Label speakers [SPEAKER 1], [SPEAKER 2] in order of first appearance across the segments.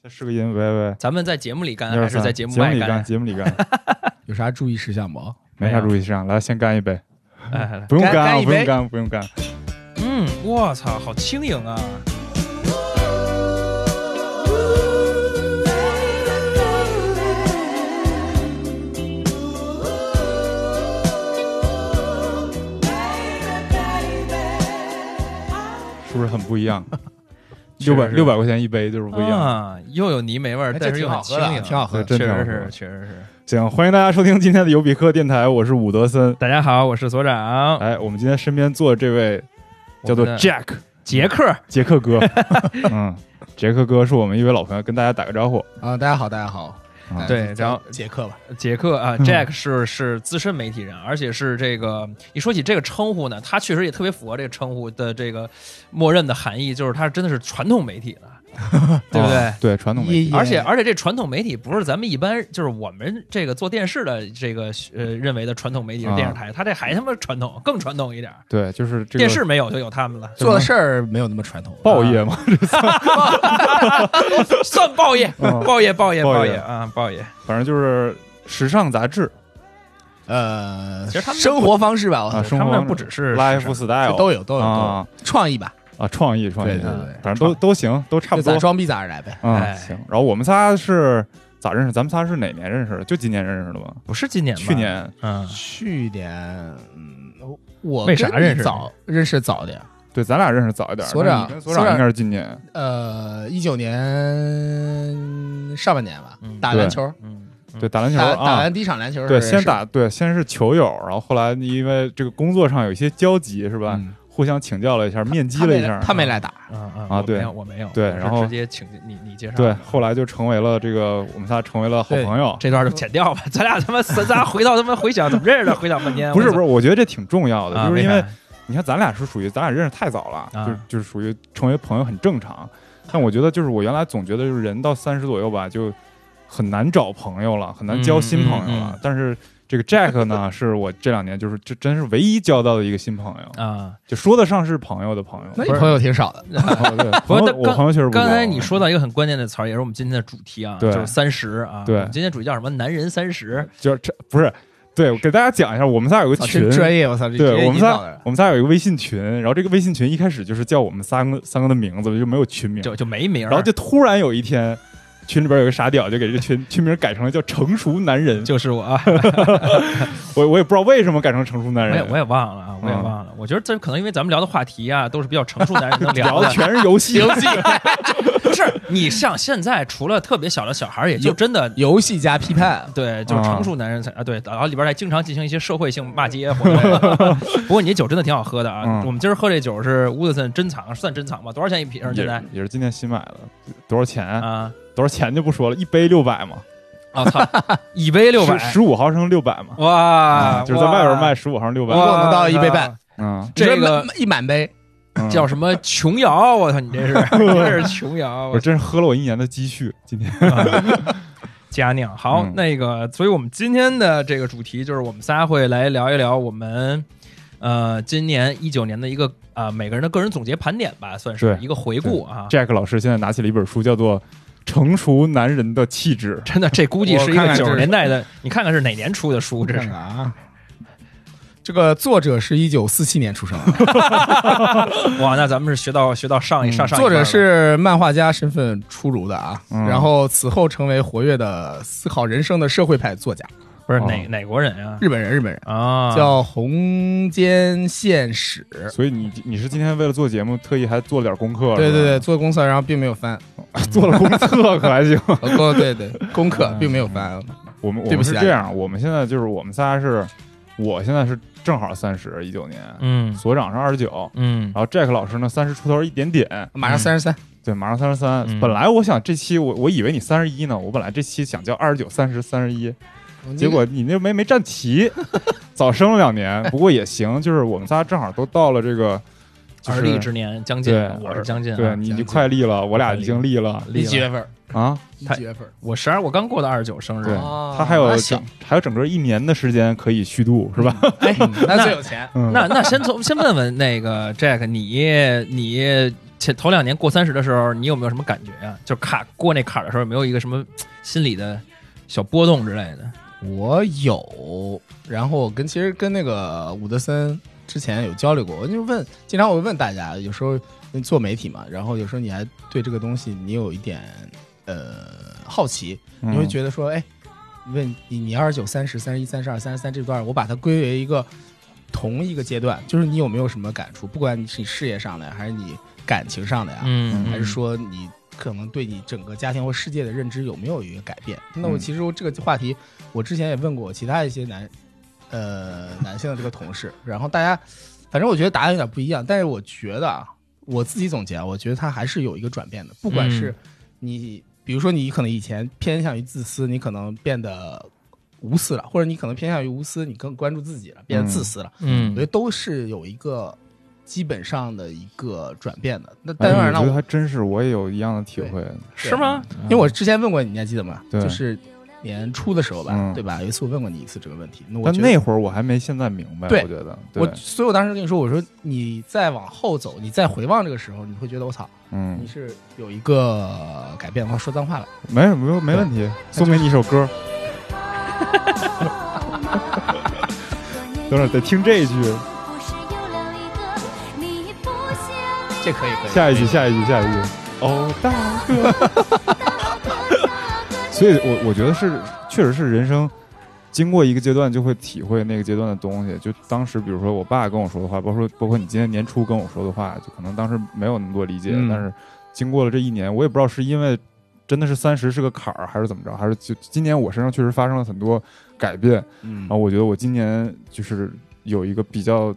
[SPEAKER 1] 这是个音，喂喂，
[SPEAKER 2] 咱们在节目里干
[SPEAKER 1] 一二
[SPEAKER 2] 呃还是
[SPEAKER 1] 三，
[SPEAKER 2] 在
[SPEAKER 1] 节
[SPEAKER 2] 目
[SPEAKER 1] 目
[SPEAKER 2] 外
[SPEAKER 1] 里
[SPEAKER 2] 干
[SPEAKER 1] 干，？节目里 干，
[SPEAKER 3] 有啥注意事项吗？
[SPEAKER 1] 没啥注意事项。来，先干一杯，
[SPEAKER 2] 啊哎，来 来
[SPEAKER 1] 不用
[SPEAKER 2] 干
[SPEAKER 1] 啊
[SPEAKER 2] 干一
[SPEAKER 1] 不用
[SPEAKER 2] 杯。
[SPEAKER 1] 干，不用干。
[SPEAKER 2] 嗯，我操，好轻盈啊！
[SPEAKER 1] 是不是很不一样？啊
[SPEAKER 3] 是
[SPEAKER 1] 六百
[SPEAKER 3] 是
[SPEAKER 1] 六百块钱一杯就是不一样。
[SPEAKER 2] 啊，又有泥煤味儿，
[SPEAKER 3] 哎
[SPEAKER 2] 但
[SPEAKER 3] 这
[SPEAKER 2] 是
[SPEAKER 3] 挺
[SPEAKER 2] 又很
[SPEAKER 3] 好喝
[SPEAKER 2] 轻
[SPEAKER 3] 的啊，
[SPEAKER 2] 盈，
[SPEAKER 3] 挺好喝
[SPEAKER 1] 对真
[SPEAKER 3] 的。
[SPEAKER 2] 确
[SPEAKER 1] 挺好
[SPEAKER 2] 实
[SPEAKER 1] 喝
[SPEAKER 2] 是，确实是。
[SPEAKER 1] 行，欢迎大家收听今天的尤比克电台，我是伍德森。
[SPEAKER 2] 大家好，我是所长，
[SPEAKER 1] 哎，我们今天身边坐的这位叫做
[SPEAKER 2] 我们的
[SPEAKER 1] Jack
[SPEAKER 2] 杰克。
[SPEAKER 1] 杰克 哥，嗯，杰克哥是我们一位老朋友，跟大家打个招呼。
[SPEAKER 3] 啊，大家好，大家好。
[SPEAKER 1] 啊
[SPEAKER 2] 对
[SPEAKER 3] 哎
[SPEAKER 2] 然后
[SPEAKER 3] 杰克吧，
[SPEAKER 2] 杰克啊
[SPEAKER 1] 嗯
[SPEAKER 2] ，Jack 是是资深媒体人，而且是这个一说起这个称呼呢，他确实也特别符合这个称呼的这个默认的含义，就是他真的是传统媒体的，对不对
[SPEAKER 1] 啊？对，传统媒体
[SPEAKER 3] 耶
[SPEAKER 2] 而且而且这传统媒体不是咱们一般就是我们这个做电视的这个呃认为的传统媒体是电视台，他这还他妈传统，更传统一点儿。
[SPEAKER 1] 对，就是啊这
[SPEAKER 2] 电
[SPEAKER 1] 个
[SPEAKER 2] 视啊没有就有他们了，
[SPEAKER 3] 做的事儿没有那么传统。
[SPEAKER 1] 报业嘛。
[SPEAKER 2] 算报业，
[SPEAKER 1] 嗯
[SPEAKER 2] 报业，报业，
[SPEAKER 1] 报业
[SPEAKER 2] 报业啊，报业。
[SPEAKER 1] 反正就是时尚杂志
[SPEAKER 3] 呃，
[SPEAKER 2] 其实他们
[SPEAKER 3] 生活方式吧，我
[SPEAKER 1] 啊，
[SPEAKER 3] 操
[SPEAKER 1] 生
[SPEAKER 2] 他
[SPEAKER 1] 活
[SPEAKER 2] 们不只是时尚
[SPEAKER 1] lifestyle
[SPEAKER 3] 就都有都有都有
[SPEAKER 1] 啊
[SPEAKER 3] 创意吧，
[SPEAKER 1] 啊，创意创意啊
[SPEAKER 3] 对对，对，
[SPEAKER 1] 反正都都行，都差
[SPEAKER 3] 就
[SPEAKER 1] 不
[SPEAKER 3] 咋
[SPEAKER 1] 多。
[SPEAKER 3] 装逼咋着来呗。
[SPEAKER 1] 嗯，
[SPEAKER 2] 哎
[SPEAKER 1] 行。然后我们仨是咋认识？咱们仨是哪年认识的？就今年认识的吗？
[SPEAKER 2] 不是今年吧，
[SPEAKER 1] 去年
[SPEAKER 2] 嗯，
[SPEAKER 3] 去年，嗯，我
[SPEAKER 2] 为啥
[SPEAKER 3] 跟你
[SPEAKER 2] 认识
[SPEAKER 3] 早认识早点？
[SPEAKER 1] 对，咱俩认识早一点。
[SPEAKER 3] 所
[SPEAKER 1] 那你
[SPEAKER 3] 长
[SPEAKER 1] 跟所
[SPEAKER 3] 所
[SPEAKER 1] 长
[SPEAKER 3] 长
[SPEAKER 1] 应该是今年。
[SPEAKER 3] 呃，一九年上半年吧
[SPEAKER 2] 嗯，
[SPEAKER 3] 打篮球，
[SPEAKER 2] 嗯，
[SPEAKER 1] 对，打篮球
[SPEAKER 3] 打打
[SPEAKER 1] 啊，
[SPEAKER 3] 完第一场篮球是嗯
[SPEAKER 1] 对，
[SPEAKER 3] 认识的，
[SPEAKER 1] 先打对，先是球友，然后后来因为这个工作上有一些交集，是吧？
[SPEAKER 3] 嗯
[SPEAKER 1] 互相请教了一下，面基
[SPEAKER 3] 他
[SPEAKER 1] 了一
[SPEAKER 3] 没
[SPEAKER 1] 下
[SPEAKER 3] 来，。他没来打，
[SPEAKER 2] 嗯嗯
[SPEAKER 1] 啊
[SPEAKER 2] 我
[SPEAKER 1] 对
[SPEAKER 2] 没有我没有，
[SPEAKER 1] 对
[SPEAKER 2] 我是
[SPEAKER 1] 然后
[SPEAKER 2] 直接请你你介绍，
[SPEAKER 1] 对，后来就成为了这个我们仨成为了好朋友。
[SPEAKER 2] 这段就剪掉吧，咱俩他妈咱俩回到他妈回想怎么认识的，回想半天，
[SPEAKER 1] 不是
[SPEAKER 2] 我
[SPEAKER 1] 不是，我觉得这挺重要
[SPEAKER 2] 操
[SPEAKER 1] 的，
[SPEAKER 2] 啊
[SPEAKER 1] 就是因
[SPEAKER 2] 为
[SPEAKER 1] 为
[SPEAKER 2] 啥
[SPEAKER 1] 你看咱俩是属于咱俩认识太早了，
[SPEAKER 2] 啊
[SPEAKER 1] 就是就是属于成为朋友很正常。但我觉得就是我原来总觉得就是人到三十左右吧，就很难找朋友了，很难交新朋友了。
[SPEAKER 2] 嗯嗯嗯
[SPEAKER 1] 但是这个 Jack 呢， 是我这两年就是这真是唯一交到的一个新朋友，
[SPEAKER 2] 啊，
[SPEAKER 1] 就说得上是朋友的朋友。
[SPEAKER 3] 那你
[SPEAKER 1] 不是
[SPEAKER 3] 朋友挺少的。
[SPEAKER 1] 哦对
[SPEAKER 2] 不
[SPEAKER 1] 朋友
[SPEAKER 2] 是但
[SPEAKER 1] 我朋友确实不
[SPEAKER 2] 刚才
[SPEAKER 1] 多啊
[SPEAKER 2] 你说到一个很关键的词儿，也是我们今天的主题啊，就
[SPEAKER 1] 对
[SPEAKER 2] 是三十啊。
[SPEAKER 1] 对
[SPEAKER 2] 我们今天主题叫什么？男人三十。
[SPEAKER 1] 就是这不是对，我给大家讲一下，我们仨有个
[SPEAKER 2] 哦
[SPEAKER 3] 操
[SPEAKER 1] 啊群
[SPEAKER 3] 真，专业，我操，这职
[SPEAKER 1] 对
[SPEAKER 3] 业
[SPEAKER 1] 我们
[SPEAKER 3] 引导
[SPEAKER 1] 仨
[SPEAKER 3] 的，
[SPEAKER 1] 我们仨有一个微信群，然后这个微信群一开始就是叫我们三个三个的名字，就没有群名，
[SPEAKER 2] 就就没名儿，
[SPEAKER 1] 然后就突然有一天，群里边有个傻屌就给这群群名改成了叫“成熟男人
[SPEAKER 2] 就是 我啊，”，
[SPEAKER 1] 我我也不知道为什么改成“成熟男
[SPEAKER 2] 我也
[SPEAKER 1] 人
[SPEAKER 2] 我也忘了啊，我也
[SPEAKER 1] 嗯
[SPEAKER 2] 忘了。我觉得这可能因为咱们聊的话题啊，都是比较成熟男人能”，
[SPEAKER 1] 聊
[SPEAKER 2] 的
[SPEAKER 1] 的。全是游 戏。
[SPEAKER 3] 戏
[SPEAKER 2] 不是你像现在除了特别小的小孩儿，也就
[SPEAKER 3] 有
[SPEAKER 2] 真的。
[SPEAKER 3] 游戏加批判，
[SPEAKER 2] 对，就是成熟男人才啊，对，然后里边还经常进行一些社会性骂街活动。 不过你这酒真的挺好喝的啊，
[SPEAKER 1] 嗯
[SPEAKER 2] 我们今儿喝这酒是乌德森珍藏，算珍藏吧？多少钱一瓶儿？现在
[SPEAKER 1] 也也是今年新买的，多少钱？
[SPEAKER 2] 啊，
[SPEAKER 1] 多少钱就不说了，一杯六百嘛，
[SPEAKER 2] 我啊操，一杯六百，啊
[SPEAKER 1] 十五毫升六百嘛，啊
[SPEAKER 2] 哇，
[SPEAKER 1] 就是在外边
[SPEAKER 2] 哇
[SPEAKER 1] 卖十五毫升六百
[SPEAKER 3] 哇，能到一杯半，
[SPEAKER 1] 嗯，
[SPEAKER 2] 这
[SPEAKER 3] 你说
[SPEAKER 2] 个
[SPEAKER 3] 满一满杯，
[SPEAKER 1] 嗯
[SPEAKER 2] 叫什么琼瑶？啊我操，你这是 你这是琼瑶，啊
[SPEAKER 1] 我
[SPEAKER 2] 我操
[SPEAKER 1] 真是喝了我一年的积蓄，今天
[SPEAKER 2] 啊佳酿。好，
[SPEAKER 1] 嗯
[SPEAKER 2] 那个，所以我们今天的这个主题就是我们仨会来聊一聊我们。呃，今年一九年的一个啊、每个人的个人总结盘点吧，算是
[SPEAKER 1] 对
[SPEAKER 2] 一个回顾啊。
[SPEAKER 1] Jack 老师现在拿起了一本书，叫做《成熟男人的气质》。
[SPEAKER 2] 真的，这估计是一
[SPEAKER 3] 我看
[SPEAKER 2] 个
[SPEAKER 3] 看这
[SPEAKER 2] 九
[SPEAKER 3] 是
[SPEAKER 2] 十年代的，你看看是哪年出的书？这
[SPEAKER 3] 看
[SPEAKER 2] 是
[SPEAKER 1] 嗯
[SPEAKER 3] 看啊。这个作者是一九四七年出生的，
[SPEAKER 2] 哇，那咱们是学到学到上一 上上一辈
[SPEAKER 3] 作
[SPEAKER 2] 儿
[SPEAKER 3] 者
[SPEAKER 2] 了
[SPEAKER 3] 是漫画家身份出炉的啊，
[SPEAKER 1] 嗯
[SPEAKER 3] 然后此后成为活跃的思考人生的社会派作家，
[SPEAKER 2] 不是
[SPEAKER 1] 哦
[SPEAKER 2] 哪哪国人啊？
[SPEAKER 3] 日本人，日本人，
[SPEAKER 2] 嗯啊，
[SPEAKER 3] 叫红间宪史。
[SPEAKER 1] 所以你你是今天为了做节目特意还做了点功课，
[SPEAKER 3] 对对对，
[SPEAKER 1] 是吧，
[SPEAKER 3] 做功课，然后并没 有翻。
[SPEAKER 1] 做了功课可还行。
[SPEAKER 3] 哦，做对对，功课并没有翻。
[SPEAKER 1] 我们我们
[SPEAKER 3] 对不起
[SPEAKER 1] 是
[SPEAKER 3] 啊
[SPEAKER 1] 这样，我们现在就是我们仨是，我现在是正好三十一九年，
[SPEAKER 2] 嗯
[SPEAKER 1] 所长是二十九，
[SPEAKER 2] 嗯
[SPEAKER 1] 然后 Jack 老师呢三十出头一点点，
[SPEAKER 3] 马上三十三，
[SPEAKER 1] 对，马上三十三
[SPEAKER 2] 嗯。
[SPEAKER 1] 本来我想这期我我以为你三十一呢，我本来这期想叫二十九、三十、三十一，结果你那没没站 齐，早生了两年，不过也行，就是我们仨正好都到了这 个。就
[SPEAKER 2] 而立
[SPEAKER 1] 是
[SPEAKER 2] 之年将近，
[SPEAKER 1] 对
[SPEAKER 2] 我是将近啊，
[SPEAKER 1] 对，你已经
[SPEAKER 3] 将近
[SPEAKER 1] 快立了，我俩已经立了
[SPEAKER 2] 立
[SPEAKER 3] 你几
[SPEAKER 2] 了。
[SPEAKER 3] 月份？
[SPEAKER 1] 啊！
[SPEAKER 3] 你
[SPEAKER 2] 他
[SPEAKER 3] 几月份？
[SPEAKER 2] 我十二，我刚过的二十九生
[SPEAKER 1] 对
[SPEAKER 2] 日。
[SPEAKER 3] 嗯
[SPEAKER 2] 啊
[SPEAKER 3] 哦
[SPEAKER 1] 他还有
[SPEAKER 3] 那
[SPEAKER 1] 整
[SPEAKER 3] 行嗯
[SPEAKER 1] 还有整个一年的时间可以虚度，是吧？
[SPEAKER 2] 嗯
[SPEAKER 3] 哎，那最有钱。
[SPEAKER 1] 嗯，
[SPEAKER 2] 那那先从先问问那个 Jack，你你前头两年过三十的时候，你有没有什么感觉啊？就卡过那坎儿的时候，有没有一个什么心理的小波动之类的？
[SPEAKER 3] 我有，然后我跟其实跟那个伍德森之前有交流过，我就问，经常我会问大家，有时候因为做媒体嘛，然后有时候你还对这个东西你有一点呃好奇，你会
[SPEAKER 1] 得
[SPEAKER 3] 觉得说，哎，问你你二十九、三十、三十一、三十二、三十三这段，我把它归为一个同一个阶段，就是你有没有什么感触？不管你是你事业上的，还是你感情上的呀，
[SPEAKER 2] 嗯
[SPEAKER 3] 还是说你可能对你整个家庭或世界的认知有没有一个改变？那我
[SPEAKER 1] 嗯
[SPEAKER 3] 其实我这个话题，我之前也问过我其他一些男，呃，男性的这个同事，然后大家，反正我觉得答案有点不一样，但是我觉得啊，我自己总结啊，我觉得他还是有一个转变的，不管
[SPEAKER 1] 嗯
[SPEAKER 3] 是你，比如说你可能以前偏向于自私，你可能变得无私了，或者你可能偏向于无私，你更关注自己了，变得自私了，我觉
[SPEAKER 2] 嗯
[SPEAKER 3] 得都是有一个。基本上的一个转变的，那
[SPEAKER 1] 哎
[SPEAKER 3] 当然
[SPEAKER 1] 我
[SPEAKER 3] 了，
[SPEAKER 1] 觉得还真是，我也有一样的体会，
[SPEAKER 2] 是吗？
[SPEAKER 1] 嗯
[SPEAKER 3] 因为我之前问过你，你还记得吗？
[SPEAKER 1] 对
[SPEAKER 3] 就是年初的时候吧，
[SPEAKER 1] 嗯
[SPEAKER 3] 对吧？有一次我问过你一次这个问题，那我
[SPEAKER 1] 但
[SPEAKER 3] 觉得
[SPEAKER 1] 那会儿我还没现在明白，
[SPEAKER 3] 对
[SPEAKER 1] 我觉得，对
[SPEAKER 3] 我，所以我当时跟你说，我说你再往后走，你再回望这个时候，你会觉得我操，
[SPEAKER 1] 嗯
[SPEAKER 3] 你，是有一个改变，我说脏话了，
[SPEAKER 1] 没有没有没问题，送给你一首歌，等
[SPEAKER 4] 等
[SPEAKER 1] 会
[SPEAKER 4] 会
[SPEAKER 1] 儿
[SPEAKER 4] 儿
[SPEAKER 1] 得
[SPEAKER 4] 得
[SPEAKER 1] 听
[SPEAKER 4] 听
[SPEAKER 1] 这
[SPEAKER 4] 这
[SPEAKER 1] 一
[SPEAKER 4] 一
[SPEAKER 1] 句
[SPEAKER 4] 句。
[SPEAKER 3] 这可以可以。
[SPEAKER 1] 下一句，下一句，下一句。哦，大哥。 所以我，我觉得是，确实是人生经过一个阶段，就会体会那个阶段的东西。就当时，比如说我爸跟我说的话，包括包括你今年年初跟我说的话，就可能当时没有那么多理解，
[SPEAKER 2] 嗯
[SPEAKER 1] 但是经过了这一年，我也不知道是因为真的是三十是个坎儿，还是怎么着，还是就今年我身上确实发生了很多改变。
[SPEAKER 3] 嗯
[SPEAKER 1] 然后我觉得我今年就是有一个比较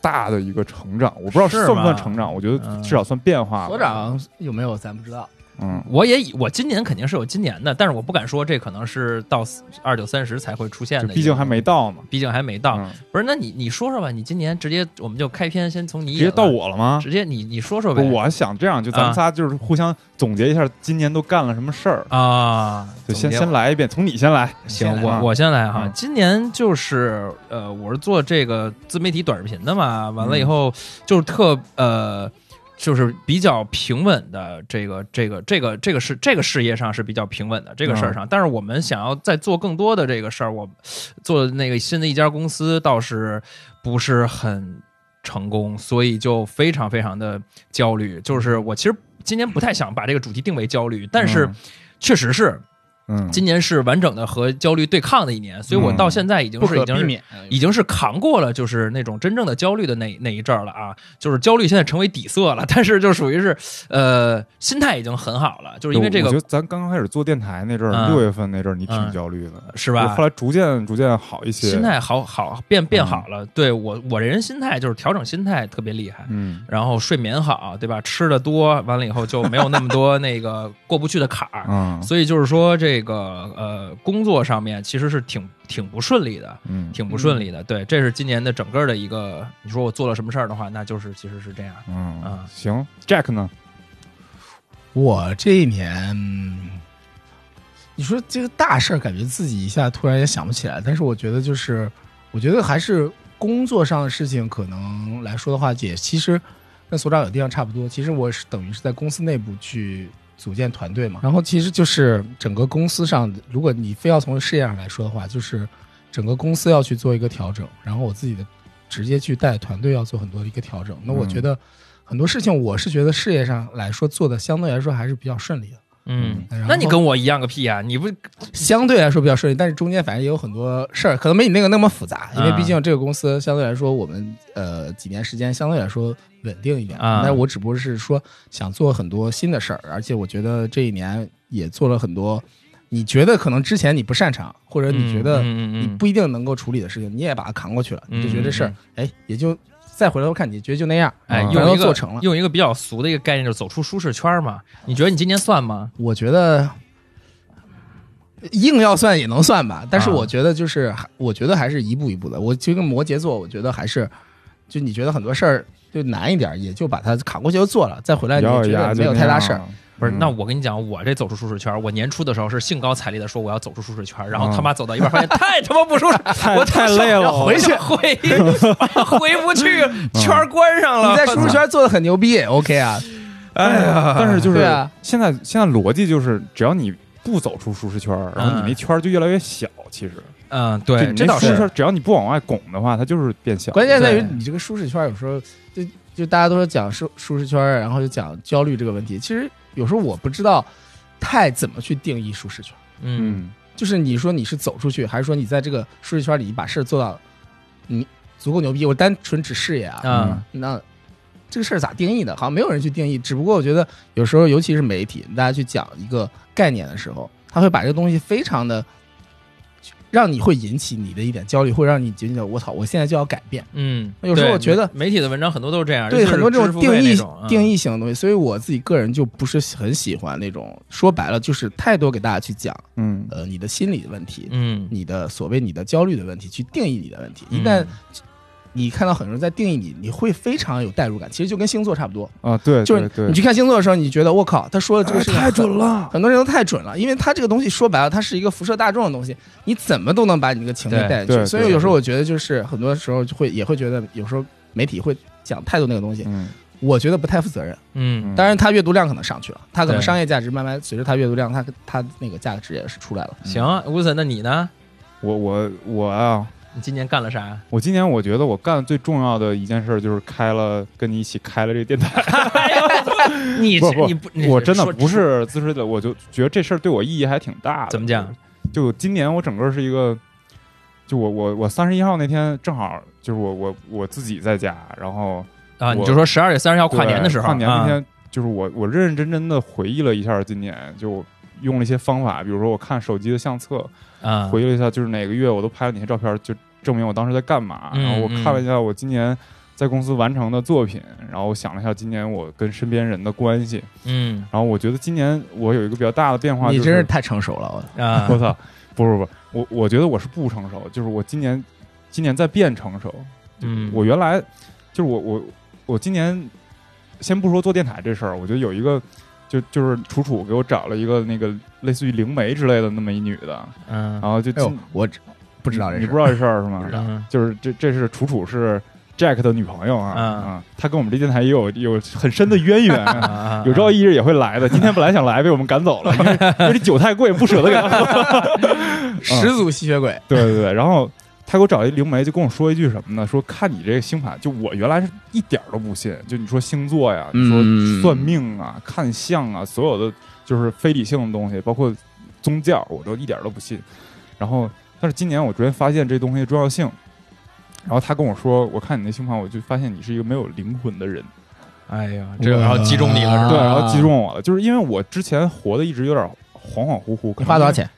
[SPEAKER 1] 大的一个成长，我不知道
[SPEAKER 2] 是
[SPEAKER 1] 算不算
[SPEAKER 2] 吗
[SPEAKER 1] 成长，我觉得
[SPEAKER 2] 嗯
[SPEAKER 1] 至少算变化吧。
[SPEAKER 3] 所长有没有咱不知道，
[SPEAKER 1] 嗯，
[SPEAKER 2] 我也以我今年肯定是有今年的，但是我不敢说这可能是到二九三十才会出现
[SPEAKER 1] 就
[SPEAKER 2] 的，
[SPEAKER 1] 毕竟还没，到嘛。
[SPEAKER 2] 毕竟还没到。
[SPEAKER 1] 嗯
[SPEAKER 2] 不是，那你你说说吧，你今年直接我们就开篇，先从你
[SPEAKER 1] 直
[SPEAKER 2] 引
[SPEAKER 1] 接
[SPEAKER 2] 了
[SPEAKER 1] 到，我了吗？
[SPEAKER 2] 直接你你说说呗。
[SPEAKER 1] 不我想这样，就咱们
[SPEAKER 2] 啊
[SPEAKER 1] 仨就是互相总结一下今年都干了什么事儿，
[SPEAKER 2] 啊，
[SPEAKER 1] 就先
[SPEAKER 2] 总结
[SPEAKER 1] 先来一遍，从你先来。
[SPEAKER 2] 行，
[SPEAKER 1] 啊
[SPEAKER 2] 我我先来哈
[SPEAKER 1] 嗯。
[SPEAKER 2] 今年就是呃，我是做这个自媒体短视频的嘛，完
[SPEAKER 1] 嗯
[SPEAKER 2] 了以后就是特呃，就是比较平稳的这个这个这个这个事这个事业上是比较平稳的这个
[SPEAKER 1] 嗯
[SPEAKER 2] 事儿上，但是我们想要再做更多的这个事儿，我做那个新的一家公司倒是不是很成功，所以就非常非常的焦虑。就是我其实今年不太想把这个主题定为焦虑，但是
[SPEAKER 1] 嗯
[SPEAKER 2] 确实是。
[SPEAKER 1] 嗯，
[SPEAKER 2] 今年是完整的和焦虑对抗的一年，所以我到现在已经
[SPEAKER 3] 不
[SPEAKER 2] 是已
[SPEAKER 3] 可
[SPEAKER 2] 经
[SPEAKER 3] 避
[SPEAKER 2] 是
[SPEAKER 3] 免。
[SPEAKER 2] 已经是扛过了，就是那种真正的焦虑的那那一阵儿了啊，就是焦虑现在成为底色了，但是就属于是呃心态已经很好了，就是因为这
[SPEAKER 1] 我觉
[SPEAKER 2] 个
[SPEAKER 1] 得咱刚开始做电台那阵儿，
[SPEAKER 2] 嗯
[SPEAKER 1] 六月份那阵儿你挺
[SPEAKER 2] 嗯
[SPEAKER 1] 焦虑的，
[SPEAKER 2] 是吧
[SPEAKER 1] 后来嗯逐渐逐渐好一些。
[SPEAKER 2] 心态好好变变好了，对我我这人心态就是调整心态特别厉害。
[SPEAKER 1] 嗯
[SPEAKER 2] 然后睡眠好，对吧？吃的多，完了以后就没有那么多那个过不去的坎儿，
[SPEAKER 1] 嗯
[SPEAKER 2] 所以就是说这个呃工作上面其实是挺挺不顺利的，
[SPEAKER 1] 嗯
[SPEAKER 2] 挺不顺利的。对，这是今年的整个的一个，你说我做了什么事儿的话，那就是其实是这样。
[SPEAKER 1] 嗯
[SPEAKER 2] 啊，
[SPEAKER 1] 行，Jack 呢？
[SPEAKER 3] 我这一年，嗯你说这个大事儿，感觉自己一下突然也想不起来。但是我觉得，就是我觉得还是工作上的事情，可能来说的话，也其实跟所长有地方差不多。其实我是等于是在公司内部去组建团队嘛。然后其实就是整个公司上，如果你非要从事业上来说的话，就是整个公司要去做一个调整，然后我自己的直接去带团队要做很多的一个调整。那我
[SPEAKER 1] 嗯
[SPEAKER 3] 觉得很多事情，我是觉得事业上来说做的相对来说还是比较顺利的，
[SPEAKER 2] 嗯
[SPEAKER 3] 然后
[SPEAKER 2] 那你跟我一样个屁啊！你不
[SPEAKER 3] 相对来说比较顺利，但是中间反正也有很多事儿，可能没你那个那么复杂，因为
[SPEAKER 2] 啊
[SPEAKER 3] 毕竟这个公司相对来说我们呃几年时间相对来说稳定一点。
[SPEAKER 2] 啊
[SPEAKER 3] 但是我只不过是说想做很多新的事儿，而且我觉得这一年也做了很多，你觉得可能之前你不擅长，或者
[SPEAKER 2] 嗯
[SPEAKER 3] 你觉得你
[SPEAKER 2] 你
[SPEAKER 3] 不一定能够处理的事情，你也把它扛过去了，你就觉得这事儿
[SPEAKER 2] 嗯，
[SPEAKER 3] 哎，也就再回头看，你觉得就那样。
[SPEAKER 2] 哎
[SPEAKER 1] 嗯
[SPEAKER 2] 用
[SPEAKER 3] 然
[SPEAKER 2] 一
[SPEAKER 3] 后
[SPEAKER 2] 个
[SPEAKER 3] 做成了
[SPEAKER 2] 用一个比较俗的一个概念，就是走出舒适圈嘛。你觉得你今年算吗？
[SPEAKER 3] 我觉得嗯硬要算也能算吧，但是
[SPEAKER 2] 啊
[SPEAKER 3] 我觉得就是，我觉得还是一步一步的。我就跟摩羯座，我觉得还是，就你觉得很多事儿就难一点，也就把它扛过去就做了，再回哎来你
[SPEAKER 1] 咬
[SPEAKER 3] 也
[SPEAKER 1] 咬
[SPEAKER 3] 觉
[SPEAKER 1] 牙
[SPEAKER 3] 得
[SPEAKER 1] 就
[SPEAKER 3] 没有
[SPEAKER 1] 那
[SPEAKER 3] 太大
[SPEAKER 1] 样
[SPEAKER 3] 事儿。
[SPEAKER 1] 了。
[SPEAKER 2] 不是，
[SPEAKER 1] 嗯
[SPEAKER 2] 那我跟你讲，我这走出舒适圈，我年初的时候是兴高采烈的说我要走出舒适圈，然后他妈走到一半发现 太他妈不舒适，我
[SPEAKER 1] 太累了
[SPEAKER 2] 我
[SPEAKER 1] 回
[SPEAKER 2] 去回回不去，圈儿关上了。
[SPEAKER 3] 你在舒适圈做的很牛逼，OK 啊，
[SPEAKER 2] 哎呀，
[SPEAKER 1] 但是就是
[SPEAKER 4] 对啊
[SPEAKER 1] 现在现在逻辑就是，只要你不走出舒适圈儿，然后
[SPEAKER 3] 嗯
[SPEAKER 1] 你那圈儿就越来越小。其实，
[SPEAKER 2] 嗯，
[SPEAKER 1] 就
[SPEAKER 2] 对，
[SPEAKER 1] 你
[SPEAKER 2] 这
[SPEAKER 1] 那
[SPEAKER 2] 倒
[SPEAKER 1] 舒适圈
[SPEAKER 2] 是
[SPEAKER 1] 儿，只要你不往外拱的话，它就是变小。
[SPEAKER 3] 关键在于
[SPEAKER 4] 对
[SPEAKER 3] 你这个舒适圈儿有时候就就大家都是讲舒舒适圈儿，然后就讲焦虑这个问题。其实有时候我不知道太怎么去定义舒适圈儿，
[SPEAKER 2] 嗯，
[SPEAKER 1] 嗯，
[SPEAKER 3] 就是你说你是走出去，还是说你在这个舒适圈儿里把事儿做到，你足够牛逼？我单纯指事业啊，
[SPEAKER 2] 啊，
[SPEAKER 3] 那这个事儿咋定义的？好像没有人去定义。只不过我觉得有时候，尤其是媒体，大家去讲一个概念的时候，他会把这个东西非常的，让你会引起你的一点焦虑，会让你觉得我操，我现在就要改变。
[SPEAKER 2] 嗯，
[SPEAKER 3] 有时候
[SPEAKER 2] 对
[SPEAKER 3] 我觉得
[SPEAKER 2] 媒体的文章很多都是这样，
[SPEAKER 3] 对
[SPEAKER 2] 尤其是
[SPEAKER 3] 很多这
[SPEAKER 2] 知
[SPEAKER 3] 种
[SPEAKER 2] 识付
[SPEAKER 3] 定
[SPEAKER 2] 费那
[SPEAKER 3] 义
[SPEAKER 2] 种嗯
[SPEAKER 3] 定义型的东西，所以我自己个人就不是很喜欢那种说白了就是太多给大家去讲，
[SPEAKER 1] 嗯，
[SPEAKER 3] 呃，你的心理问题，
[SPEAKER 2] 嗯，
[SPEAKER 3] 你的所谓你的焦虑的问题，去定义你的问题。一
[SPEAKER 2] 嗯
[SPEAKER 3] 旦你看到很多人在定义你，你会非常有代入感，其实就跟星座差不多。
[SPEAKER 1] 啊，对，
[SPEAKER 3] 就是
[SPEAKER 1] 对
[SPEAKER 3] 你去
[SPEAKER 1] 对，
[SPEAKER 3] 看星座的时候，你觉得我靠，他说的这个事情、
[SPEAKER 1] 哎太准，了。
[SPEAKER 3] 很多人都太准了，因为他这个东西说白了，它是一个辐射大众的东西，你怎么都能把你这个情绪
[SPEAKER 2] 对
[SPEAKER 3] 带进
[SPEAKER 1] 对
[SPEAKER 3] 去。所以
[SPEAKER 1] 对
[SPEAKER 3] 有时候
[SPEAKER 1] 对
[SPEAKER 3] 我觉得，就是很多时候就会也会觉得，有时候媒体会讲太多那个东西，
[SPEAKER 1] 嗯，
[SPEAKER 3] 我觉得不太负责任。
[SPEAKER 2] 嗯
[SPEAKER 1] 嗯
[SPEAKER 3] 当然，它阅读量可能上去了，它可能
[SPEAKER 2] 对
[SPEAKER 3] 商业价值慢慢随着它阅读量，它它那个价值也是出来了。
[SPEAKER 1] 嗯
[SPEAKER 2] 行，吴森，那你呢？
[SPEAKER 1] 我我我啊，
[SPEAKER 2] 你今年干了啥？
[SPEAKER 1] 我今年我觉得我干的最重要的一件事儿就是开了跟你一起开了这个电台。
[SPEAKER 2] 你
[SPEAKER 1] 不不
[SPEAKER 2] 你不，你
[SPEAKER 1] 我真的
[SPEAKER 2] 说
[SPEAKER 1] 不是自吹的，我就觉得这事儿对我意义还挺大的。
[SPEAKER 2] 怎么讲？
[SPEAKER 1] 就今年我整个是一个，就我我我三十一号那天正好就是我我我自己在家，然后
[SPEAKER 2] 啊，你
[SPEAKER 1] 我
[SPEAKER 2] 就说十二月三十号跨
[SPEAKER 1] 对
[SPEAKER 2] 年的时候，
[SPEAKER 1] 跨年那
[SPEAKER 2] 啊
[SPEAKER 1] 天就是我我认认真真的回忆了一下今年，就用了一些方法，比如说我看手机的相册，
[SPEAKER 2] 啊，
[SPEAKER 1] 回忆了一下，就是哪个月我都拍了哪些照片，就证明我当时在干嘛。
[SPEAKER 2] 嗯
[SPEAKER 1] 然后我看了一下我今年在公司完成的作品，然后我想了一下今年我跟身边人的关系，
[SPEAKER 2] 嗯
[SPEAKER 1] 然后我觉得今年我有一个比较大的变化，
[SPEAKER 3] 你
[SPEAKER 1] 就
[SPEAKER 3] 真是太成熟了，我
[SPEAKER 2] 啊
[SPEAKER 1] 我，操，不不不，我我觉得我是不成熟，就是我今年今年在变成熟。
[SPEAKER 2] 嗯，
[SPEAKER 1] 我原来就是我我我今年先不说做电台这事儿，我觉得有一个。就就是楚楚给我找了一个那个类似于灵媒之类的那么一女的，
[SPEAKER 2] 嗯
[SPEAKER 1] 然后就
[SPEAKER 3] 哎呦
[SPEAKER 1] 进，
[SPEAKER 3] 我不知道这
[SPEAKER 1] 你
[SPEAKER 3] 事
[SPEAKER 1] 不知道这事儿是吗？
[SPEAKER 2] 嗯
[SPEAKER 1] 就是这这是楚楚是 Jack 的女朋友啊，
[SPEAKER 2] 嗯
[SPEAKER 1] 啊，她跟我们这电台也有有很深的渊源
[SPEAKER 2] 啊
[SPEAKER 1] 啊。
[SPEAKER 2] 啊
[SPEAKER 1] 有朝一日也会来的。今天本来想来，被我们赶走了，因 为因为这酒太贵，不舍得给她喝。嗯
[SPEAKER 3] 十足吸血鬼，
[SPEAKER 1] 对对对，然后他给我找一灵媒，就跟我说一句什么呢？说看你这个星盘，就我原来是一点儿都不信，就你说星座呀，你
[SPEAKER 3] 嗯
[SPEAKER 1] 说算命啊、看相啊，所有的就是非理性的东西，包括宗教，我都一点儿都不信。然后，但是今年我逐渐发现这东西的重要性。然后他跟我说：“我看你那星盘，我就发现你是一个没有灵魂的人。
[SPEAKER 2] 哎
[SPEAKER 1] 嗯
[SPEAKER 2] 呀，这个然后击中你了是吧？
[SPEAKER 1] 对，然后
[SPEAKER 3] 啊
[SPEAKER 1] 击中我了，就是因为我之前活的一直有点恍恍惚惚。可能
[SPEAKER 3] 你花多少钱？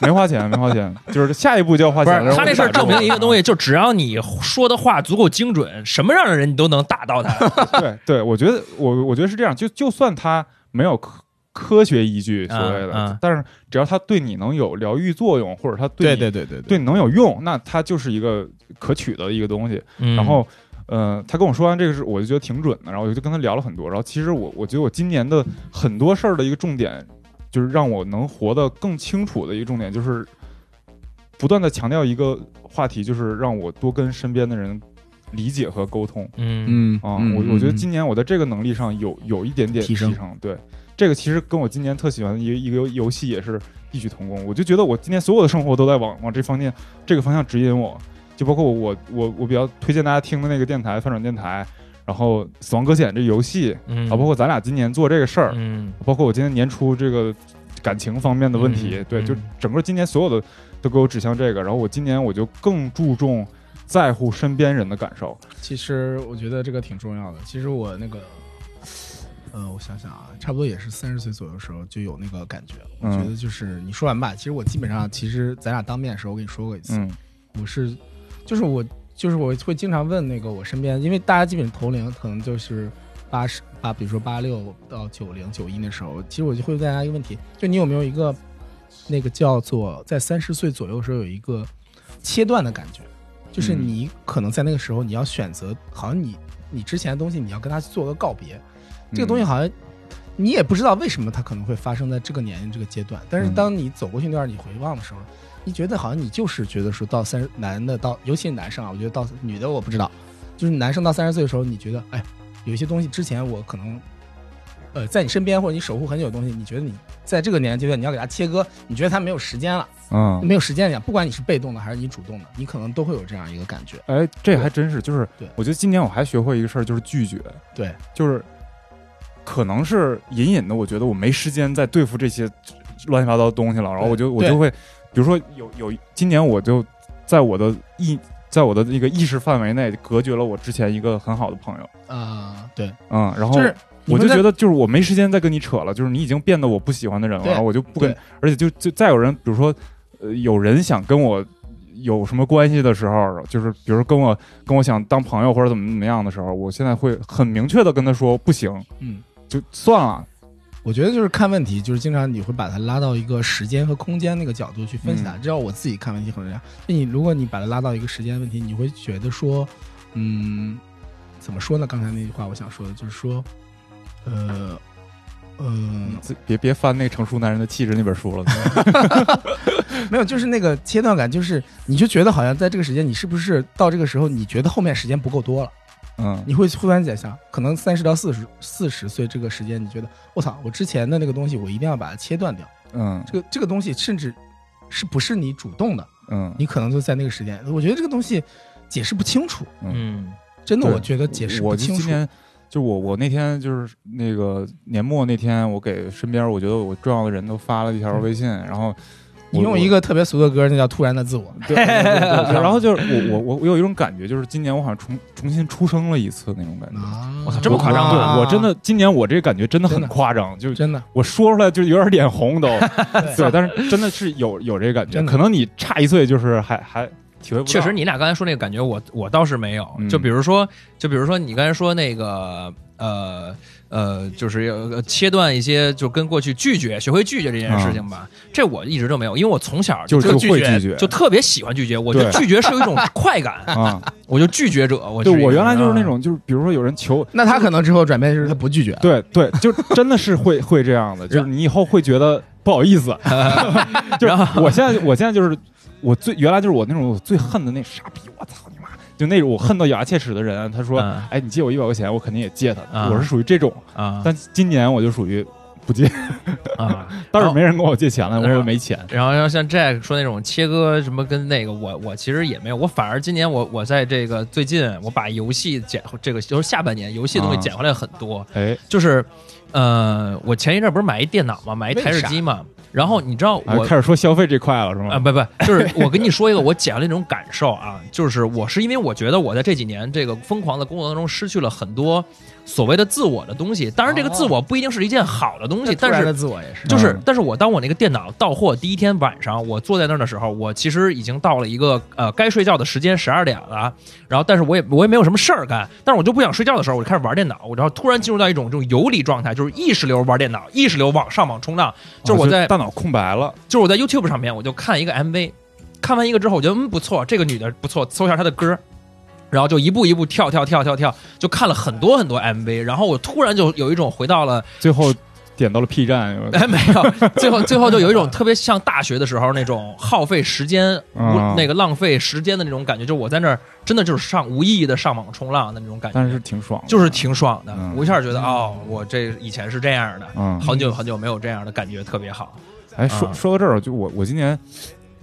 [SPEAKER 1] 没花钱，没花 钱，就是下一步就要花
[SPEAKER 2] 不
[SPEAKER 1] 钱。
[SPEAKER 2] 是
[SPEAKER 1] 然后
[SPEAKER 2] 他
[SPEAKER 1] 我
[SPEAKER 2] 这
[SPEAKER 1] 就
[SPEAKER 2] 事儿
[SPEAKER 1] 打住
[SPEAKER 2] 证明
[SPEAKER 1] 了
[SPEAKER 2] 一个东西，就只要你说的话足够精准，什么样的人你都能打到他。
[SPEAKER 1] 对对，我觉得我我觉得是这样，就就算他没有科科学依据所谓的，
[SPEAKER 2] 嗯嗯
[SPEAKER 1] 但是只要他对你能有疗愈作用，或者他对你
[SPEAKER 3] 对对对
[SPEAKER 1] 对你能有用，那它就是一个可取的一个东西。然
[SPEAKER 2] 然
[SPEAKER 1] 后，呃，他跟我说完这个事，我就觉得挺准的，然后我就跟他聊了很多。然后其实我我觉得我今年的很多事儿的一个重点，就是让我能活得更清楚的一个重点，就是不断的强调一个话题，就是让我多跟身边的人理解和沟通。
[SPEAKER 2] 嗯
[SPEAKER 3] 嗯
[SPEAKER 1] 啊，我我觉得今年我在这个能力上有有一点点
[SPEAKER 3] 提升
[SPEAKER 1] 对，这个其实跟我今年特喜欢的一个一个游游戏也是异曲同工。我就觉得我今年所有的生活都在往往这方面这个方向指引我，就包括我我我我比较推荐大家听的那个电台翻转电台，然后《死亡搁浅》这游戏，
[SPEAKER 2] 嗯，
[SPEAKER 1] 啊，包括咱俩今年做这个事儿，
[SPEAKER 2] 嗯
[SPEAKER 1] 包括我今年年初这个感情方面的问题，
[SPEAKER 2] 嗯
[SPEAKER 1] 对，
[SPEAKER 2] 嗯
[SPEAKER 1] 就整个今年所有的都给我指向这个。然后我今年我就更注重在乎身边人的感受。
[SPEAKER 3] 其实我觉得这个挺重要的。其实我那个，呃，我想想啊，差不多也是三十岁左右的时候就有那个感觉。我
[SPEAKER 1] 嗯
[SPEAKER 3] 觉得就是你说完吧，其实我基本上，其实咱俩当面的时候我跟你说过一次，
[SPEAKER 1] 嗯
[SPEAKER 3] 我是，就是我就是我会经常问那个我身边，因为大家基本同龄，可能就是八十八，比如说八六到九零九一那时候，其实我就会问大家一个问题，就你有没有一个那个叫做在三十岁左右的时候有一个切断的感觉，就是
[SPEAKER 1] 嗯
[SPEAKER 3] 你可能在那个时候你要选择，好像你你之前的东西你要跟他做个告别，这个
[SPEAKER 1] 嗯
[SPEAKER 3] 东西好像你也不知道为什么它可能会发生在这个年龄这个阶段，但是
[SPEAKER 1] 嗯
[SPEAKER 3] 当你走过去那段你回望的时候，你觉得好像你就是觉得说到三十男的到，尤其是男生啊，我觉得到女的我不知道，就是男生到三十岁的时候，你觉得哎，有一些东西之前我可能呃在你身边或者你守护很久的东西，你觉得你在这个年龄阶段你要给它切割，你觉得它没有时间了，
[SPEAKER 1] 嗯，
[SPEAKER 3] 没有时间讲，不管你是被动的还是你主动的，你可能都会有这样一个感觉。
[SPEAKER 1] 哎，这还真是，就是
[SPEAKER 3] 对
[SPEAKER 1] 我觉得今年我还学会一个事儿，就是拒绝，
[SPEAKER 3] 对，
[SPEAKER 1] 就是可能是隐隐的，我觉得我没时间再对付这些乱七八糟的东西了，然后我就我
[SPEAKER 3] 对
[SPEAKER 1] 就会，比如说有有今年我就在我的意在我的那个意识范围内隔绝了我之前一个很好的朋友，
[SPEAKER 3] 啊，对，
[SPEAKER 1] 嗯，然后
[SPEAKER 3] 就是你
[SPEAKER 1] 我
[SPEAKER 3] 会
[SPEAKER 1] 就
[SPEAKER 3] 在
[SPEAKER 1] 觉得就是我没时间再跟你扯了，就是你已经变得我不喜欢的人了，
[SPEAKER 3] 对
[SPEAKER 1] 然后我就不跟
[SPEAKER 3] 对，
[SPEAKER 1] 而且就就再有人，比如说，呃，有人想跟我有什么关系的时候，就是比如说跟我跟我想当朋友或者怎么怎么样的时候，我现在会很明确的跟他说不行，
[SPEAKER 3] 嗯，
[SPEAKER 1] 就算了，
[SPEAKER 3] 我觉得就是看问题，就是经常你会把它拉到一个时间和空间那个角度去分析它。
[SPEAKER 1] 嗯
[SPEAKER 3] 至少我自己看问题可能这样，就你如果你把它拉到一个时间问题，你会觉得说，嗯，怎么说呢？刚才那句话我想说的就是说，呃，呃，
[SPEAKER 1] 自别别翻那个《成熟男人的气质》那本书了，
[SPEAKER 3] 没有，就是那个切断感，就是你就觉得好像在这个时间，你是不是到这个时候，你觉得后面时间不够多了？
[SPEAKER 1] 嗯
[SPEAKER 3] 你会忽然间想，可能三十到四十四十岁这个时间，你觉得我操，我之前的那个东西，我一定要把它切断掉。
[SPEAKER 1] 嗯
[SPEAKER 3] 这个这个东西，甚至是不是你主动的，
[SPEAKER 1] 嗯，
[SPEAKER 3] 你可能就在那个时间。我觉得这个东西解释不清楚，
[SPEAKER 2] 嗯
[SPEAKER 3] 真的，
[SPEAKER 1] 对
[SPEAKER 3] 我觉得解释
[SPEAKER 1] 我
[SPEAKER 3] 不
[SPEAKER 1] 就
[SPEAKER 3] 清
[SPEAKER 1] 今
[SPEAKER 3] 楚。
[SPEAKER 1] 年就我我那天就是那个年末那天，我给身边我觉得我重要的人都发了一条微信，然后我。
[SPEAKER 3] 嗯你用一
[SPEAKER 1] 个。
[SPEAKER 3] 个特别俗的歌，那叫《突然的自我》。
[SPEAKER 1] 对，然后就是我我我我有一种感觉，就是今年我好像重重新出生了一次那种感觉。
[SPEAKER 3] 啊
[SPEAKER 2] 我操这么夸张吗
[SPEAKER 1] 对，我真的今年我这个感觉真的很
[SPEAKER 3] 真的
[SPEAKER 1] 夸张，就
[SPEAKER 3] 真的，
[SPEAKER 1] 我说出来就有点脸 红都。对，
[SPEAKER 3] 对
[SPEAKER 1] 但是真的是有有这个感觉，
[SPEAKER 3] 真的
[SPEAKER 1] 可能你差一岁就是还还体会不到。
[SPEAKER 2] 确实，你俩刚才说那个感觉我，我倒是没有
[SPEAKER 1] 嗯。
[SPEAKER 2] 就比如说，就比如说你刚才说那个，呃呃，就是要呃切断一些，就跟过去拒绝，学会拒绝这件事情吧。这我一直都没有，因为我从小
[SPEAKER 1] 啊就是
[SPEAKER 2] 就
[SPEAKER 1] 就会拒绝
[SPEAKER 2] 就特别喜欢拒绝。我觉得
[SPEAKER 1] 对
[SPEAKER 2] 拒绝是有一种快感，
[SPEAKER 1] 啊，
[SPEAKER 2] 我就拒绝者。我
[SPEAKER 1] 对
[SPEAKER 2] 是一个
[SPEAKER 1] 我原来就是那
[SPEAKER 2] 啊
[SPEAKER 1] 种，就是比如说有人求我，
[SPEAKER 3] 那他可能之后转变就是他不拒绝。
[SPEAKER 1] 对对，就真的是会会这样的，就是你以后会觉得不好意 思。就是我现在，我现在就是我最原来就是我那种我最恨的那傻逼，我操你妈！就那种我恨到咬牙切齿的人，他说：“
[SPEAKER 2] 嗯
[SPEAKER 1] 哎，你借我一百块钱，我肯定也借他。
[SPEAKER 2] 嗯
[SPEAKER 1] 我是属于这种，
[SPEAKER 2] 啊
[SPEAKER 1] 但今年我就属于不借，
[SPEAKER 2] 啊。
[SPEAKER 1] 倒是没人跟我借钱了，我
[SPEAKER 2] 然后
[SPEAKER 1] 也没钱。
[SPEAKER 2] 然后要像 Jack 说那种切割什么跟那个，我我其实也没有，我反而今年我我在这个最近我把游戏捡这个就是下半年游戏的东西
[SPEAKER 1] 啊
[SPEAKER 2] 捡回来很多，
[SPEAKER 1] 哎，
[SPEAKER 2] 就是呃，我前一阵儿不是买一电脑嘛，买一台式机嘛，然后你知道
[SPEAKER 1] 啊
[SPEAKER 2] 我
[SPEAKER 1] 开始说消费这块了是
[SPEAKER 2] 啊
[SPEAKER 1] 吗？
[SPEAKER 2] 不不，就是我跟你说一个我讲的那种感受啊，就是我是因为我觉得我在这几年这个疯狂的工作当中失去了很多所谓的自我的东西，当然这个自我不一定是一件好的东西，
[SPEAKER 3] 哦突
[SPEAKER 2] 但
[SPEAKER 3] 然
[SPEAKER 2] 是
[SPEAKER 3] 的自我也是。
[SPEAKER 2] 就是
[SPEAKER 1] 嗯，
[SPEAKER 2] 但是我当我那个电脑到货第一天晚上，我坐在那儿的时候，我其实已经到了一个呃该睡觉的时间，十二点了。然后，但是我也我也没有什么事儿干，但是我就不想睡觉的时候，我就开始玩电脑，我然后突然进入到一种这种游离状态，就是意识流玩电脑，意识流往上网冲浪，就是我在
[SPEAKER 1] 啊大脑空白了，
[SPEAKER 2] 就是我在 YouTube 上面，我就看一个 MV，看完一个之后，我觉得嗯不错，这个女的不错，搜一下她的歌，然后就一步一步跳跳跳跳跳，就看了很多很多 MV，然后我突然就有一种回到了。
[SPEAKER 1] 最后点到了 P 站， 有
[SPEAKER 2] 哎，没有，最后最后就有一种特别像大学的时候那种耗费时间、无
[SPEAKER 1] 啊
[SPEAKER 2] 那个浪费时间的那种感觉，就我在那儿真的就是上无意义的上网冲浪的那种感觉，
[SPEAKER 1] 但是挺爽的，
[SPEAKER 2] 就是挺爽的。
[SPEAKER 1] 啊嗯
[SPEAKER 2] 我一下觉得哦，我这以前是这样的，
[SPEAKER 1] 嗯。
[SPEAKER 2] 很久很久没有这样的感觉，特别好。
[SPEAKER 1] 哎，说
[SPEAKER 2] 啊
[SPEAKER 1] 说到这儿，就我我今年，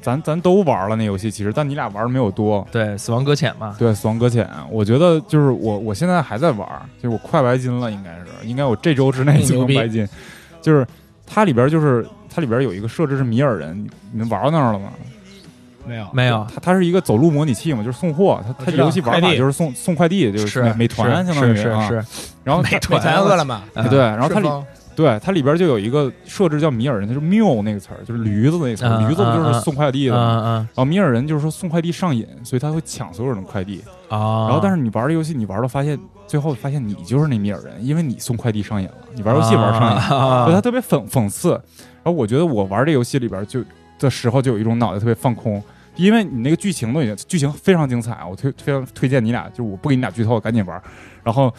[SPEAKER 1] 咱咱都玩了那游戏，其实，但你俩玩的没有多。
[SPEAKER 2] 对，死亡搁浅嘛，
[SPEAKER 1] 对《死亡搁浅》，我觉得就是我我现在还在玩儿，就是我快白金了，应该是，应该我这周之内就
[SPEAKER 3] 牛
[SPEAKER 1] 能
[SPEAKER 3] 逼
[SPEAKER 1] 白金。就是它里边儿就是它里边儿有一个设置是米尔人，你你们玩到那儿了吗？
[SPEAKER 3] 没有，
[SPEAKER 2] 没有，
[SPEAKER 1] 它它是一个走路模拟器嘛，就是送货，它它
[SPEAKER 3] 知道
[SPEAKER 1] 游戏玩
[SPEAKER 3] 快
[SPEAKER 1] 法
[SPEAKER 3] 递
[SPEAKER 1] 就是送送快 递，就是美美团
[SPEAKER 2] 是
[SPEAKER 1] 相当于
[SPEAKER 2] 是是
[SPEAKER 1] 啊
[SPEAKER 2] 是，
[SPEAKER 1] 然后它
[SPEAKER 2] 美
[SPEAKER 3] 美
[SPEAKER 2] 团
[SPEAKER 3] 团饿了么，
[SPEAKER 2] 啊
[SPEAKER 1] 对，然后它里
[SPEAKER 3] 顺丰
[SPEAKER 1] 对它里边儿就有一个设置叫米尔人，它是 mule 那个词儿，就是驴子那个词儿，
[SPEAKER 2] 嗯
[SPEAKER 1] 驴子不就
[SPEAKER 2] 嗯
[SPEAKER 1] 是
[SPEAKER 2] 嗯
[SPEAKER 1] 送快递
[SPEAKER 2] 嗯
[SPEAKER 1] 的吗？
[SPEAKER 2] 嗯
[SPEAKER 1] 然后哦米尔人就是说送快递上瘾，所以他会抢所有人的快递。
[SPEAKER 2] 啊，然
[SPEAKER 1] 然后，但
[SPEAKER 2] 是
[SPEAKER 1] 是你玩这游戏，你玩到发现，最后发现你就是那米尔人，因为你送快递上瘾了，你玩游戏玩上瘾
[SPEAKER 2] 啊
[SPEAKER 1] 了，
[SPEAKER 3] 啊
[SPEAKER 1] 所以他特别讽讽刺。然后我觉得我玩这游戏里边就的时候就有一种脑袋特别放空，因为你那个剧情都已经剧情非常精彩，啊我推非常推荐你俩，就是我不给你俩剧透，赶紧玩。然后，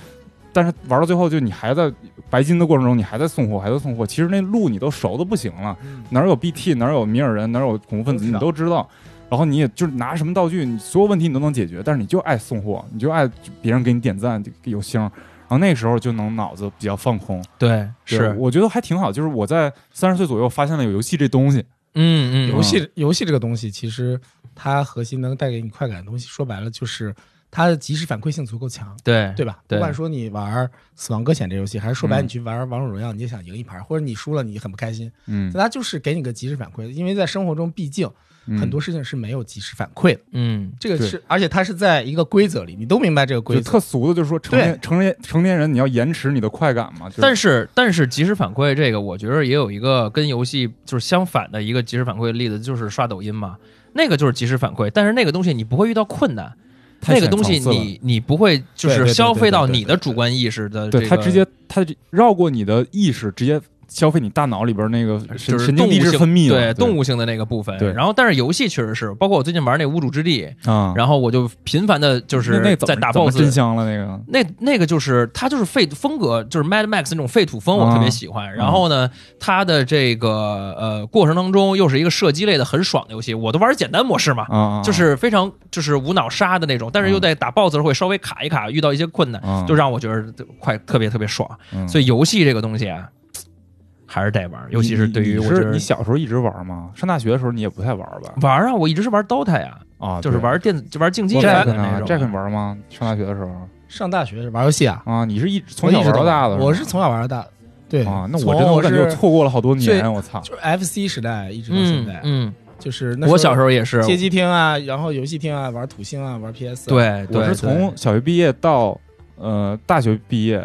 [SPEAKER 1] 但是玩到最后，就你还在白金的过程中，你还在送货，还在送货，其实那路你都熟的不行了，哪儿有 BT，哪儿有米尔人，哪儿有恐怖分子，你
[SPEAKER 3] 嗯都知道
[SPEAKER 1] 都知道。然后你也就是拿什么道具，你所有问题你都能解决，但是你就爱送货，你就爱别人给你点赞，有星儿。然后那个时候就能脑子比较放空。
[SPEAKER 2] 对，
[SPEAKER 1] 对
[SPEAKER 2] 是，
[SPEAKER 1] 我觉得还挺好。就是我在三十岁左右发现了有游戏这东西，
[SPEAKER 2] 嗯嗯，
[SPEAKER 3] 游戏游戏这个东西，其实它核心能带给你快感的东西，说白了就是它的及时反馈性足够强，
[SPEAKER 2] 嗯对
[SPEAKER 3] 对吧？
[SPEAKER 2] 对
[SPEAKER 3] 不管说你玩《死亡搁浅》这游戏，还是说白了
[SPEAKER 1] 嗯
[SPEAKER 3] 你去玩《王者荣耀》，你也想赢一盘，或者你输了你很不开心，
[SPEAKER 1] 嗯
[SPEAKER 3] 但，它就是给你个及时反馈。因为在生活中，毕竟
[SPEAKER 1] 嗯
[SPEAKER 3] 很多事情是没有及时反馈的，
[SPEAKER 2] 嗯
[SPEAKER 3] 这个是而且它是在一个规则里，你都明白这个
[SPEAKER 1] 嗯就
[SPEAKER 3] 规则。
[SPEAKER 1] 特俗的，就是说成年成年成年人你要延迟你的快感嘛。就是
[SPEAKER 2] 但是但是及时反馈这个，我觉得也有一个跟游戏就是相反的一个及时反馈的例子，就是刷抖音嘛，那个就是及时反馈，但是那个东西你不会遇到困难，
[SPEAKER 1] 太
[SPEAKER 2] 那个
[SPEAKER 1] 浅
[SPEAKER 2] 东西
[SPEAKER 1] 层次了
[SPEAKER 2] 你你不会就
[SPEAKER 3] 对对
[SPEAKER 2] 是
[SPEAKER 3] 对
[SPEAKER 2] 消费到
[SPEAKER 3] 对对对
[SPEAKER 2] 你的主观意识的、这
[SPEAKER 1] 对
[SPEAKER 2] 个，
[SPEAKER 1] 他直接他绕过你的意识，直接消费你大脑里边那个神
[SPEAKER 2] 就是
[SPEAKER 1] 神
[SPEAKER 2] 动
[SPEAKER 1] 经
[SPEAKER 2] 物
[SPEAKER 1] 递质
[SPEAKER 2] 性
[SPEAKER 1] 分泌
[SPEAKER 2] 对
[SPEAKER 1] 了。
[SPEAKER 2] 动物性的那个部分。
[SPEAKER 1] 对
[SPEAKER 2] 然后但是游戏确实是，包括我最近玩那《无主之地》，
[SPEAKER 1] 啊，
[SPEAKER 2] 然后我就频繁的就
[SPEAKER 1] 那
[SPEAKER 2] 是
[SPEAKER 1] 那怎么
[SPEAKER 2] 在打
[SPEAKER 1] 怎么
[SPEAKER 2] BOSS
[SPEAKER 1] 真香了那个。
[SPEAKER 2] 那那个就是他就是废风格，就是 Mad Max 那种废土风，我
[SPEAKER 1] 啊
[SPEAKER 2] 特别喜欢。然后呢，他的这个呃过程当中又是一个射击类的很爽的游戏，我都玩简单模式嘛，
[SPEAKER 1] 啊，啊嗯
[SPEAKER 2] 就是非常就是无脑杀的那种，但是又在打 BOSS 的时候会稍微卡一卡，遇到一些困难，
[SPEAKER 1] 啊
[SPEAKER 2] 就让我觉得快特别特别爽。
[SPEAKER 1] 嗯
[SPEAKER 2] 所以游戏这个东西啊，还是得玩，尤其是对于
[SPEAKER 1] 你
[SPEAKER 2] 我
[SPEAKER 1] 你
[SPEAKER 2] 觉
[SPEAKER 1] 是
[SPEAKER 2] 得
[SPEAKER 1] 你小时候一直玩吗？上大学的时候你也不太玩吧？
[SPEAKER 2] 玩啊，我一直是玩 DOTA 呀，
[SPEAKER 1] 啊，
[SPEAKER 2] 就是
[SPEAKER 1] 对
[SPEAKER 2] 玩电子就玩竞技类的
[SPEAKER 1] Jack
[SPEAKER 2] 那
[SPEAKER 1] 呢
[SPEAKER 2] 种。
[SPEAKER 1] ？Jack 玩吗？上大学的时候
[SPEAKER 3] 上大学玩游戏啊，
[SPEAKER 1] 啊，你是一
[SPEAKER 3] 我
[SPEAKER 1] 从
[SPEAKER 3] 一
[SPEAKER 1] 小
[SPEAKER 3] 直
[SPEAKER 1] 玩
[SPEAKER 3] 都
[SPEAKER 1] 到大的吧？
[SPEAKER 3] 我是从小玩到大的。对
[SPEAKER 1] 啊，那
[SPEAKER 3] 从
[SPEAKER 1] 我真的
[SPEAKER 3] 我
[SPEAKER 1] 感觉我
[SPEAKER 3] 是
[SPEAKER 1] 错过了好多
[SPEAKER 3] 最
[SPEAKER 1] 年，啊我操！
[SPEAKER 3] 就是 FC 时代一直到现
[SPEAKER 2] 嗯
[SPEAKER 3] 在，
[SPEAKER 2] 嗯，
[SPEAKER 3] 就是那
[SPEAKER 2] 我小时候也是
[SPEAKER 3] 候，街机厅啊，然后游戏厅啊，玩土星啊，玩 PS 啊。
[SPEAKER 2] 对，对
[SPEAKER 1] 我是从小学毕业到呃大学毕业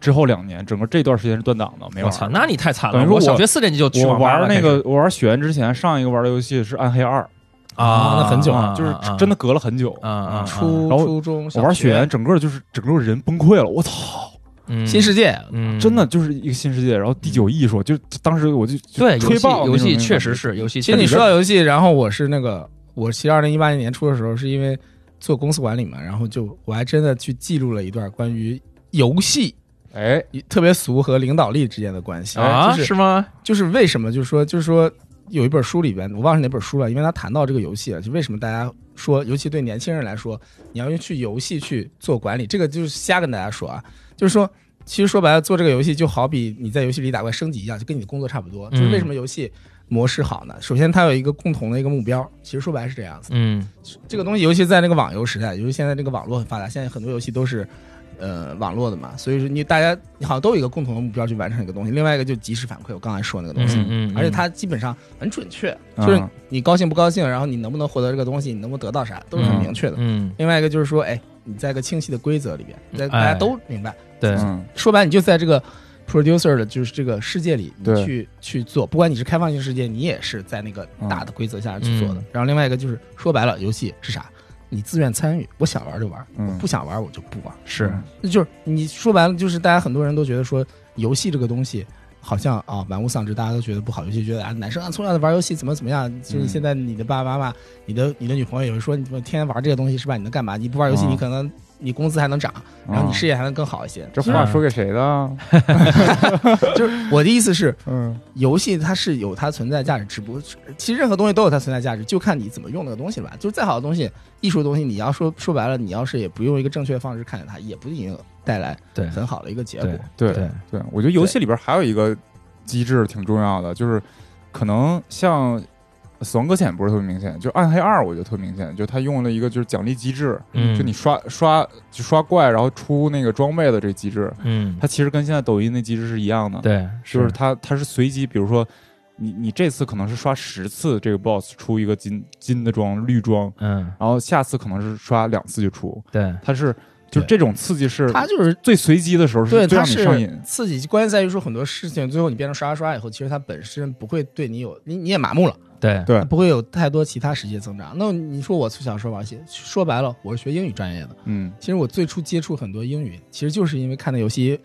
[SPEAKER 1] 之后两年，整个这段时间是断档的，没
[SPEAKER 2] 我
[SPEAKER 1] 玩。
[SPEAKER 2] 操，那你太惨了！
[SPEAKER 1] 等于说
[SPEAKER 2] 我小
[SPEAKER 1] 我
[SPEAKER 2] 学四年级就去
[SPEAKER 1] 我
[SPEAKER 2] 网吧
[SPEAKER 1] 玩
[SPEAKER 2] 了
[SPEAKER 1] 那
[SPEAKER 2] 开
[SPEAKER 1] 个
[SPEAKER 2] 始
[SPEAKER 1] 我玩雪原之前，上一个玩的游戏是《暗黑二
[SPEAKER 2] 啊，
[SPEAKER 3] 那很久了
[SPEAKER 1] 就是真的隔了很久。
[SPEAKER 2] 啊啊，
[SPEAKER 3] 初
[SPEAKER 1] 然后
[SPEAKER 3] 初中
[SPEAKER 1] 我
[SPEAKER 3] 小
[SPEAKER 1] 玩雪
[SPEAKER 3] 学
[SPEAKER 1] 原，整个就是整个人崩溃了，我操！
[SPEAKER 3] 新世
[SPEAKER 2] 界，
[SPEAKER 3] 界，
[SPEAKER 2] 嗯，
[SPEAKER 1] 真的就是一个新世界，然后第九艺术，就当时我就就
[SPEAKER 2] 对游
[SPEAKER 1] 吹
[SPEAKER 2] 戏
[SPEAKER 1] 爆
[SPEAKER 2] 游
[SPEAKER 1] 那种
[SPEAKER 2] 戏
[SPEAKER 1] 那种
[SPEAKER 2] 确实
[SPEAKER 1] 感觉
[SPEAKER 2] 是游戏
[SPEAKER 3] 其
[SPEAKER 2] 确实
[SPEAKER 3] 实
[SPEAKER 2] 是，
[SPEAKER 3] 你说到游戏，然后我是那个，我其实二零一八年年初的时候，是因为做公司管理嘛，然后就我还真的去记录了一段关于游戏
[SPEAKER 1] 哎，
[SPEAKER 3] 特别俗和领导力之间的关系
[SPEAKER 2] 啊
[SPEAKER 3] 哎就是
[SPEAKER 2] 是吗？
[SPEAKER 3] 就是为什么，就是说就是说有一本书里边，我忘了是哪本书了，因为他谈到这个游戏，就啊为什么大家说，尤其对年轻人来说，你要用去游戏去做管理，这个就是瞎跟大家说啊，就是说。其实说白了，做这个游戏就好比你在游戏里打怪升级一样，就跟你的工作差不多。就是为什么游戏模式好呢？首先，它有一个共同的一个目标。其实说白了是这样子。
[SPEAKER 2] 嗯
[SPEAKER 3] 这个东西，尤其在那个网游时代，尤其现在这个网络很发达，现在很多游戏都是呃网络的嘛，所以说你大家你好像都有一个共同的目标去完成一个东西，另外一个就及时反馈，我刚才说那个东西，
[SPEAKER 2] 嗯嗯，
[SPEAKER 3] 而且它基本上很准确，
[SPEAKER 1] 嗯
[SPEAKER 3] 就是你高兴不高兴，然后你能不能获得这个东西，你能不能得到啥，都是很明确的。
[SPEAKER 2] 嗯，
[SPEAKER 3] 另外一个就是说，哎，你在一个清晰的规则里边，在大家都明白，
[SPEAKER 2] 对，
[SPEAKER 1] 嗯
[SPEAKER 3] 说白了你就在这个。producer 的就是这个世界里，你
[SPEAKER 1] 对
[SPEAKER 3] 去去做，不管你是开放性世界，你也是在那个大的规则下去做的。
[SPEAKER 2] 嗯
[SPEAKER 3] 然后另外一个就是说白了，游戏是啥？你自愿参与，我想玩就玩，
[SPEAKER 1] 嗯
[SPEAKER 3] 我不想玩我就不玩。
[SPEAKER 2] 是
[SPEAKER 3] 那就是你说白了，就是大家很多人都觉得说游戏这个东西好像啊玩物丧志，大家都觉得不好。尤其觉得啊，男生啊从小玩游戏怎么怎么样，就是
[SPEAKER 1] 嗯
[SPEAKER 3] 现在你的爸爸妈妈、你的 你的女朋友也会说你怎么天天玩这个东西是吧？你能干嘛？你不玩游戏，
[SPEAKER 1] 嗯
[SPEAKER 3] 你可能你工资还能涨，然后你事业还能更好一些。
[SPEAKER 1] 这话说给谁的？
[SPEAKER 3] 就是我的意思是，
[SPEAKER 1] 嗯
[SPEAKER 3] 游戏它是有它存在价值，只不过其实任何东西都有它存在价值，就看你怎么用那个东西了吧。就是再好的东西，艺术的东西，你要说说白了，你要是也不用一个正确的方式看待它，也不一定带来
[SPEAKER 2] 对
[SPEAKER 3] 很好的一个结果
[SPEAKER 2] 对。
[SPEAKER 1] 对对，我觉得游戏里边还有一个机制挺重要的，就是可能像《死亡搁浅》不是特别明显，就《暗黑二》我觉得特别明显，就他用了一个就是奖励机制，
[SPEAKER 2] 嗯
[SPEAKER 1] 就你刷刷就刷怪，然后出那个装备的这个机制，
[SPEAKER 2] 嗯
[SPEAKER 1] 它其实跟现在抖音那机制是一样的，
[SPEAKER 2] 对，
[SPEAKER 1] 就是它它是随机，比如说你你这次可能是刷十次这个 BOSS 出一个金金的装绿装，
[SPEAKER 2] 嗯
[SPEAKER 1] 然后下次可能是刷两次就出，
[SPEAKER 2] 对
[SPEAKER 1] 它是就
[SPEAKER 3] 对
[SPEAKER 1] 这种刺激是
[SPEAKER 3] 它就是
[SPEAKER 1] 最随机的时候
[SPEAKER 3] 对，
[SPEAKER 1] 是最
[SPEAKER 3] 它
[SPEAKER 1] 让你上瘾
[SPEAKER 3] 是。刺激，关键在于说很多事情，最后你变成刷刷刷以后，其实它本身不会对你有你你也麻木了，
[SPEAKER 2] 对
[SPEAKER 1] 对
[SPEAKER 3] 它，不会有太多其他实际的增长。那你说我从小时候玩游戏，说白了，我是学英语专业的，
[SPEAKER 1] 嗯，
[SPEAKER 3] 其实我最初接触很多英语，其实就是因为看那游戏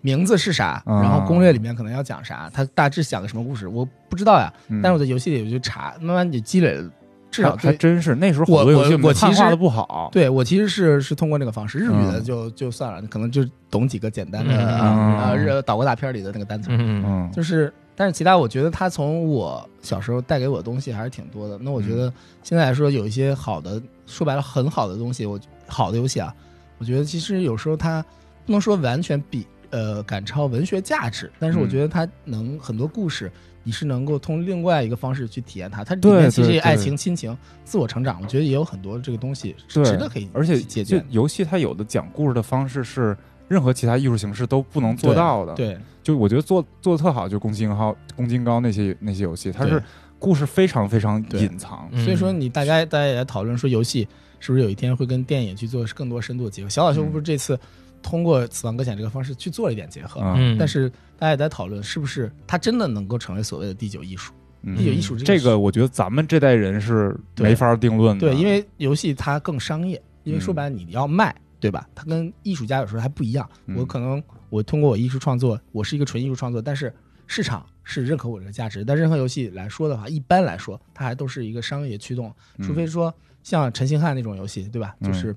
[SPEAKER 3] 名字是啥，
[SPEAKER 1] 啊
[SPEAKER 3] 然后攻略里面可能要讲啥，它大致讲个什么故事，我不知道呀。
[SPEAKER 1] 嗯
[SPEAKER 3] 但是我在游戏里我就查，慢慢就积累了，至少
[SPEAKER 1] 还还
[SPEAKER 3] 对。
[SPEAKER 1] 真是那时候
[SPEAKER 3] 我
[SPEAKER 1] 好多游戏
[SPEAKER 3] 我
[SPEAKER 1] 汉
[SPEAKER 3] 我其
[SPEAKER 1] 化
[SPEAKER 3] 实
[SPEAKER 1] 的不好，
[SPEAKER 3] 对我其实是是通过这个方式，日语的
[SPEAKER 1] 嗯
[SPEAKER 3] 就、就算了，可能就懂几个简单的、
[SPEAKER 2] 嗯
[SPEAKER 1] 嗯
[SPEAKER 3] 啊日岛国大片里的那个单词，
[SPEAKER 2] 嗯
[SPEAKER 1] 嗯，
[SPEAKER 3] 就是，但是其他我觉得他从我小时候带给我的东西还是挺多的。那我觉
[SPEAKER 1] 嗯
[SPEAKER 3] 得现在来说，有一些好的，说白了很好的东西，我好的游戏啊，我觉得其实有时候它不能说完全比呃赶超文学价值，但是我
[SPEAKER 1] 嗯
[SPEAKER 3] 觉得它能很多故事，你是能够通另外一个方式去体验它。它里
[SPEAKER 1] 对
[SPEAKER 3] 面其实
[SPEAKER 1] 对
[SPEAKER 3] 也爱
[SPEAKER 1] 对
[SPEAKER 3] 情、亲情、自我成长，我觉得也有很多这个东西是
[SPEAKER 1] 对
[SPEAKER 3] 值得可以
[SPEAKER 1] 而且
[SPEAKER 3] 去借
[SPEAKER 1] 就
[SPEAKER 3] 鉴的。
[SPEAKER 1] 游戏它有的讲故事的方式是任何其他艺术形式都不能做到的。，
[SPEAKER 3] 对
[SPEAKER 1] 就我觉得做做的特好，就宫崎英高、宫崎英高那些那些游戏，它
[SPEAKER 3] 对
[SPEAKER 1] 是故事非常非常
[SPEAKER 3] 对
[SPEAKER 1] 隐藏。
[SPEAKER 2] 嗯
[SPEAKER 3] 所以说你大家大家也在讨论说游戏是不是有一天会跟电影去做更多深度的结合？小岛
[SPEAKER 2] 嗯
[SPEAKER 3] 秀夫不是这次通过《死亡搁浅》这个方式去做了一点结合，
[SPEAKER 1] 啊
[SPEAKER 2] 嗯，
[SPEAKER 3] 但是大家也在讨论是不是它真的能够成为所谓的第九艺术？
[SPEAKER 1] 嗯
[SPEAKER 3] 第九艺术
[SPEAKER 1] 这
[SPEAKER 3] 个
[SPEAKER 1] 个我觉得咱们这代人是
[SPEAKER 3] 对
[SPEAKER 1] 没法定论的。
[SPEAKER 3] 对，因为游戏它更商业，因为
[SPEAKER 1] 嗯
[SPEAKER 3] 说白了你要卖，对吧？它跟艺术家有时候还不一样。
[SPEAKER 1] 嗯
[SPEAKER 3] 我可能我通过我艺术创作，我是一个纯艺术创作，但是市场是认可我这个价值。但任何游戏来说的话，一般来说它还都是一个商业驱动，
[SPEAKER 1] 嗯
[SPEAKER 3] 除非说像陈星汉那种游戏，对吧？
[SPEAKER 1] 嗯
[SPEAKER 3] 就是。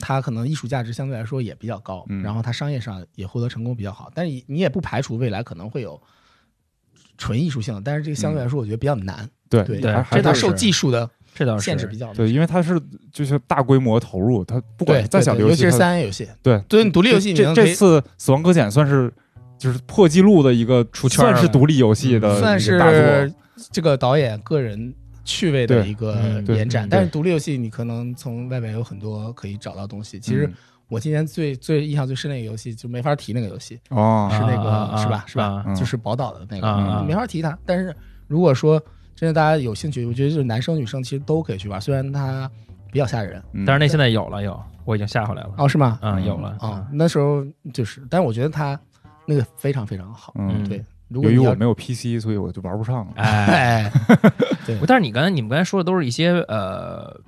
[SPEAKER 3] 它可能艺术价值相对来说也比较高，
[SPEAKER 1] 嗯
[SPEAKER 3] 然后它商业上也获得成功比较好，但是你你也不排除未来可能会有纯艺术性的，但是这个相对来说我觉得比较难，
[SPEAKER 1] 嗯对
[SPEAKER 3] 对
[SPEAKER 1] 还还
[SPEAKER 3] 这它
[SPEAKER 1] 是
[SPEAKER 3] 受技术的
[SPEAKER 2] 这倒是
[SPEAKER 3] 限制比较大。
[SPEAKER 1] 对，因为它是就是大规模投入，它不
[SPEAKER 3] 对，
[SPEAKER 1] 管再小的
[SPEAKER 3] 对对
[SPEAKER 1] 游
[SPEAKER 3] 尤
[SPEAKER 1] 戏，
[SPEAKER 3] 其是
[SPEAKER 1] 它
[SPEAKER 3] 三 A 游戏，
[SPEAKER 1] 对
[SPEAKER 3] 对你独立游戏，你
[SPEAKER 1] 这
[SPEAKER 3] 能可
[SPEAKER 1] 这
[SPEAKER 3] 以
[SPEAKER 1] 次《死亡搁浅》算是就是破纪录的一个
[SPEAKER 2] 出圈了
[SPEAKER 1] 算是独立游戏的
[SPEAKER 3] 算
[SPEAKER 1] 嗯一个大
[SPEAKER 3] 是
[SPEAKER 1] 作。
[SPEAKER 3] 这个导演个人趣味的
[SPEAKER 1] 对
[SPEAKER 3] 一个
[SPEAKER 2] 嗯
[SPEAKER 1] 对
[SPEAKER 3] 延展
[SPEAKER 2] 嗯。
[SPEAKER 3] 但是独立游戏，你可能从外面有很多可以找到东西。其实
[SPEAKER 1] 嗯
[SPEAKER 3] 我今年最最印象最深的一个游戏，就没法提那个游戏，
[SPEAKER 1] 哦
[SPEAKER 3] 是，那
[SPEAKER 2] 啊啊
[SPEAKER 3] 个
[SPEAKER 2] 啊
[SPEAKER 3] 是吧？是吧
[SPEAKER 2] 啊？
[SPEAKER 1] 嗯
[SPEAKER 3] 就是宝岛的那
[SPEAKER 2] 啊
[SPEAKER 1] 啊
[SPEAKER 3] 个，没法提它。但是如果说真的大家有兴趣，我觉得就是男生女生其实都可以去玩，虽然它比较吓人。
[SPEAKER 1] 嗯
[SPEAKER 2] 但是那现在有了有，我已经下回来了。
[SPEAKER 3] 哦，是吗？
[SPEAKER 2] 啊，有了
[SPEAKER 3] 啊，，那时候就是，但是我觉得它那个非常非常好。
[SPEAKER 1] 嗯，
[SPEAKER 3] 对，
[SPEAKER 1] 由
[SPEAKER 3] 如果
[SPEAKER 1] 于
[SPEAKER 3] 你
[SPEAKER 1] 我
[SPEAKER 3] 要
[SPEAKER 1] 没有 PC，所以我就玩不上了。
[SPEAKER 2] 哎，
[SPEAKER 3] 哎，
[SPEAKER 2] 不 但是你刚才你们刚才说的都是一些呃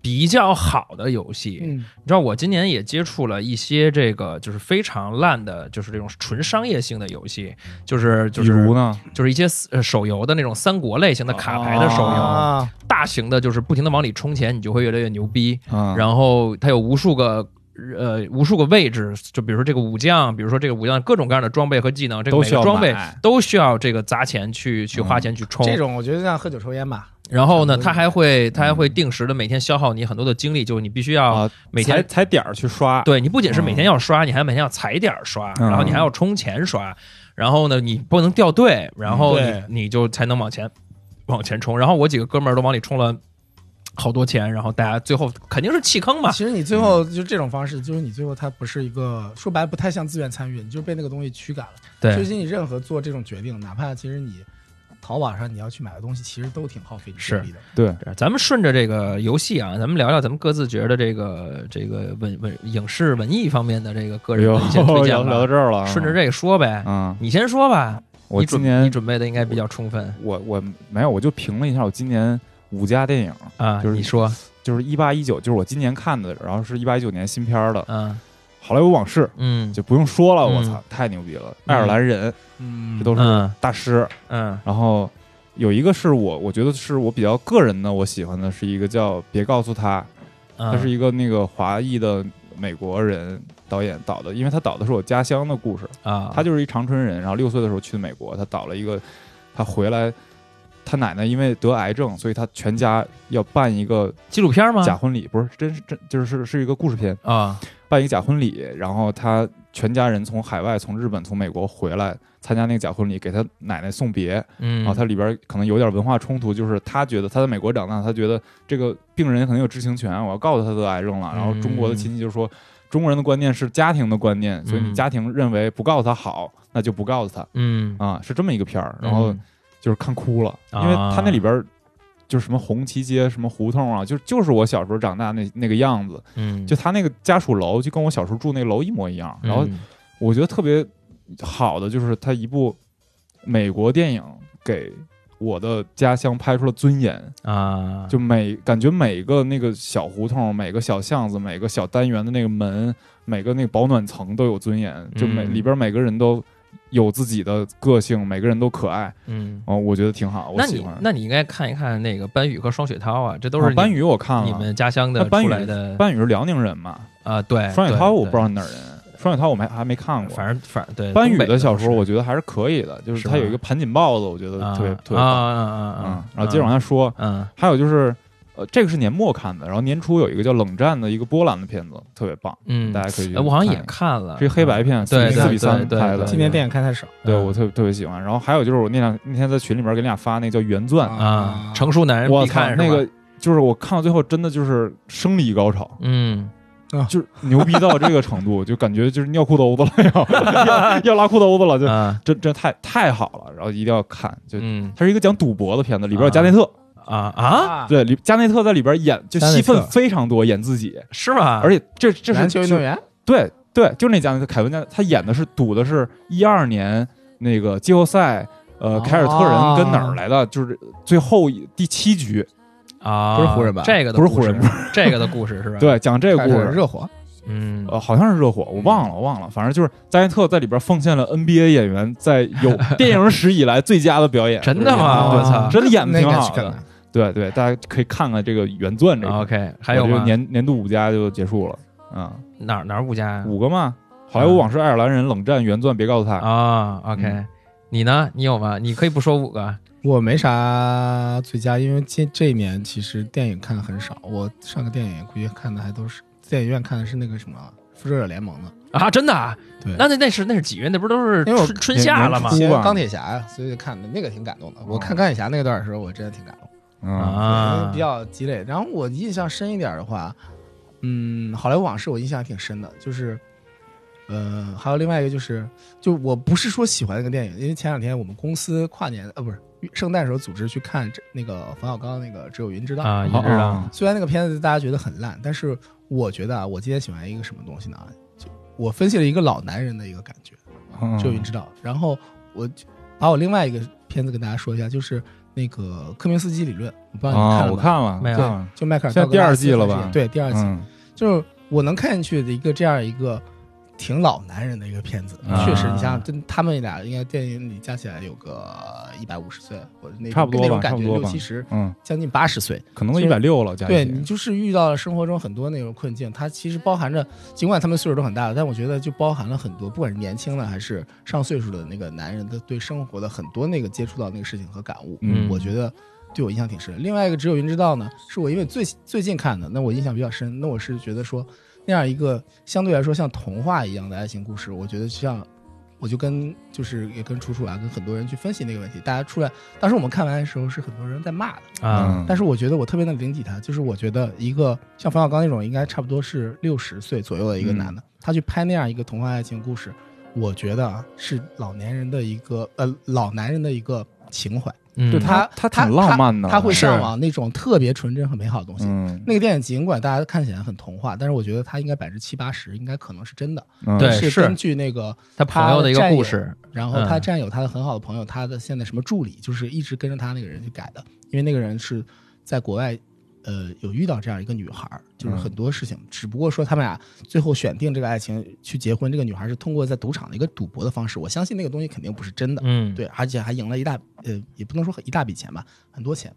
[SPEAKER 2] 比较好的游戏，
[SPEAKER 3] 嗯
[SPEAKER 2] 你知道我今年也接触了一些这个就是非常烂的，就是这种纯商业性的游戏，就是就
[SPEAKER 1] 比如
[SPEAKER 2] 是
[SPEAKER 1] 呢，
[SPEAKER 2] 就是一些呃手游的那种三国类型的卡牌的手
[SPEAKER 1] 哦
[SPEAKER 2] 游，
[SPEAKER 3] 啊，
[SPEAKER 2] 大型的就是不停的往里充钱，你就会越来越牛逼，
[SPEAKER 1] 啊，
[SPEAKER 2] 然后它有无数个。呃，无数个位置，就比如说这个武将，比如说这个武将各种各样的装备和技能，这个
[SPEAKER 1] 都
[SPEAKER 2] 每
[SPEAKER 1] 需要
[SPEAKER 2] 个装备
[SPEAKER 1] 买
[SPEAKER 2] 都需要这个砸钱去去花钱去充。
[SPEAKER 1] 哦
[SPEAKER 3] 这种我觉得像喝酒抽烟吧，
[SPEAKER 2] 然后呢，
[SPEAKER 3] 差
[SPEAKER 2] 它
[SPEAKER 3] 不多
[SPEAKER 2] 还会它还会定时的每天消耗你很多的精力，就是你必须要
[SPEAKER 1] 啊，
[SPEAKER 2] 每天
[SPEAKER 1] 踩踩点儿去刷，
[SPEAKER 2] 对你不仅是每天要刷，你还每天要踩点儿刷，
[SPEAKER 1] 嗯
[SPEAKER 2] 然后你还要充钱刷，然后呢，你不能掉队，然后你
[SPEAKER 3] 对
[SPEAKER 2] 你就才能往前往前冲。然后我几个哥们儿都往里充了好多钱，然后大家最后肯定是弃坑嘛。
[SPEAKER 3] 其实你最后就这种方式，就是你最后它不是一个说白了不太像自愿参与，你就被那个东西驱赶了。最，近你任何做这种决定，哪怕其实你淘宝上你要去买个东西，其实都挺耗费精力的。
[SPEAKER 1] 对，
[SPEAKER 2] 咱们顺着这个游戏啊，咱们聊聊咱们各自觉得这个这个文文影视文艺方面的这个个人的一些推
[SPEAKER 1] 聊聊
[SPEAKER 2] 荐
[SPEAKER 1] 到
[SPEAKER 2] 吧。
[SPEAKER 1] 这儿了，
[SPEAKER 2] 顺着这个说呗，
[SPEAKER 1] 啊，
[SPEAKER 2] 你先说吧。
[SPEAKER 1] 我
[SPEAKER 2] 你
[SPEAKER 1] 今
[SPEAKER 2] 准你
[SPEAKER 1] 年
[SPEAKER 2] 准备的应该比较充分
[SPEAKER 1] 我我没有，我就评了一下我今年五家电影，
[SPEAKER 2] 啊，
[SPEAKER 1] 就是
[SPEAKER 2] 你说，
[SPEAKER 1] 就是一八一九，就是我今年看的，然后是一八一九年新片儿的《
[SPEAKER 2] 嗯
[SPEAKER 1] 好莱坞往事》，
[SPEAKER 2] 嗯，
[SPEAKER 1] 就不用说了，
[SPEAKER 2] 嗯
[SPEAKER 1] 我操，太牛逼了！爱尔兰人
[SPEAKER 3] 嗯
[SPEAKER 1] 这都是
[SPEAKER 2] 嗯
[SPEAKER 1] 大师，
[SPEAKER 2] 嗯
[SPEAKER 1] 然后有一个是我我觉得是我比较个人的，我喜欢的是一个叫《别告诉他》，
[SPEAKER 2] 嗯，
[SPEAKER 1] 他是一个那个华裔的美国人导演导的，因为他导的是我家乡的故事，
[SPEAKER 2] 啊，
[SPEAKER 1] 他就是一长春人，然后六岁的时候去的美国，他导了一个，他回来，他奶奶因为得癌症，所以他全家要办一个
[SPEAKER 2] 纪录片吗？
[SPEAKER 1] 假婚礼，不是真是真就是是是一个故事片，
[SPEAKER 2] 啊，
[SPEAKER 1] 办一个假婚礼，然后他全家人从海外、从日本、从美国回来参加那个假婚礼，给他奶奶送别，
[SPEAKER 2] 嗯，
[SPEAKER 1] 然后它里边可能有点文化冲突，就是他觉得他在美国长大，他觉得这个病人很有知情权，我要告诉他得癌
[SPEAKER 2] 嗯
[SPEAKER 1] 症了。然后中国的亲戚就说，中国人的观念是家庭的观念，所以你家庭认为不告诉他好，那就不告诉他
[SPEAKER 2] 嗯，
[SPEAKER 1] 啊，是这么一个片儿。
[SPEAKER 2] 嗯
[SPEAKER 1] 然后就是看哭了，因
[SPEAKER 2] 啊
[SPEAKER 1] 为他那里边就是什么红旗街、什么胡同啊，就就是我小时候长大那那个样子，
[SPEAKER 2] 嗯，
[SPEAKER 1] 就他那个家属楼就跟我小时候住那楼一模一样。然后
[SPEAKER 2] 嗯
[SPEAKER 1] 我觉得特别好的就是它一部美国电影给我的家乡拍出了尊严，
[SPEAKER 2] 啊，
[SPEAKER 1] 就每感觉每个那个小胡同、每个小巷子、每个小单元的那个门、每个那个保暖层都有尊严，就每
[SPEAKER 2] 嗯
[SPEAKER 1] 里边每个人都有自己的个性，每个人都可爱
[SPEAKER 2] 嗯，
[SPEAKER 1] 哦，我觉得挺好，我
[SPEAKER 2] 那
[SPEAKER 1] 喜
[SPEAKER 2] 你
[SPEAKER 1] 欢。
[SPEAKER 2] 那你应该看一看那个班宇和双雪涛啊，这都是
[SPEAKER 1] 啊
[SPEAKER 2] 你
[SPEAKER 1] 班宇我看
[SPEAKER 2] 你
[SPEAKER 1] 了，
[SPEAKER 2] 们家乡
[SPEAKER 1] 那
[SPEAKER 2] 的
[SPEAKER 1] 班
[SPEAKER 2] 出
[SPEAKER 1] 宇
[SPEAKER 2] 来的
[SPEAKER 1] 班宇是辽宁人嘛？
[SPEAKER 2] 啊，对，
[SPEAKER 1] 双雪
[SPEAKER 2] 对
[SPEAKER 1] 涛我不知道
[SPEAKER 2] 对
[SPEAKER 1] 你哪儿人，双雪涛我们还还没看过。
[SPEAKER 2] 反正反正对
[SPEAKER 1] 班宇
[SPEAKER 2] 东北
[SPEAKER 1] 的小说，
[SPEAKER 2] 都
[SPEAKER 1] 我
[SPEAKER 2] 是
[SPEAKER 1] 觉得还是可以的，就是
[SPEAKER 2] 是
[SPEAKER 1] 他
[SPEAKER 2] 吧
[SPEAKER 1] 有一个盘锦豹子，我觉得
[SPEAKER 2] 啊
[SPEAKER 1] 特别特别
[SPEAKER 2] 啊
[SPEAKER 1] 棒。
[SPEAKER 2] 啊啊啊
[SPEAKER 1] 嗯
[SPEAKER 2] 啊，，
[SPEAKER 1] 然后接着往下说，
[SPEAKER 2] 嗯
[SPEAKER 1] 还有就是呃，这个是年末看的，然后年初有一个叫《冷战》的一个波兰的片子，特别棒，
[SPEAKER 2] 嗯
[SPEAKER 1] 大，家可以去
[SPEAKER 2] 哎我好像也
[SPEAKER 1] 看一看
[SPEAKER 2] 看了，啊
[SPEAKER 1] 这黑白片，四
[SPEAKER 2] 对
[SPEAKER 1] 比四比
[SPEAKER 2] 对
[SPEAKER 1] 三
[SPEAKER 2] 对
[SPEAKER 1] 拍的
[SPEAKER 2] 对，
[SPEAKER 3] 今年电影看太少
[SPEAKER 1] 对
[SPEAKER 2] 嗯
[SPEAKER 1] 我特特别喜欢。然后还有就是我那两那天在群里面给你俩发那个叫《原钻
[SPEAKER 3] 嗯
[SPEAKER 2] 啊，成熟男》，人
[SPEAKER 1] 我
[SPEAKER 2] 必
[SPEAKER 1] 操
[SPEAKER 2] 看，
[SPEAKER 1] 那
[SPEAKER 2] 是吧
[SPEAKER 1] 个就是我看到最后真的就是生理高潮，
[SPEAKER 2] 嗯，
[SPEAKER 1] 就是牛逼到这个程度，就感觉就是尿裤兜子了，要要 要拉裤兜子了，就
[SPEAKER 2] 啊，
[SPEAKER 1] 真真太太好了，然后一定要看。就
[SPEAKER 2] 嗯
[SPEAKER 1] 它是一个讲赌博的片子，里边有
[SPEAKER 2] 啊
[SPEAKER 1] 加内特，
[SPEAKER 2] 啊啊，
[SPEAKER 3] 啊，
[SPEAKER 1] 对，里加内特在里边演就
[SPEAKER 3] 加内
[SPEAKER 1] 戏
[SPEAKER 3] 特
[SPEAKER 1] 份非常多，演自己，
[SPEAKER 2] 是吧？
[SPEAKER 1] 而且这这是
[SPEAKER 3] 啊篮球运动员
[SPEAKER 1] 对对，就是那加内特，凯文加内特他演的是赌的是一二年那个季后赛，呃，凯尔特人跟哪儿来的？就是最后一第七局，
[SPEAKER 2] 啊，
[SPEAKER 3] 哦不是湖人吧
[SPEAKER 2] 这个的
[SPEAKER 1] 不是湖人
[SPEAKER 2] 故事，这个的故事是吧？，
[SPEAKER 1] 对，讲这个
[SPEAKER 3] 开
[SPEAKER 1] 故
[SPEAKER 3] 始
[SPEAKER 1] 事，
[SPEAKER 3] 热火，
[SPEAKER 2] 嗯，
[SPEAKER 1] 呃，好像是热火，我忘了，我忘了，反正就是加内特在里边奉献了 NBA 演员在 有电影史以来最佳的表演，
[SPEAKER 2] 真的吗？
[SPEAKER 3] 啊
[SPEAKER 2] 我操
[SPEAKER 1] 真的演的
[SPEAKER 3] 那
[SPEAKER 1] 挺
[SPEAKER 3] 个
[SPEAKER 1] 好
[SPEAKER 3] 去看
[SPEAKER 1] 的，
[SPEAKER 3] 看
[SPEAKER 1] 对对，大家可以看看这个原钻这个，
[SPEAKER 2] ！OK，还啊有
[SPEAKER 1] 我这
[SPEAKER 2] 吗
[SPEAKER 1] 个？年年度五佳就结束了，啊、
[SPEAKER 2] 哪儿哪儿五家啊呀？
[SPEAKER 1] 五个嘛，好莱坞往事、爱尔兰人、冷战、原钻，别告诉他，
[SPEAKER 2] 嗯啊，OK，
[SPEAKER 1] 嗯
[SPEAKER 2] 你呢？你有吗？你可以不说五个，
[SPEAKER 3] 我没啥最佳，因为这这一年其实电影看的很少，我上个电影估计看的还都是电影院看的是那个什么《复仇者联盟》的，
[SPEAKER 2] 啊，真的啊？
[SPEAKER 3] 对
[SPEAKER 2] 那那那是那是几月？那不是都是
[SPEAKER 3] 因为我
[SPEAKER 2] 春春夏了吗？
[SPEAKER 1] 年初
[SPEAKER 3] 因为
[SPEAKER 1] 吧
[SPEAKER 3] 钢铁侠呀，所以看的那个挺感动的。我看钢铁侠那段的时候，我真的挺感动。
[SPEAKER 1] 嗯
[SPEAKER 3] 因
[SPEAKER 2] 啊
[SPEAKER 3] 为比，较积累。然后我印象深一点的话，嗯，好莱坞往事我印象挺深的，就是，呃，还有另外一个就是，就我不是说喜欢那个电影，因为前两天我们公司跨年呃不是圣诞时候组织去看这那个冯小刚那个《只有云知道》
[SPEAKER 2] 啊，你
[SPEAKER 1] 哦
[SPEAKER 2] 知道
[SPEAKER 1] 哦
[SPEAKER 3] 虽然那个片子大家觉得很烂，但是我觉得啊，我今天喜欢一个什么东西呢？就我分析了一个老男人的一个感觉。
[SPEAKER 1] 嗯
[SPEAKER 3] 只有云知道。然后我就把我另外一个片子跟大家说一下，就是那个科明斯基理论，我不知道你们看
[SPEAKER 1] 啊，
[SPEAKER 3] 了
[SPEAKER 1] 我
[SPEAKER 3] 吗？
[SPEAKER 1] 看了，
[SPEAKER 2] 没有
[SPEAKER 1] 看了
[SPEAKER 3] 就迈克尔
[SPEAKER 1] 现在
[SPEAKER 3] 道格拉
[SPEAKER 1] 第二
[SPEAKER 3] 斯
[SPEAKER 1] 季了吧
[SPEAKER 3] 还是对，第二季、
[SPEAKER 1] 嗯
[SPEAKER 3] 就是我能看进去的一个这样一个挺老男人的一个片子，
[SPEAKER 1] 啊
[SPEAKER 3] 确实，你想想，真他们俩应该电影里加起来有个一百五十岁，或者那种
[SPEAKER 1] 差不多吧
[SPEAKER 3] 那种感
[SPEAKER 1] 差
[SPEAKER 3] 觉
[SPEAKER 1] 不多
[SPEAKER 3] 六
[SPEAKER 1] 吧
[SPEAKER 3] 七十，
[SPEAKER 1] 嗯，
[SPEAKER 3] 将近八十岁。
[SPEAKER 1] 可能都
[SPEAKER 3] 就
[SPEAKER 1] 一
[SPEAKER 3] 是
[SPEAKER 1] 百六了，加一
[SPEAKER 3] 对
[SPEAKER 1] 起
[SPEAKER 3] 你就是遇到了生活中很多那种困境，它其实包含着，尽管他们岁数都很大了，但我觉得就包含了很多，不管是年轻的还是上岁数的那个男人的对生活的很多那个接触到那个事情和感悟，
[SPEAKER 1] 嗯
[SPEAKER 3] 我觉得对我印象挺深。另外一个《只有云知道》呢，是我因为最最近看的，那我印象比较深，那我是觉得说那样一个相对来说像童话一样的爱情故事，我觉得像。我就跟就是也跟楚楚啊，跟很多人去分析那个问题。大家出来，当时我们看完的时候是很多人在骂的，
[SPEAKER 2] 啊，
[SPEAKER 1] 嗯
[SPEAKER 3] 但是我觉得我特别能理解他，就是我觉得一个像冯小刚那种应该差不多是六十岁左右的一个
[SPEAKER 1] 嗯
[SPEAKER 3] 男的，他去拍那样一个童话爱情故事，我觉得啊是老年人的一个呃老男人的一个情怀，
[SPEAKER 2] 嗯
[SPEAKER 1] 就他
[SPEAKER 3] 他
[SPEAKER 1] 挺浪漫的，
[SPEAKER 3] 他会
[SPEAKER 1] 是
[SPEAKER 3] 向往那种特别纯真和美好的东西。
[SPEAKER 1] 嗯，
[SPEAKER 3] 那个电影尽管大家看起来很童话，但是我觉得它应该百分之七八十应该可能是真的，
[SPEAKER 1] 嗯
[SPEAKER 2] 对
[SPEAKER 3] 是
[SPEAKER 2] 是
[SPEAKER 3] 根据那个
[SPEAKER 2] 他朋友的一个故事，
[SPEAKER 3] 然后他
[SPEAKER 2] 嗯
[SPEAKER 3] 战友，他的很好的朋友，他的现在什么助理，就是一直跟着他那个人去改的，因为那个人是在国外，呃，有遇到这样一个女孩儿，就是
[SPEAKER 1] 嗯
[SPEAKER 3] 很多事情，只不过说他们俩最后选定这个爱情去结婚，这个女孩是通过在赌场的一个赌博的方式，我相信那个东西肯定不是真的，
[SPEAKER 2] 嗯，
[SPEAKER 3] 对，而且还赢了一大，呃，也不能说一大笔钱吧，很多钱，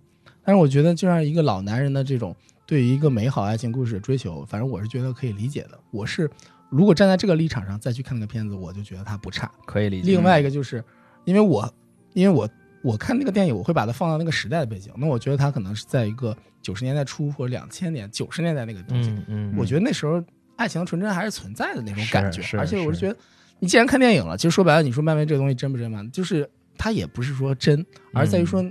[SPEAKER 3] 但是我觉得就让一个老男人的这种对于一个美好爱情故事的追求，反正我是觉得可以理解的，我是。如果站在这个立场上再去看那个片子，我就觉得它不差。
[SPEAKER 2] 可以理解。
[SPEAKER 3] 另外一个就是，因为我，因为我我看那个电影，我会把它放到那个时代的背景。那我觉得它可能是在一个九十年代初或者两千年、九十年代那个东西。
[SPEAKER 2] 嗯嗯，
[SPEAKER 3] 我觉得那时候爱情的纯真还是存在的那种
[SPEAKER 2] 是
[SPEAKER 3] 感觉。
[SPEAKER 2] 是
[SPEAKER 3] 而且我是
[SPEAKER 2] 是
[SPEAKER 3] 觉得，你既然看电影了，其实说白了，你说漫威这个东西真不真嘛？就是它也不是说真，而
[SPEAKER 2] 嗯
[SPEAKER 3] 在于说。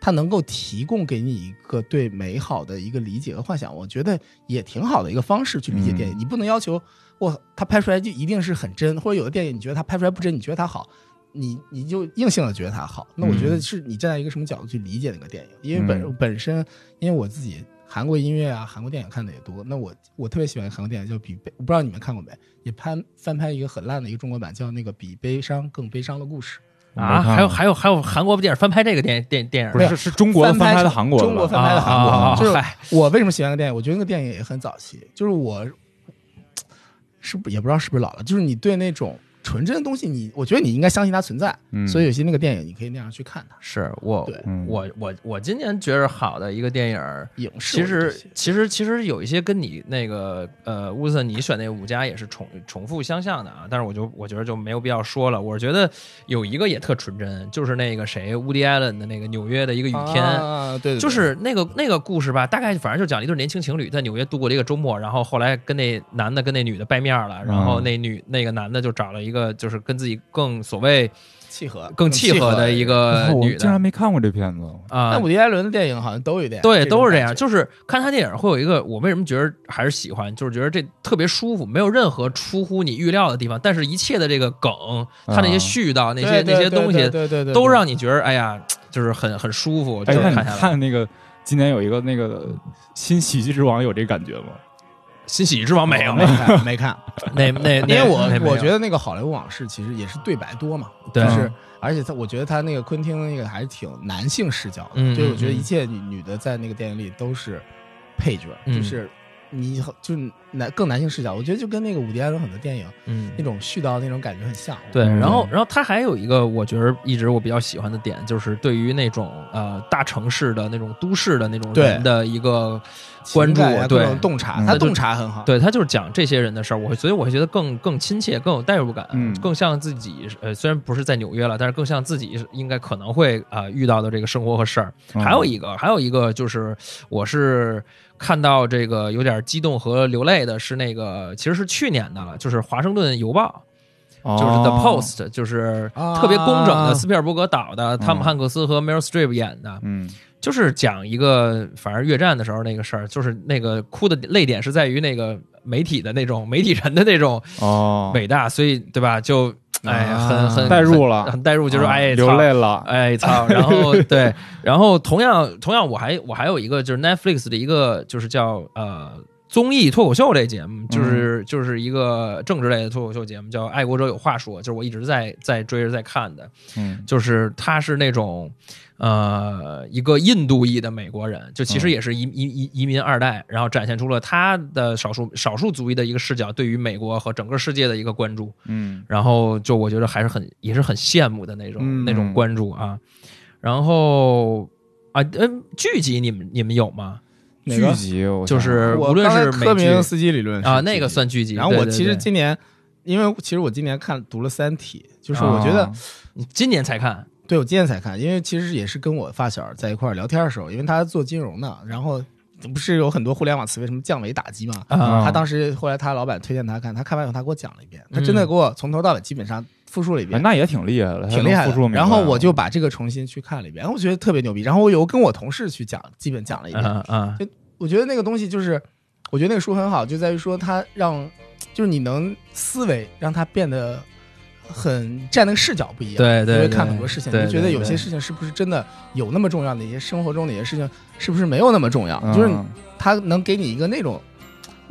[SPEAKER 3] 它能够提供给你一个对美好的一个理解和幻想，我觉得也挺好的一个方式去理解电
[SPEAKER 2] 嗯
[SPEAKER 3] 影。你不能要求哇，他拍出来就一定是很真，或者有的电影你觉得他拍出来不真，你觉得他好，你你就硬性的觉得它好。那我觉得是你站在一个什么角度去理解那个电影，因为本、
[SPEAKER 1] 嗯
[SPEAKER 3] 本身，因为我自己韩国音乐啊、韩国电影看的也多，那我我特别喜欢一个韩国电影叫《比悲》，我不知道你们看过没？也拍翻拍一个很烂的一个中国版，叫那个《比悲伤更悲伤的故事》，
[SPEAKER 1] 我
[SPEAKER 2] 啊，
[SPEAKER 1] 没看
[SPEAKER 2] 还有
[SPEAKER 1] 过
[SPEAKER 2] 还有还有韩国电影翻拍这个电电电影，
[SPEAKER 1] 不是是是中国的翻拍的韩国的吧
[SPEAKER 3] 中国翻拍的韩国。
[SPEAKER 2] 啊啊啊啊
[SPEAKER 3] 就是
[SPEAKER 2] 嗨
[SPEAKER 3] 我为什么喜欢那个电影？我觉得那个电影也很早期，就是我是不也不知道是不是老了，就是你对那种纯真的东西你，我觉得你应该相信它存在。
[SPEAKER 1] 嗯，
[SPEAKER 3] 所以有些那个电影，你可以那样去看它。
[SPEAKER 2] 是我
[SPEAKER 3] 对
[SPEAKER 1] 嗯
[SPEAKER 2] 我我我今年觉着好的一个电影儿，
[SPEAKER 3] 影视
[SPEAKER 2] 其
[SPEAKER 3] 我觉
[SPEAKER 2] 实
[SPEAKER 3] 得这些
[SPEAKER 2] 其实其实有一些跟你那个呃乌森你选那五家也是重重复相像的啊，但是我就我觉得就没有必要说了。我觉得有一个也特纯真，就是那个谁 Woody Allen 的那个纽约的一个雨天。
[SPEAKER 3] 啊，对对对
[SPEAKER 2] 就是那个那个故事吧，大概反正就讲了一对年轻情侣在纽约度过了一个周末，然后后来跟那男的跟那女的掰面了，然后那女那个男的就找了一个就是跟自己更所谓
[SPEAKER 3] 契合
[SPEAKER 2] 更契合的一。
[SPEAKER 1] 哦
[SPEAKER 2] 个
[SPEAKER 1] 我
[SPEAKER 2] 呃女
[SPEAKER 1] 竟
[SPEAKER 2] 的
[SPEAKER 1] 然没看过这片子，
[SPEAKER 2] 啊
[SPEAKER 3] 那，伍迪·艾伦的电影好像都有点
[SPEAKER 2] 对，都是这
[SPEAKER 3] 这
[SPEAKER 2] 样。就是看他电影会有一个，我为什么觉得还是喜欢，就是觉得这特别舒服，没有任何出乎你预料的地方，但是一切的这个梗，他那些絮叨、那些那些东西，
[SPEAKER 3] 啊对对对，
[SPEAKER 2] 都让你觉得哎呀，就是很很舒服，就
[SPEAKER 1] 哎，
[SPEAKER 2] 是
[SPEAKER 1] 那
[SPEAKER 2] 看
[SPEAKER 1] 你
[SPEAKER 2] 下来。
[SPEAKER 1] 看那个今年有一个那个新喜剧之王有这感觉吗？
[SPEAKER 2] 新喜剧之王没有
[SPEAKER 3] 没， 看没看，
[SPEAKER 2] 那那
[SPEAKER 3] 哦因为我我觉
[SPEAKER 2] 得
[SPEAKER 3] 得那个好莱坞往事其实也是对白多嘛，
[SPEAKER 2] 对
[SPEAKER 3] 就是而且他我觉得他那个昆汀那个还是挺男性视角
[SPEAKER 2] 嗯
[SPEAKER 3] 的，就是我觉得
[SPEAKER 2] 嗯嗯
[SPEAKER 3] 一切女女的在那个电影里都是配角，
[SPEAKER 2] 嗯
[SPEAKER 3] 就是你就是男更男性视角，我觉得就跟那个伍迪·艾伦很多电影
[SPEAKER 2] 嗯
[SPEAKER 3] 那。种絮叨那种感觉很像。
[SPEAKER 2] 对，
[SPEAKER 1] 嗯
[SPEAKER 2] 然后，然后他还有一个我觉得一直我比较喜欢的点，就是对于那种呃大城市的那种都市的那种
[SPEAKER 3] 对
[SPEAKER 2] 人的一个关
[SPEAKER 3] 情
[SPEAKER 2] 注
[SPEAKER 3] 感啊，，各
[SPEAKER 2] 对
[SPEAKER 3] 种洞察，
[SPEAKER 1] 嗯
[SPEAKER 3] 他洞察很好。
[SPEAKER 2] 对他就是讲这些人的事儿，我会所以我会觉得更更亲切，更有代入感，
[SPEAKER 1] 嗯
[SPEAKER 2] 更像自己呃，虽然不是在纽约了，但是更像自己应该可能会啊、呃遇到的这个生活和事儿。
[SPEAKER 1] 嗯
[SPEAKER 2] 还有一个，还有一个就是我是看到这个有点激动和流泪的是那个其实是去年的了，就是《华盛顿邮报》，就是 The
[SPEAKER 1] 哦啊
[SPEAKER 2] Post，、就是特别工整的斯皮尔伯格导的，汤姆汉克斯和 Meryl Streep 演的，
[SPEAKER 1] 嗯，
[SPEAKER 2] 就是讲一个，反正越战的时候那个事儿，就是那个哭的泪点是在于那个媒体的那种媒体人的那种
[SPEAKER 1] 哦，
[SPEAKER 2] 伟大，所以对吧？就哎，
[SPEAKER 3] 啊
[SPEAKER 2] 很很
[SPEAKER 1] 代入了
[SPEAKER 2] 很很代入，就是
[SPEAKER 1] 啊
[SPEAKER 2] 哎，
[SPEAKER 1] 流
[SPEAKER 2] 操
[SPEAKER 1] 泪了，
[SPEAKER 3] 呃
[SPEAKER 2] 哎操！然后对，然后同样同样，我还我还有一个就是 Netflix 的一个就是叫呃综艺脱口秀类节目，
[SPEAKER 1] 嗯
[SPEAKER 2] 就是、就是一个政治类的脱口秀节目，叫《爱国者有话说》，就是我一直在在追着在看的，
[SPEAKER 1] 嗯
[SPEAKER 2] 就是他是那种呃一个印度裔的美国人，就其实
[SPEAKER 1] 嗯
[SPEAKER 2] 也是移移移移民二代，然后展现出了他的少数少数族裔的一个视角对于美国和整个世界的一个关注。
[SPEAKER 1] 嗯
[SPEAKER 2] 然后就我觉得还是很也是很羡慕的那种、
[SPEAKER 1] 嗯
[SPEAKER 2] 那种关注啊。然后啊，嗯，剧集你们你们有吗？
[SPEAKER 3] 哪个
[SPEAKER 1] 剧集我
[SPEAKER 2] 就
[SPEAKER 1] 想想
[SPEAKER 2] 是
[SPEAKER 3] 我
[SPEAKER 2] 无论
[SPEAKER 3] 刚才
[SPEAKER 2] 是
[SPEAKER 3] 科
[SPEAKER 2] 美
[SPEAKER 3] 明
[SPEAKER 2] 剧
[SPEAKER 3] 斯基理论
[SPEAKER 2] 啊，
[SPEAKER 3] 是
[SPEAKER 2] 那个
[SPEAKER 3] 剧集
[SPEAKER 2] 算剧集。
[SPEAKER 3] 然后我
[SPEAKER 2] 对对
[SPEAKER 3] 其实
[SPEAKER 2] 对
[SPEAKER 3] 今年，因为其实我今年看读了《三体》，就是我觉得，
[SPEAKER 1] 哦
[SPEAKER 2] 你今年才看，
[SPEAKER 3] 对我今年才看，因为其实也是跟我发小在一块儿聊天的时候，因为他做金融的，然后不是有很多互联网词汇什么降维打击嘛，
[SPEAKER 1] 嗯
[SPEAKER 2] 啊
[SPEAKER 3] 他当时后来他老板推荐他看，他看完以后他给我讲了一遍，他真的
[SPEAKER 2] 嗯
[SPEAKER 3] 给我从头到尾基本上复述了一
[SPEAKER 1] 哎
[SPEAKER 3] 遍。
[SPEAKER 1] 那也挺厉害的，
[SPEAKER 3] 挺厉
[SPEAKER 1] 他
[SPEAKER 3] 害
[SPEAKER 1] 能复述
[SPEAKER 3] 的，
[SPEAKER 1] 明白哦
[SPEAKER 3] 然后我就把这个重新去看了一遍，然后我觉得特别牛逼。然后我有跟我同事去讲，基本讲了
[SPEAKER 1] 嗯
[SPEAKER 3] 一遍。
[SPEAKER 2] 啊啊
[SPEAKER 3] 我觉得那个东西就是，我觉得那个书很好，就在于说它让，就是你能思维让它变得很站那个视角不一样，
[SPEAKER 2] 对对
[SPEAKER 3] 你
[SPEAKER 2] 对
[SPEAKER 3] 会看很多事情，
[SPEAKER 2] 对
[SPEAKER 3] 你就觉得
[SPEAKER 2] 对
[SPEAKER 3] 有些
[SPEAKER 2] 对
[SPEAKER 3] 事情是不是真的有那么重要，哪些生活中哪些事情是不是没有那么重要，
[SPEAKER 1] 嗯
[SPEAKER 3] 就是它能给你一个那种。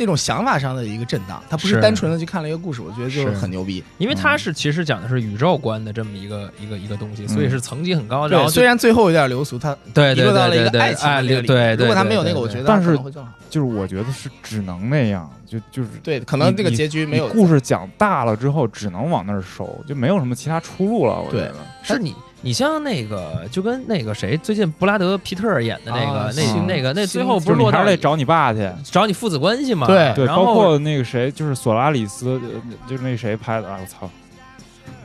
[SPEAKER 3] 那种想法上的一个震荡，它不是
[SPEAKER 2] 是
[SPEAKER 3] 单纯的去看了一个故事，我觉得就是很牛逼。
[SPEAKER 2] 因为
[SPEAKER 3] 嗯
[SPEAKER 2] 它是其实讲的是宇宙观的这么一个一个一个东西，所以是层级很高。然
[SPEAKER 3] 嗯对，
[SPEAKER 2] 后
[SPEAKER 3] 虽然最后有点流俗，它
[SPEAKER 2] 对
[SPEAKER 3] 遗
[SPEAKER 2] 对
[SPEAKER 3] 落到了一
[SPEAKER 2] 对
[SPEAKER 3] 个
[SPEAKER 2] 对，
[SPEAKER 3] 爱情的
[SPEAKER 2] 哎
[SPEAKER 3] 这
[SPEAKER 2] 对
[SPEAKER 3] 个里
[SPEAKER 2] 对
[SPEAKER 3] 面，，如果它
[SPEAKER 2] 对
[SPEAKER 3] 没有那
[SPEAKER 2] 对
[SPEAKER 3] 个，我
[SPEAKER 2] 对
[SPEAKER 3] 觉得
[SPEAKER 1] 但
[SPEAKER 3] 它可
[SPEAKER 1] 是
[SPEAKER 3] 能会更好。
[SPEAKER 1] 就是我觉得是只能那样，就就是
[SPEAKER 3] 对，可能这个
[SPEAKER 1] 你
[SPEAKER 3] 结局没有
[SPEAKER 1] 你故事讲大了之后，只能往那儿收，就没有什么其他出路了。我觉
[SPEAKER 3] 对
[SPEAKER 1] 得，
[SPEAKER 2] 是你，你像那个，就跟那个谁，最近布拉德皮特尔演的那个，
[SPEAKER 3] 啊
[SPEAKER 2] 那
[SPEAKER 1] 行
[SPEAKER 2] 那个那最
[SPEAKER 3] 行
[SPEAKER 2] 后
[SPEAKER 1] 就
[SPEAKER 2] 不
[SPEAKER 1] 是
[SPEAKER 2] 是
[SPEAKER 1] 你
[SPEAKER 2] 落
[SPEAKER 1] 还
[SPEAKER 2] 到
[SPEAKER 1] 是得找你爸去。
[SPEAKER 2] 找你父子关系嘛？
[SPEAKER 3] 对
[SPEAKER 1] 对，
[SPEAKER 2] 然
[SPEAKER 1] 包
[SPEAKER 2] 后
[SPEAKER 1] 括那个谁，就是索拉里斯，呃就是那谁拍的啊！我操，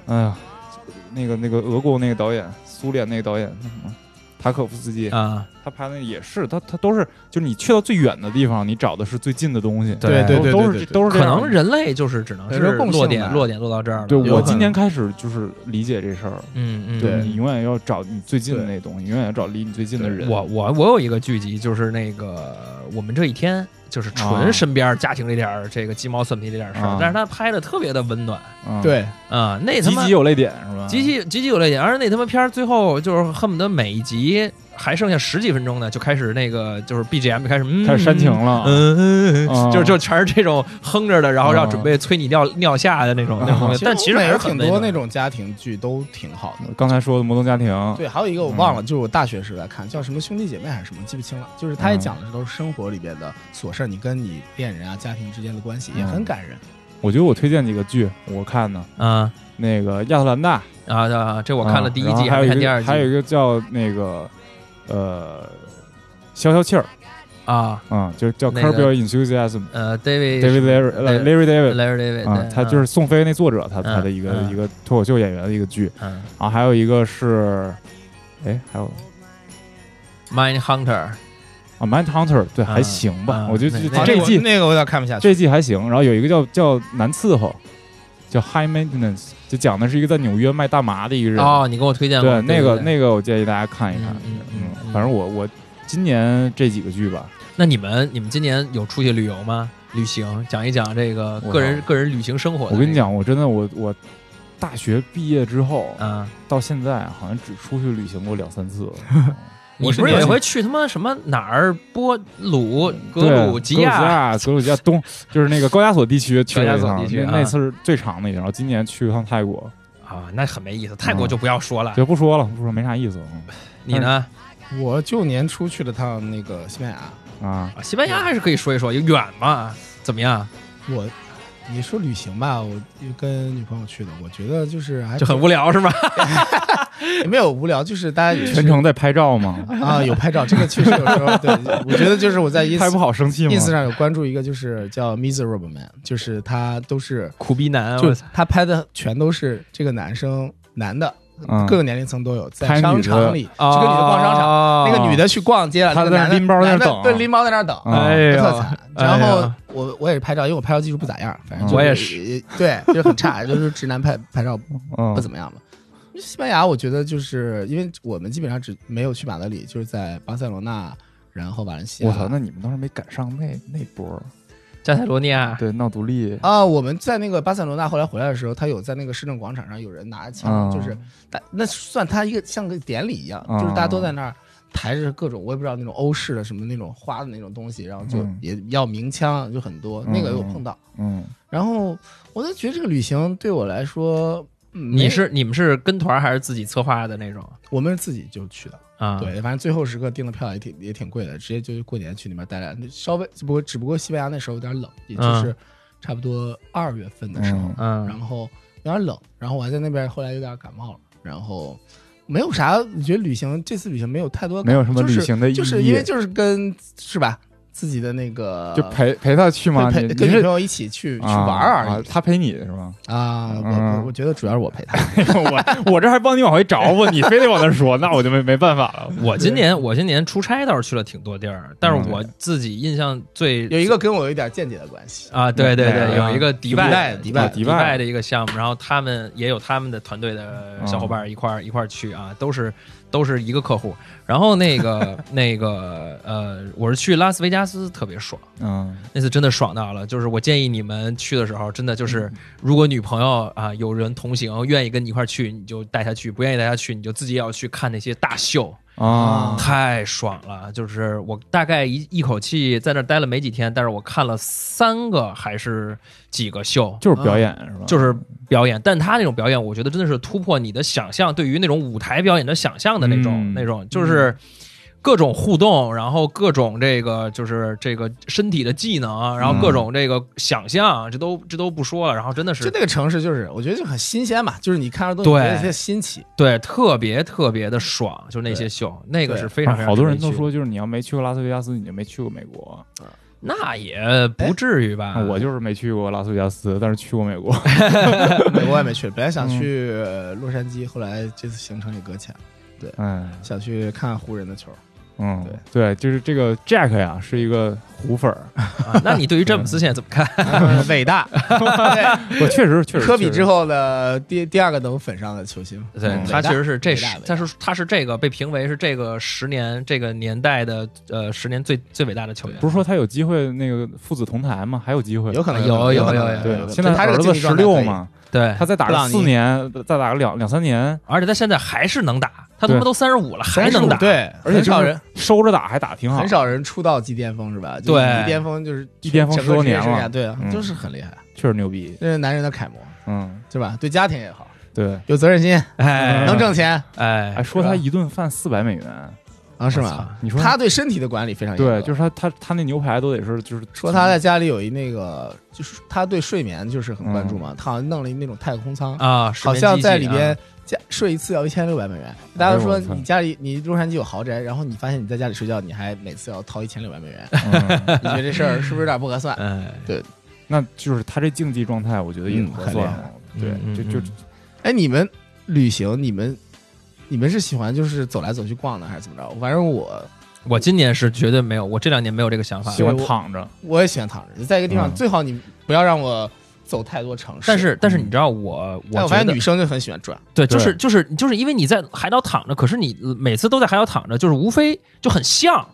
[SPEAKER 1] 哎呀，那个那个俄国那个导演，苏联那个导演，那什么塔可夫斯基，
[SPEAKER 2] 啊，
[SPEAKER 1] 他拍的也是，他他都是，就是你去到最远的地方，你找的是最近的东西。
[SPEAKER 2] 对
[SPEAKER 1] 都
[SPEAKER 3] 对
[SPEAKER 1] 都
[SPEAKER 3] 对
[SPEAKER 1] 是
[SPEAKER 3] 对
[SPEAKER 1] 这都是这
[SPEAKER 2] 可
[SPEAKER 1] 样
[SPEAKER 2] 能人类就是只能
[SPEAKER 3] 有
[SPEAKER 2] 是
[SPEAKER 3] 时候共性
[SPEAKER 2] 落点
[SPEAKER 3] 吧
[SPEAKER 2] 落点落到这儿了。
[SPEAKER 1] 对
[SPEAKER 2] 有
[SPEAKER 1] 我
[SPEAKER 2] 可
[SPEAKER 1] 今
[SPEAKER 2] 能
[SPEAKER 1] 年，开始就是理解这事儿，
[SPEAKER 2] 嗯嗯，
[SPEAKER 3] 对
[SPEAKER 1] 你永远要找你最近的那东西，永远要找离你最近的人。
[SPEAKER 2] 我我我有一个剧集，就是那个我们这一天，就是纯
[SPEAKER 1] 啊
[SPEAKER 2] 身边家庭这点儿这个鸡毛蒜皮这点儿事儿
[SPEAKER 1] 啊，
[SPEAKER 2] 但是他拍的特别的温暖
[SPEAKER 1] 嗯，
[SPEAKER 3] 对，
[SPEAKER 2] 啊，那他
[SPEAKER 1] 集
[SPEAKER 2] 妈
[SPEAKER 1] 集有泪点是吧？
[SPEAKER 2] 极其极其有泪点，而且那他妈片儿最后就是恨不得每一集还剩下十几分钟呢，就开始那个就是 BGM 就开始、嗯、
[SPEAKER 1] 开始煽情，了，
[SPEAKER 2] 嗯，
[SPEAKER 1] 啊
[SPEAKER 2] 就就全是这种哼着的，然后
[SPEAKER 1] 啊
[SPEAKER 2] 要准备催你尿尿下的那种、
[SPEAKER 1] 啊
[SPEAKER 2] 那种东西，但其实
[SPEAKER 3] 欧美
[SPEAKER 2] 还是
[SPEAKER 3] 有挺
[SPEAKER 2] 很
[SPEAKER 3] 多
[SPEAKER 2] 温
[SPEAKER 3] 那
[SPEAKER 2] 暖的
[SPEAKER 3] 种家庭剧都挺好的。
[SPEAKER 1] 刚才说的《摩登家庭》，
[SPEAKER 2] 嗯
[SPEAKER 3] 对，还有一个我忘了，就是我大学时代看，叫什么兄弟姐妹还是什么，记不清了。就是他也讲的都是生活里边的琐事儿，你跟你恋人啊、家庭之间的关系，也
[SPEAKER 1] 嗯
[SPEAKER 3] 很感人。
[SPEAKER 1] 我觉得我推荐几个剧，我看呢，
[SPEAKER 2] 啊
[SPEAKER 1] 那个《亚特兰大》
[SPEAKER 2] 啊啊！这我看了
[SPEAKER 1] 嗯
[SPEAKER 2] 第一
[SPEAKER 1] 然后
[SPEAKER 2] 季，
[SPEAKER 1] 还有
[SPEAKER 2] 没
[SPEAKER 1] 一
[SPEAKER 2] 看
[SPEAKER 1] 个
[SPEAKER 2] 第二季
[SPEAKER 1] 还有一个叫那个呃消消气儿
[SPEAKER 2] 啊。
[SPEAKER 1] 啊、嗯，就是叫
[SPEAKER 2] 那个
[SPEAKER 1] Curb Your Enthusiasm，
[SPEAKER 2] 呃，David
[SPEAKER 1] David Larry
[SPEAKER 2] 呃
[SPEAKER 1] 呃 Larry David
[SPEAKER 2] Larry David，
[SPEAKER 1] 啊、
[SPEAKER 2] 对嗯
[SPEAKER 1] 他就是宋飞那作者他、他的一个、
[SPEAKER 2] 嗯嗯
[SPEAKER 1] 一个脱口秀演员的一个剧
[SPEAKER 2] 嗯
[SPEAKER 1] 啊，还有一个是哎还有
[SPEAKER 2] Mind Hunter，
[SPEAKER 1] 啊 Mind Hunter 对、
[SPEAKER 2] 嗯
[SPEAKER 1] 还行吧，
[SPEAKER 2] 嗯
[SPEAKER 1] 我觉得
[SPEAKER 2] 那
[SPEAKER 1] 就
[SPEAKER 2] 那
[SPEAKER 1] 这季、
[SPEAKER 3] 那个我有点看不下去。
[SPEAKER 1] 这季还行，然后有一个叫叫难伺候，叫 High Maintenance，就讲的是一个在纽约卖大麻的一个人
[SPEAKER 2] 哦，你给我推荐过
[SPEAKER 1] 对，那个
[SPEAKER 2] 对
[SPEAKER 1] 那个我建议大家看一看。
[SPEAKER 2] 嗯嗯嗯嗯
[SPEAKER 1] 反正我我今年这几个剧吧，
[SPEAKER 2] 那你们你们今年有出去旅游吗？旅行讲一讲这个
[SPEAKER 1] 我
[SPEAKER 2] 个人个人旅行生活。
[SPEAKER 1] 我跟你，讲，我真的我我大学毕业之后
[SPEAKER 2] 啊，
[SPEAKER 1] 到现在，好像只出去旅行过两三次。
[SPEAKER 2] 你不是有一回去他妈什么哪儿波鲁格
[SPEAKER 1] 对
[SPEAKER 2] 鲁吉
[SPEAKER 1] 格鲁吉
[SPEAKER 2] 亚
[SPEAKER 1] 亚、格鲁吉亚东，就是那个高加索地 区去了一
[SPEAKER 2] 高加
[SPEAKER 1] 趟
[SPEAKER 2] 索地，区
[SPEAKER 1] 那
[SPEAKER 2] 啊
[SPEAKER 1] 那次是最长的一趟。然后今年去一趟泰国，
[SPEAKER 2] 啊？那很没意思，泰国就不要说了。
[SPEAKER 1] 就不说了，不说没啥意思。嗯
[SPEAKER 2] 你呢？
[SPEAKER 3] 我旧年出去了趟那个西班牙，
[SPEAKER 1] 啊，
[SPEAKER 2] 啊西班牙还是可以说一说，远嘛？怎么样？
[SPEAKER 3] 我你说旅行吧，我跟女朋友去的，我觉得就是
[SPEAKER 1] 哎
[SPEAKER 3] 还
[SPEAKER 2] 就很无聊是吧？
[SPEAKER 3] 没有无聊，就是大家也是
[SPEAKER 1] 全程在拍照 吗？
[SPEAKER 3] 啊有拍照，这个确实有时候对，我觉得就是 我在 ins
[SPEAKER 1] 拍不好生气吗？
[SPEAKER 3] ins 上有关注一个就是叫 miserable man，就是他都是
[SPEAKER 2] 苦逼
[SPEAKER 1] 哎
[SPEAKER 2] 男，
[SPEAKER 3] 就
[SPEAKER 2] 我操
[SPEAKER 3] 他拍的全都是这个男生男的，
[SPEAKER 1] 嗯
[SPEAKER 3] 各个年龄层都有，在
[SPEAKER 1] 拍女
[SPEAKER 3] 商
[SPEAKER 1] 的
[SPEAKER 3] 场里，这个女的逛商场。
[SPEAKER 2] 场
[SPEAKER 3] 那个女的去逛街了，
[SPEAKER 1] 她
[SPEAKER 3] 那
[SPEAKER 1] 在
[SPEAKER 3] 个
[SPEAKER 1] 那
[SPEAKER 3] 男的
[SPEAKER 1] 拎包在那
[SPEAKER 3] 男的
[SPEAKER 1] 等
[SPEAKER 3] 对，拎包在那儿等，
[SPEAKER 1] 啊
[SPEAKER 2] 哎
[SPEAKER 3] 特
[SPEAKER 2] 呦
[SPEAKER 3] 惨。然
[SPEAKER 2] 哎
[SPEAKER 3] 后
[SPEAKER 2] 呀
[SPEAKER 3] 我我也是拍照，因为我拍照技术不咋样，反
[SPEAKER 1] 嗯
[SPEAKER 3] 正就
[SPEAKER 2] 我也是，
[SPEAKER 3] 对，就是很差， 就是直男拍拍照
[SPEAKER 1] 嗯
[SPEAKER 3] 不怎么样嘛。西班牙，我觉得就是因为我们基本上只没有去马德里，就是在巴塞罗那，然后瓦伦西亚。
[SPEAKER 1] 我操，那你们当时没赶上那那波儿，
[SPEAKER 2] 加泰罗尼亚，
[SPEAKER 1] 对，闹独立
[SPEAKER 3] 啊，我们在那个巴塞罗那后来回来的时候，他有在那个市政广场上有人拿着枪，
[SPEAKER 1] 嗯
[SPEAKER 3] 就是大那算他一个像个典礼一样，
[SPEAKER 1] 嗯
[SPEAKER 3] 就是大家都在那儿抬着各种我也不知道那种欧式的什么那种花的那种东西，然后就
[SPEAKER 1] 嗯
[SPEAKER 3] 也要鸣枪，就很多
[SPEAKER 1] 嗯
[SPEAKER 3] 那个有碰到。
[SPEAKER 1] 嗯。
[SPEAKER 3] 然后我就觉得这个旅行对我来说，嗯没
[SPEAKER 2] 你是你们是跟团还是自己策划的那种
[SPEAKER 3] 我们是自己就去的，
[SPEAKER 2] 啊？
[SPEAKER 3] 对，反正最后时刻订的票也挺也挺贵的，直接就过年去那边待了，那稍微只不过只不过西班牙那时候有点冷，也就是差不多二月份的时候，
[SPEAKER 1] 嗯
[SPEAKER 2] 嗯，
[SPEAKER 3] 然后有点冷，然后我还在那边，后来有点感冒了，然后没有啥，我觉得旅行这次旅行没有太多
[SPEAKER 1] 没
[SPEAKER 3] 感，
[SPEAKER 1] 有什么旅行的意义，
[SPEAKER 3] 就是，就是因为就是跟是吧，自己的那个
[SPEAKER 1] 就陪陪他去吗？
[SPEAKER 3] 呃陪
[SPEAKER 1] 你
[SPEAKER 3] 跟
[SPEAKER 1] 你
[SPEAKER 3] 女
[SPEAKER 1] 是
[SPEAKER 3] 朋友一起去、去
[SPEAKER 1] 啊
[SPEAKER 3] 玩儿而
[SPEAKER 1] 啊
[SPEAKER 3] 已
[SPEAKER 1] 他陪你是 吗？
[SPEAKER 3] 啊，我
[SPEAKER 1] 嗯
[SPEAKER 3] 我我觉得主要是我陪他，
[SPEAKER 1] 我我这还帮你往回找吧，你非得往那说，那我就没没办法了。
[SPEAKER 2] 我今年我今年出差倒是去了挺多地儿，但是我自己印象最
[SPEAKER 3] 有一个跟我有一点间接的关系，
[SPEAKER 2] 啊，对对
[SPEAKER 1] 哪
[SPEAKER 2] 对，
[SPEAKER 1] 个啊
[SPEAKER 2] 有一个迪
[SPEAKER 3] 迪
[SPEAKER 2] 拜
[SPEAKER 3] 拜迪拜
[SPEAKER 1] 迪
[SPEAKER 2] 迪
[SPEAKER 1] 拜
[SPEAKER 2] 的一个项目，然后他们也有他们的团队的小伙伴一块儿一块儿去啊，都是都是一个客户。然后那 个那个呃，我是去拉斯维加斯，特别爽，
[SPEAKER 3] 啊
[SPEAKER 1] 嗯，
[SPEAKER 2] 那次真的爽到了。就是我建议你们去的时候，真的就是如果女朋友啊有人同行，愿意跟你一块儿去，你就带她去；不愿意带她去，你就自己也要去看那些大秀。
[SPEAKER 1] 啊，
[SPEAKER 2] 太爽了！就是我大概一一口气在那儿待了没几天，但是我看了三个还是几个秀，
[SPEAKER 1] 就是表演是吧？
[SPEAKER 2] 就是表演。但他那种表演，我觉得真的是突破你的想象，对于那种舞台表演的想象的那种、
[SPEAKER 1] 嗯
[SPEAKER 2] 那种，就是各种互动，然后各种这个就是这个身体的技能，然后各种这个想象，这都这都不说了。然后真的
[SPEAKER 3] 就是那个城市就是我觉得就很新鲜嘛，就是你看着东西
[SPEAKER 2] 对
[SPEAKER 3] 觉得特别新奇，
[SPEAKER 2] 对特别特别的爽，就是那些秀，那个
[SPEAKER 3] 对
[SPEAKER 2] 是非常非常
[SPEAKER 1] 啊好多
[SPEAKER 2] 值
[SPEAKER 1] 人
[SPEAKER 2] 得
[SPEAKER 1] 都
[SPEAKER 2] 去
[SPEAKER 1] 说，就是你要没去过拉斯维加斯，你就没去过美国。啊
[SPEAKER 2] 那也不至于吧？
[SPEAKER 1] 哎
[SPEAKER 3] 嗯
[SPEAKER 1] 我就是没去过拉斯维加斯，但是去过美国。
[SPEAKER 3] 美国我也没去，本来
[SPEAKER 1] 嗯
[SPEAKER 3] 想去呃洛杉矶，后来这次行程也搁浅，
[SPEAKER 1] 哎，
[SPEAKER 3] 想去看湖人的球。
[SPEAKER 1] 嗯，对，就是这个 Jack 呀，是一个虎粉儿。
[SPEAKER 2] 啊，那你对于詹姆斯现在怎么 看？
[SPEAKER 3] 嗯伟大，对
[SPEAKER 1] 我确实确实，
[SPEAKER 3] 科比之
[SPEAKER 1] 后，
[SPEAKER 3] 后的第第二个能粉上的球星，
[SPEAKER 2] 对
[SPEAKER 1] 嗯
[SPEAKER 2] 他其实是这
[SPEAKER 3] 伟
[SPEAKER 2] 是
[SPEAKER 3] 大伟大
[SPEAKER 2] 他是他是这个被评为是这个十年这个年代的呃十年最最伟大的球员
[SPEAKER 1] 不。是说他有机会那个父子同台吗？还哎有机会。
[SPEAKER 3] 有可能
[SPEAKER 2] 有
[SPEAKER 3] 有可能
[SPEAKER 2] 有有
[SPEAKER 3] 有可能
[SPEAKER 1] 对
[SPEAKER 3] 有可，能
[SPEAKER 1] 现在
[SPEAKER 3] 他这
[SPEAKER 1] 儿子
[SPEAKER 3] 个竞技
[SPEAKER 1] 十
[SPEAKER 3] 状态
[SPEAKER 1] 六
[SPEAKER 3] 可以，
[SPEAKER 1] 嘛，
[SPEAKER 2] 对
[SPEAKER 1] 他，再打
[SPEAKER 3] 布
[SPEAKER 1] 个
[SPEAKER 3] 朗尼
[SPEAKER 1] 四年，再打个两两三年，
[SPEAKER 2] 而且他现在还是能打，他他妈
[SPEAKER 1] 对
[SPEAKER 2] 都三十五了还能打。
[SPEAKER 3] 对，
[SPEAKER 1] 而且
[SPEAKER 3] 很少
[SPEAKER 1] 就是
[SPEAKER 3] 人
[SPEAKER 1] 收着打还打挺好。
[SPEAKER 3] 很少人出道即巅峰是吧？就
[SPEAKER 2] 对
[SPEAKER 3] 一巅峰就是
[SPEAKER 1] 一巅峰
[SPEAKER 3] 整个
[SPEAKER 1] 10
[SPEAKER 3] 职业
[SPEAKER 1] 年
[SPEAKER 3] 生涯
[SPEAKER 1] 了
[SPEAKER 3] 对啊，
[SPEAKER 1] 嗯
[SPEAKER 3] 就是很厉害，
[SPEAKER 1] 确实牛逼。
[SPEAKER 3] 这是男人的楷模，
[SPEAKER 1] 嗯，
[SPEAKER 3] 是吧？对家庭也好，
[SPEAKER 1] 对。
[SPEAKER 3] 有责任心，
[SPEAKER 2] 哎
[SPEAKER 3] 嗯能挣钱，
[SPEAKER 2] 哎
[SPEAKER 1] 哎，，说他
[SPEAKER 3] 是吧
[SPEAKER 1] 一顿饭四百美元，
[SPEAKER 3] 啊，是
[SPEAKER 2] 我操
[SPEAKER 3] 吗？
[SPEAKER 1] 你说
[SPEAKER 3] 他对身体的管理非常严格，
[SPEAKER 1] 对，就是他他他那牛排都得是就是
[SPEAKER 3] 哎说他在家里有一那个，就是他对睡眠就是很关注嘛，
[SPEAKER 1] 嗯
[SPEAKER 3] 他好像弄了一那种太空舱，
[SPEAKER 2] 啊，
[SPEAKER 3] 好
[SPEAKER 2] 睡眠
[SPEAKER 3] 像
[SPEAKER 2] 机器
[SPEAKER 3] 在里
[SPEAKER 2] 啊
[SPEAKER 3] 边家睡一次要一千六百美元。大家都说
[SPEAKER 1] 哎呦我操
[SPEAKER 3] 你家里你洛杉矶有豪宅，然后你发现你在家里睡觉，你还每次要掏一千六百美元，
[SPEAKER 1] 嗯
[SPEAKER 3] 你觉得这事儿是不是有点不合 算？
[SPEAKER 2] 哎，
[SPEAKER 1] 那就是他这竞技状态，我觉得也
[SPEAKER 3] 嗯
[SPEAKER 1] 合
[SPEAKER 3] 很
[SPEAKER 1] 算
[SPEAKER 3] 厉害
[SPEAKER 1] 了。对，
[SPEAKER 2] 嗯
[SPEAKER 1] 就
[SPEAKER 2] 嗯
[SPEAKER 1] 就
[SPEAKER 3] 哎，你们旅行，你们你们是喜欢就是走来走去逛呢，还是怎么着？反正我
[SPEAKER 2] 我今年是绝对没有，我这两年没有这个想法。
[SPEAKER 1] 喜欢躺着，
[SPEAKER 3] 我也喜欢躺着，在一个地方、
[SPEAKER 1] 嗯
[SPEAKER 3] 最好你不要让我走太多城市。
[SPEAKER 2] 但是，但是
[SPEAKER 1] 嗯
[SPEAKER 2] 你知道我，
[SPEAKER 3] 哎，
[SPEAKER 2] 我
[SPEAKER 3] 我
[SPEAKER 2] 觉
[SPEAKER 3] 发现
[SPEAKER 2] 得
[SPEAKER 3] 女生就很喜欢转，
[SPEAKER 2] 对，就是
[SPEAKER 1] 对
[SPEAKER 2] 就是就是因为你在海岛躺着，可是你每次都在海岛躺着，就是无非就很像，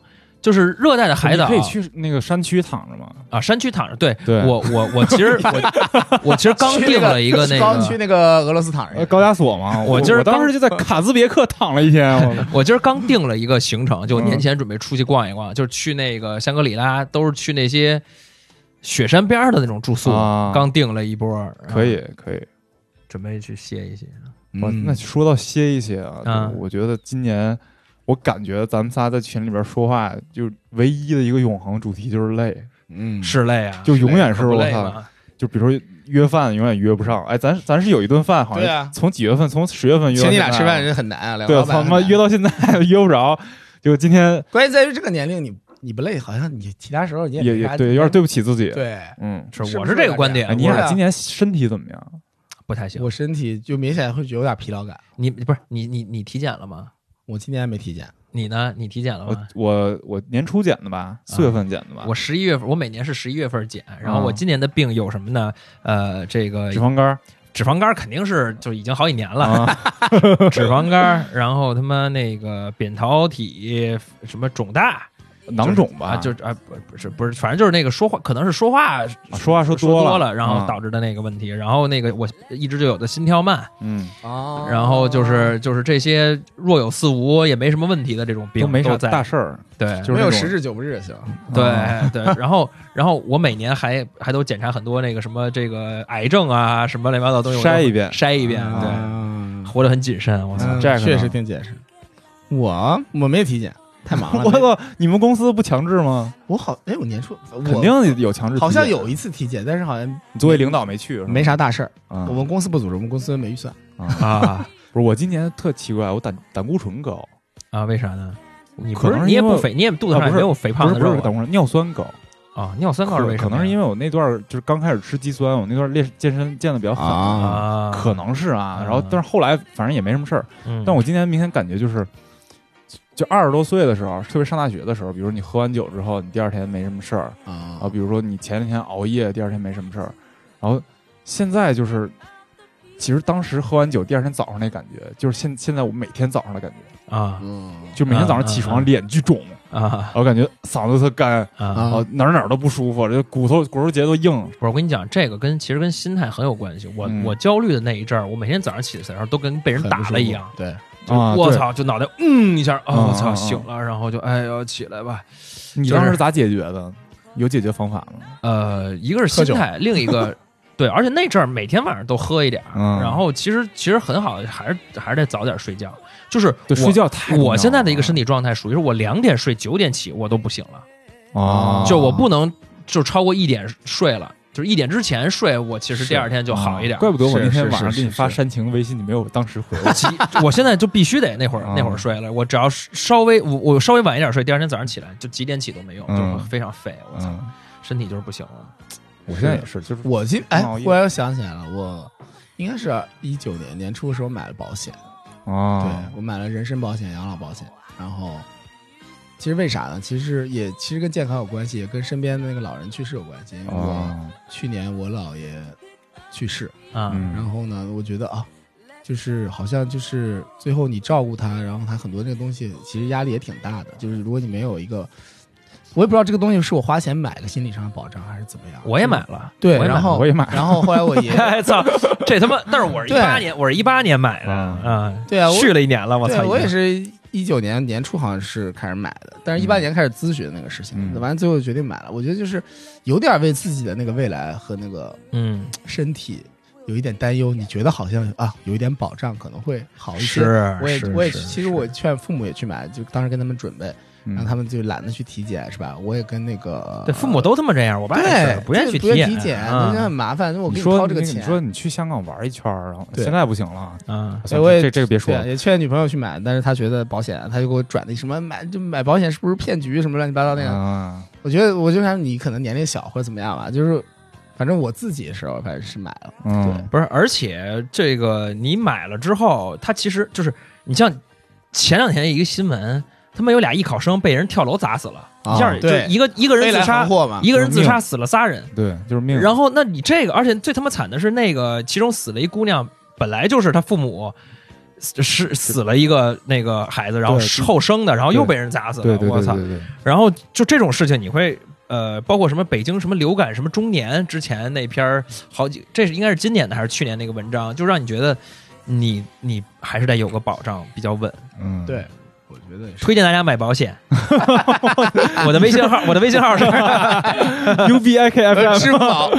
[SPEAKER 2] 就是热带的海岛
[SPEAKER 1] 你可以去那个山区躺着嘛。
[SPEAKER 2] 啊，山区躺着。对
[SPEAKER 1] 对
[SPEAKER 2] 我我我其实我我其实刚
[SPEAKER 3] 去
[SPEAKER 2] 定了一个
[SPEAKER 3] 那
[SPEAKER 2] 那
[SPEAKER 3] 刚去
[SPEAKER 2] 个，
[SPEAKER 3] 那个俄罗斯躺着
[SPEAKER 1] 呃，，高加索嘛，
[SPEAKER 2] 我
[SPEAKER 1] 我
[SPEAKER 2] 今儿
[SPEAKER 1] 我当
[SPEAKER 2] 刚
[SPEAKER 1] 时就在卡兹别克躺了一天，我
[SPEAKER 2] 我今儿刚定了一个行程，就
[SPEAKER 1] 嗯
[SPEAKER 2] 年前准备出去逛一逛，就是去那个香格里拉，都是去那些雪山边儿的那种住宿，
[SPEAKER 1] 啊
[SPEAKER 2] 刚定了一波，然后
[SPEAKER 1] 可以可以。
[SPEAKER 2] 准备去歇一歇。
[SPEAKER 1] 我
[SPEAKER 3] 嗯
[SPEAKER 1] 那说到歇一歇啊，
[SPEAKER 2] 嗯
[SPEAKER 1] 就我觉得今年我感觉咱们仨在群里边说话，就唯一的一个永恒主题就是累，
[SPEAKER 3] 嗯
[SPEAKER 2] 是累啊，
[SPEAKER 1] 就永远是
[SPEAKER 2] 可不
[SPEAKER 1] 我
[SPEAKER 2] 累
[SPEAKER 1] 操，
[SPEAKER 2] 吗？
[SPEAKER 1] 就比如说约饭永远约不上。哎，咱咱是有一顿饭，好
[SPEAKER 3] 对
[SPEAKER 1] 像
[SPEAKER 3] 啊
[SPEAKER 1] 从几月份，从十月份约到
[SPEAKER 3] 请你俩
[SPEAKER 1] 现在
[SPEAKER 3] 吃饭
[SPEAKER 1] 啊
[SPEAKER 3] 是很难啊，两个
[SPEAKER 1] 对，
[SPEAKER 3] 老板
[SPEAKER 1] 他
[SPEAKER 3] 很
[SPEAKER 1] 妈
[SPEAKER 3] 难
[SPEAKER 1] 约到现在 约不着，就今天
[SPEAKER 3] 关键在于这个年龄你你不累，好像你其他时候你
[SPEAKER 1] 也
[SPEAKER 3] 没
[SPEAKER 1] 也
[SPEAKER 3] 啥
[SPEAKER 1] 对，有点对不起自己。
[SPEAKER 3] 对。
[SPEAKER 1] 嗯，
[SPEAKER 2] 是
[SPEAKER 3] 是
[SPEAKER 2] 我
[SPEAKER 3] 不
[SPEAKER 2] 是
[SPEAKER 3] 是
[SPEAKER 2] 这个
[SPEAKER 3] 有
[SPEAKER 2] 观
[SPEAKER 3] 点
[SPEAKER 2] 点
[SPEAKER 1] 哎，，你
[SPEAKER 3] 我
[SPEAKER 1] 俩
[SPEAKER 3] 俩
[SPEAKER 1] 今年身体怎么样？
[SPEAKER 2] 不太行。
[SPEAKER 3] 我身体就明显会觉得有点疲劳感。
[SPEAKER 2] 你不是你你你体检了吗？
[SPEAKER 3] 我今年还没体检，
[SPEAKER 2] 你呢？你体检了
[SPEAKER 1] 我
[SPEAKER 2] 吗？
[SPEAKER 1] 我我年初检的吧，四月份检的吧，
[SPEAKER 2] 啊我十一月份，我每年是十一月份检，然后我
[SPEAKER 1] 嗯
[SPEAKER 2] 今年的病有什么呢？呃，这个
[SPEAKER 1] 脂肪肝儿
[SPEAKER 2] 脂肪肝肯定是就已经好几年了，
[SPEAKER 1] 啊，
[SPEAKER 2] 脂肪肝，然后他妈那个扁桃体什么肿大
[SPEAKER 1] 囊肿吧，
[SPEAKER 2] 啊，就啊不不是不是，反正就是那个说话可能是说话
[SPEAKER 1] 啊说话说
[SPEAKER 2] 说
[SPEAKER 1] 了，
[SPEAKER 2] 了，然后
[SPEAKER 1] 嗯
[SPEAKER 2] 导致的那个问题，然后那个我一直就有的心跳慢，
[SPEAKER 1] 嗯，
[SPEAKER 3] 哦
[SPEAKER 2] 然后就是就是这些若有似无也没什么问题的这种病
[SPEAKER 1] 都没啥
[SPEAKER 2] 在
[SPEAKER 1] 大事 儿，
[SPEAKER 2] 对
[SPEAKER 1] 就是
[SPEAKER 3] 没有
[SPEAKER 1] 那种
[SPEAKER 3] 十日九不日行。
[SPEAKER 2] 对
[SPEAKER 1] 啊
[SPEAKER 2] 对， 然后然后我每年还还都检查很多那个什么这个癌症啊什么乱七八糟的东西，我都
[SPEAKER 1] 筛一遍啊
[SPEAKER 2] 筛一遍，对，
[SPEAKER 3] 嗯
[SPEAKER 2] 活得很谨慎，我操，
[SPEAKER 3] 嗯
[SPEAKER 1] 这个呢
[SPEAKER 3] 确实挺谨慎。我我没体检，太忙 了。
[SPEAKER 1] 我操，你们公司不强制吗？
[SPEAKER 3] 我好哎，我年初我
[SPEAKER 1] 肯定有强制体检，
[SPEAKER 3] 好像有一次体检，但是好像
[SPEAKER 1] 你作为领导没去，是吧
[SPEAKER 3] 没啥大事儿。
[SPEAKER 1] 啊
[SPEAKER 3] 我。们公司不组织，我们公司没预算。
[SPEAKER 2] 啊
[SPEAKER 1] 不是我今年特奇怪，我胆胆固醇高，
[SPEAKER 2] 啊！为啥呢？你
[SPEAKER 1] 可
[SPEAKER 2] 不
[SPEAKER 1] 能是
[SPEAKER 2] 你也
[SPEAKER 1] 因为
[SPEAKER 2] 不肥，你也肚子
[SPEAKER 1] 啊
[SPEAKER 2] 上也
[SPEAKER 1] 不是
[SPEAKER 2] 没有肥
[SPEAKER 1] 不
[SPEAKER 2] 胖
[SPEAKER 1] 是
[SPEAKER 2] 的
[SPEAKER 1] 不
[SPEAKER 2] 肉
[SPEAKER 1] 是胆
[SPEAKER 2] 啊
[SPEAKER 1] 固醇，尿酸高，
[SPEAKER 2] 啊！尿酸高是为什
[SPEAKER 1] 可
[SPEAKER 2] 么呀？
[SPEAKER 1] 能是因为我那段儿就是刚开始吃肌酸，我那段儿练健身健的比较狠，
[SPEAKER 3] 啊，
[SPEAKER 2] 啊，
[SPEAKER 1] 可能是啊
[SPEAKER 2] 啊。
[SPEAKER 1] 然后但是后来反正也没什么事儿，
[SPEAKER 2] 嗯，
[SPEAKER 1] 但我今年明显感觉就是，就二十多岁的时候，特别上大学的时候，比如你喝完酒之后，你第二天没什么事儿，然后
[SPEAKER 3] 啊
[SPEAKER 1] 比如说你前两天熬夜，第二天没什么事儿，然后现在就是，其实当时喝完酒第二天早上那感觉，就是现现在我每天早上的感觉，
[SPEAKER 2] 啊
[SPEAKER 3] 嗯，
[SPEAKER 1] 就每天早上起
[SPEAKER 2] 嗯嗯
[SPEAKER 1] 床
[SPEAKER 2] 嗯
[SPEAKER 1] 脸巨肿，
[SPEAKER 2] 啊
[SPEAKER 1] 然后感觉嗓子特干，
[SPEAKER 2] 啊！
[SPEAKER 1] 然后哪儿哪儿都不舒服，这骨头骨头节都硬，
[SPEAKER 2] 不是，我跟你讲，这个跟其实跟心态很有关系。我
[SPEAKER 1] 嗯
[SPEAKER 2] 我焦虑的那一阵儿，我每天早上起的时候都跟被人
[SPEAKER 3] 很不
[SPEAKER 2] 打
[SPEAKER 3] 舒
[SPEAKER 2] 了一
[SPEAKER 3] 服
[SPEAKER 2] 样。
[SPEAKER 3] 对，
[SPEAKER 2] 就
[SPEAKER 1] 啊
[SPEAKER 2] 我
[SPEAKER 1] 对
[SPEAKER 2] 操！就脑袋嗯一下，啊，我操，
[SPEAKER 1] 嗯嗯嗯
[SPEAKER 2] 醒了，然后就哎呦起来吧。
[SPEAKER 1] 你
[SPEAKER 2] 就是
[SPEAKER 1] 当时咋解决的？有解决方法吗？
[SPEAKER 2] 呃，一个是心态，另 一个对，而且那阵儿每天晚上都喝一点儿，
[SPEAKER 1] 嗯
[SPEAKER 2] 然后其实其实很好，还是还是得早点睡觉。就是
[SPEAKER 1] 对，睡
[SPEAKER 2] 我。
[SPEAKER 1] 觉太
[SPEAKER 2] 我现在的一个身
[SPEAKER 1] 体
[SPEAKER 2] 体状态属于是我两点睡九点起我都不醒了，
[SPEAKER 1] 啊，
[SPEAKER 2] 就我不能就超过一点睡了，就是一点之前睡，我其实第二天就好一点。
[SPEAKER 1] 哦嗯怪不得我那
[SPEAKER 3] 是
[SPEAKER 1] 天
[SPEAKER 3] 是
[SPEAKER 1] 晚上
[SPEAKER 3] 是
[SPEAKER 1] 给你
[SPEAKER 3] 是
[SPEAKER 1] 发煽情微信，你没有当时回 我。
[SPEAKER 2] 急我现在就必须得那会儿
[SPEAKER 1] 啊
[SPEAKER 2] 那会儿睡了，我只要稍微我我稍微晚一点睡，第二天早上起来就几点起都没用，
[SPEAKER 1] 嗯
[SPEAKER 2] 就是非常废。我操，
[SPEAKER 1] 嗯，
[SPEAKER 2] 身体就是不行了。
[SPEAKER 1] 我现在也是，就是
[SPEAKER 3] 我今哎
[SPEAKER 1] 熬，夜
[SPEAKER 3] 忽然又想起来了，我应该是一九年年初的时候买了保险，
[SPEAKER 1] 啊
[SPEAKER 2] 哦
[SPEAKER 3] 对，我买了人身保险、养老保险，然后其实为啥呢？其实也其实跟健康有关系，也跟身边的那个老人去世有关系。因为我
[SPEAKER 2] 哦
[SPEAKER 1] 啊，
[SPEAKER 3] 去年我姥爷去世，
[SPEAKER 2] 啊，
[SPEAKER 1] 嗯
[SPEAKER 3] 然后呢，我觉得啊，就是好像就是最后你照顾他，然后他很多那个东西其实压力也挺大的。就是如果你没有一个，我也不知道这个东西是我花钱买个心理上的保障还是怎么样。
[SPEAKER 2] 我也买了，
[SPEAKER 3] 对，
[SPEAKER 2] 我也买
[SPEAKER 3] 然后
[SPEAKER 1] 我也买了
[SPEAKER 3] 然后后来我爷
[SPEAKER 2] 哎操，这他妈！但是我是一
[SPEAKER 3] 对
[SPEAKER 2] 八年，我是一八年买的，
[SPEAKER 1] 嗯
[SPEAKER 2] 啊，
[SPEAKER 3] 对啊我
[SPEAKER 2] 去了一年了，我
[SPEAKER 3] 对，
[SPEAKER 2] 操！
[SPEAKER 3] 我
[SPEAKER 2] 已经
[SPEAKER 3] 也是一九年年初好像是开始买的，但是一八
[SPEAKER 1] 嗯
[SPEAKER 3] 年开始咨询那个事情，
[SPEAKER 1] 嗯
[SPEAKER 3] 完了最后决定买了。我觉得就是有点为自己的那个未来和那个
[SPEAKER 2] 嗯
[SPEAKER 3] 身体有一点担忧，你觉得好像啊有一点保障可能会好一些。
[SPEAKER 2] 是
[SPEAKER 3] 我也
[SPEAKER 2] 是
[SPEAKER 3] 我也
[SPEAKER 2] 是
[SPEAKER 3] 其实我劝父母也去买，就当时跟他们准备，
[SPEAKER 1] 嗯
[SPEAKER 3] 让他们就懒得去体检是吧？我也跟那个
[SPEAKER 2] 对父母都他妈这样，我爸也
[SPEAKER 3] 对
[SPEAKER 2] 是不愿意去
[SPEAKER 3] 这个不愿
[SPEAKER 2] 检，啊
[SPEAKER 3] 体那就很麻烦，那我给
[SPEAKER 1] 你
[SPEAKER 3] 掏
[SPEAKER 1] 说
[SPEAKER 3] 这个
[SPEAKER 1] 那
[SPEAKER 3] 钱
[SPEAKER 1] 你。说你去香港玩一圈儿，然后
[SPEAKER 3] 对哎
[SPEAKER 1] 现在不行了，啊
[SPEAKER 2] 嗯，
[SPEAKER 1] 算了
[SPEAKER 3] 我也
[SPEAKER 1] 这这个别说
[SPEAKER 3] 对，啊
[SPEAKER 1] 了。
[SPEAKER 3] 也劝女朋友去买，但是她觉得保险，她就给我转那什么买就买保险是不是骗局什么乱七八糟那个，
[SPEAKER 1] 啊，
[SPEAKER 3] 我觉得我就想你可能年龄小或者怎么样吧，就是反正我自己的时候反正是买了，
[SPEAKER 1] 嗯，
[SPEAKER 2] 不是，而且这个你买了之后，它其实就是你像前两天一个新闻，他们有俩艺考生被人跳楼砸死了，
[SPEAKER 3] 啊
[SPEAKER 2] 一下就
[SPEAKER 3] 对
[SPEAKER 2] 一个一个人自杀，
[SPEAKER 3] 祸嘛，
[SPEAKER 2] 一个人自杀死了仨人。
[SPEAKER 1] 对，就是命。
[SPEAKER 2] 然后，那你这个，而且最他妈惨的是，那个其中死了一姑娘，本来就是她父母死是死了一个那个孩子，然后
[SPEAKER 1] 对
[SPEAKER 2] 后生的，然后又被人砸死
[SPEAKER 1] 对
[SPEAKER 2] 了。
[SPEAKER 1] 对
[SPEAKER 2] 我
[SPEAKER 1] 对
[SPEAKER 2] 操！
[SPEAKER 1] 对对，
[SPEAKER 2] 然后就这种事情，你会呃，包括什么北京什么流感什么中年之前那篇儿好几，这是应该是今年的还是去年那个文章，就让你觉得你你还是得有个保障比较 稳。
[SPEAKER 1] 嗯，
[SPEAKER 3] 对，我觉得也 是。
[SPEAKER 2] 推荐大家买保险。我的微信号，我的微信号是
[SPEAKER 1] U B I K F M
[SPEAKER 3] 支付宝，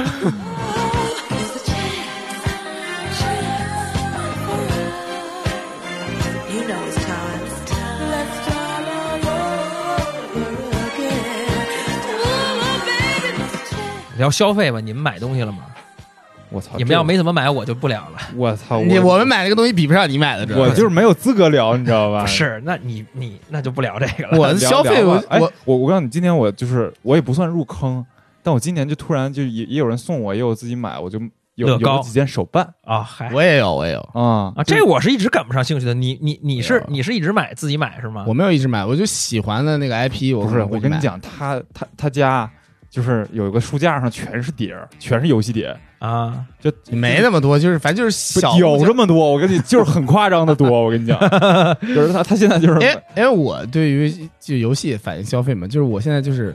[SPEAKER 4] You know it's time. Let's start all over again. Oh, baby, let's change.
[SPEAKER 2] 聊消费吧，你们买东西了吗？
[SPEAKER 1] 我操，
[SPEAKER 2] 你
[SPEAKER 1] 啊
[SPEAKER 2] 们
[SPEAKER 1] 这
[SPEAKER 2] 要没怎么买，我就不聊了。
[SPEAKER 1] 我操，
[SPEAKER 3] 你
[SPEAKER 1] 我
[SPEAKER 3] 我们买那个东西比不上你买的，主要
[SPEAKER 1] 我就是没有资格聊，你知道吧？
[SPEAKER 2] 不啊是，那你你那就不聊这个了。
[SPEAKER 3] 我的
[SPEAKER 1] 聊
[SPEAKER 3] 消费
[SPEAKER 1] 聊
[SPEAKER 3] 我
[SPEAKER 1] 吧哎
[SPEAKER 3] 我
[SPEAKER 1] 我我告诉你，今天我就是我也不算入坑，但我今年就突然就也也有人送我，也有自己买，我就有
[SPEAKER 2] 乐
[SPEAKER 1] 有
[SPEAKER 2] 高
[SPEAKER 1] 了几件手办
[SPEAKER 2] 啊，嗨
[SPEAKER 3] 我也有我也有，
[SPEAKER 1] 啊
[SPEAKER 2] 啊，这我是一直赶不上兴趣的。你你你是
[SPEAKER 3] 对啊
[SPEAKER 2] 你是一直买自己买是吗？
[SPEAKER 3] 我没有一直买，我就喜欢的那个 IP，我
[SPEAKER 1] 不是，
[SPEAKER 3] 会
[SPEAKER 1] 我
[SPEAKER 3] 去
[SPEAKER 1] 跟
[SPEAKER 3] 买
[SPEAKER 1] 你，讲，他他他家就是有一个书架上全是碟儿，全是游戏碟，
[SPEAKER 2] 啊，
[SPEAKER 1] 就
[SPEAKER 3] 没那么多，就是反正就是
[SPEAKER 1] 不
[SPEAKER 3] 小
[SPEAKER 1] 有这么多，我跟你就是很夸张的多，我跟你讲，就是他他现在就是
[SPEAKER 3] 因为因为哎我对于就游戏反映消费嘛，就是我现在就是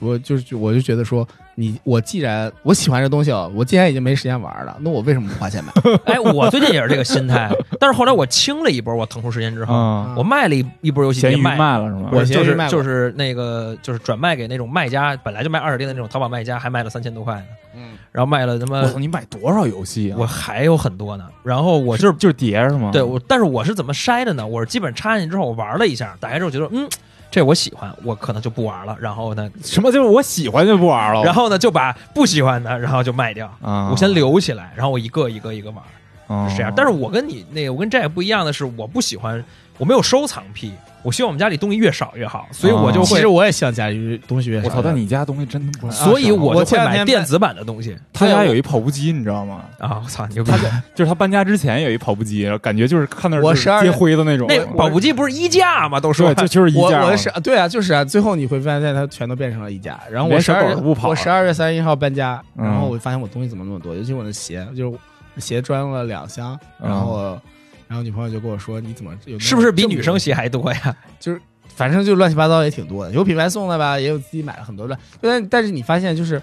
[SPEAKER 3] 我就是我就觉得说你我既然我喜欢这东西哦，我既然已经没时间玩了，那我为什么不花钱买？
[SPEAKER 2] 哎， 我最近也是这个心态，但是后来我清了一波，我腾出时间之后，
[SPEAKER 1] 啊，
[SPEAKER 2] 我卖了一一波游戏
[SPEAKER 1] 咸
[SPEAKER 2] 碟，
[SPEAKER 1] 鱼
[SPEAKER 2] 卖。
[SPEAKER 1] 卖了是吗？
[SPEAKER 2] 我
[SPEAKER 3] 我
[SPEAKER 2] 就
[SPEAKER 3] 闲鱼
[SPEAKER 2] 是
[SPEAKER 3] 卖过
[SPEAKER 2] 就是那个就是转卖给那种卖家，本来就卖二手碟的那种淘宝卖家，还卖了三千多块呢，
[SPEAKER 3] 嗯，
[SPEAKER 2] 然后卖了他
[SPEAKER 1] 我
[SPEAKER 2] 妈
[SPEAKER 1] 操，你买多少游戏啊？
[SPEAKER 2] 呃我还有很多呢，然后我就是
[SPEAKER 1] 就是碟儿是吗？
[SPEAKER 2] 对我，但是我是怎么筛的呢？我是基本插进去之后，我玩了一下，打开之后觉得，嗯，这我喜欢，我可能就不玩了。然后呢，
[SPEAKER 1] 什么就是我喜欢就不玩了，
[SPEAKER 2] 然后呢就把不喜欢的，然后就卖掉，
[SPEAKER 1] 啊，
[SPEAKER 2] 我先留起来，然后我一个一个一个玩，
[SPEAKER 1] 啊
[SPEAKER 2] 是这样。但是我跟你那个，我跟 Jack 不一样的是，我不喜欢，我没有收藏癖，我希望我们家里东西越少越好，所以我就
[SPEAKER 1] 哦
[SPEAKER 3] 啊其
[SPEAKER 2] 会
[SPEAKER 3] 实，我也希望家里东西越
[SPEAKER 1] 我
[SPEAKER 3] 少
[SPEAKER 1] 操，
[SPEAKER 3] 越好
[SPEAKER 1] 但你家东西真的不少
[SPEAKER 2] 所以
[SPEAKER 3] 啊我
[SPEAKER 2] 我就
[SPEAKER 3] 前
[SPEAKER 2] 会
[SPEAKER 3] 两
[SPEAKER 2] 买
[SPEAKER 3] 天
[SPEAKER 2] 电
[SPEAKER 3] 搬
[SPEAKER 2] 子版的东西
[SPEAKER 1] 他家有一跑步机，你知道吗？
[SPEAKER 2] 啊！我操，牛逼！
[SPEAKER 1] 就是他搬家之前有一跑步机，感觉就是看那儿
[SPEAKER 3] 我
[SPEAKER 1] 就是
[SPEAKER 3] 12
[SPEAKER 1] 接灰的那种。
[SPEAKER 2] 那跑步机不是衣架吗？都说
[SPEAKER 1] 对，就就是一
[SPEAKER 3] 我
[SPEAKER 1] 架。
[SPEAKER 3] 我的是对啊，就是啊，最后你会发现它全都变成了一家。然后我
[SPEAKER 1] 连
[SPEAKER 3] 十
[SPEAKER 1] 小
[SPEAKER 3] 二
[SPEAKER 1] 狗都不跑了
[SPEAKER 3] 我十二月三十一号搬家，
[SPEAKER 1] 嗯
[SPEAKER 3] 然后我发现我东西怎么那么多，尤其我的鞋，就是鞋装了两箱，
[SPEAKER 1] 嗯
[SPEAKER 3] 然后然后女朋友就跟我说你怎么 有
[SPEAKER 2] 是不是比女生
[SPEAKER 3] 鞋？
[SPEAKER 2] 鞋还多呀？
[SPEAKER 3] 就是反正就乱七八糟也挺多的，有品牌送的吧，也有自己买了很多的。但但是你发现就是，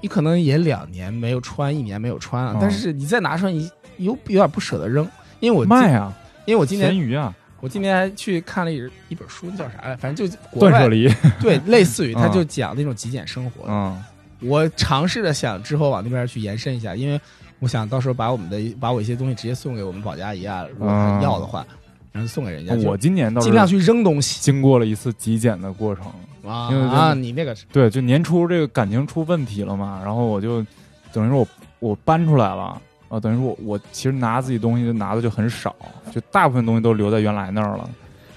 [SPEAKER 3] 你可能也两年没有穿，一年没有穿了，
[SPEAKER 1] 嗯
[SPEAKER 3] 但是你再拿出来，你有有点不舍得扔，因为我今
[SPEAKER 1] 卖啊，
[SPEAKER 3] 因为我今
[SPEAKER 1] 咸
[SPEAKER 3] 年
[SPEAKER 1] 鱼啊，我
[SPEAKER 3] 我今年还去看了一一本书，叫啥来，反正就国
[SPEAKER 1] 断舍
[SPEAKER 3] 外
[SPEAKER 1] 离。
[SPEAKER 3] 对，类似于他
[SPEAKER 1] 嗯
[SPEAKER 3] 就讲那种极简生活。
[SPEAKER 1] 嗯
[SPEAKER 3] 我尝试着想之后往那边去延伸一下，因为我想到时候把我们的把我一些东西直接送给我们保洁阿姨啊，如果她
[SPEAKER 1] 嗯
[SPEAKER 3] 要的话，然后送给人家，
[SPEAKER 1] 我今年
[SPEAKER 3] 就
[SPEAKER 1] 倒
[SPEAKER 3] 尽量
[SPEAKER 1] 是
[SPEAKER 3] 去扔东西。
[SPEAKER 1] 经过了一次极简的过程。
[SPEAKER 3] 啊
[SPEAKER 1] 因为就是
[SPEAKER 3] 啊！你那个
[SPEAKER 1] 对，就年初这个感情出问题了嘛，然后我就等于说我我搬出来了。啊，等于说我我其实拿自己东西就拿的就很少，就大部分东西都留在原来那儿了。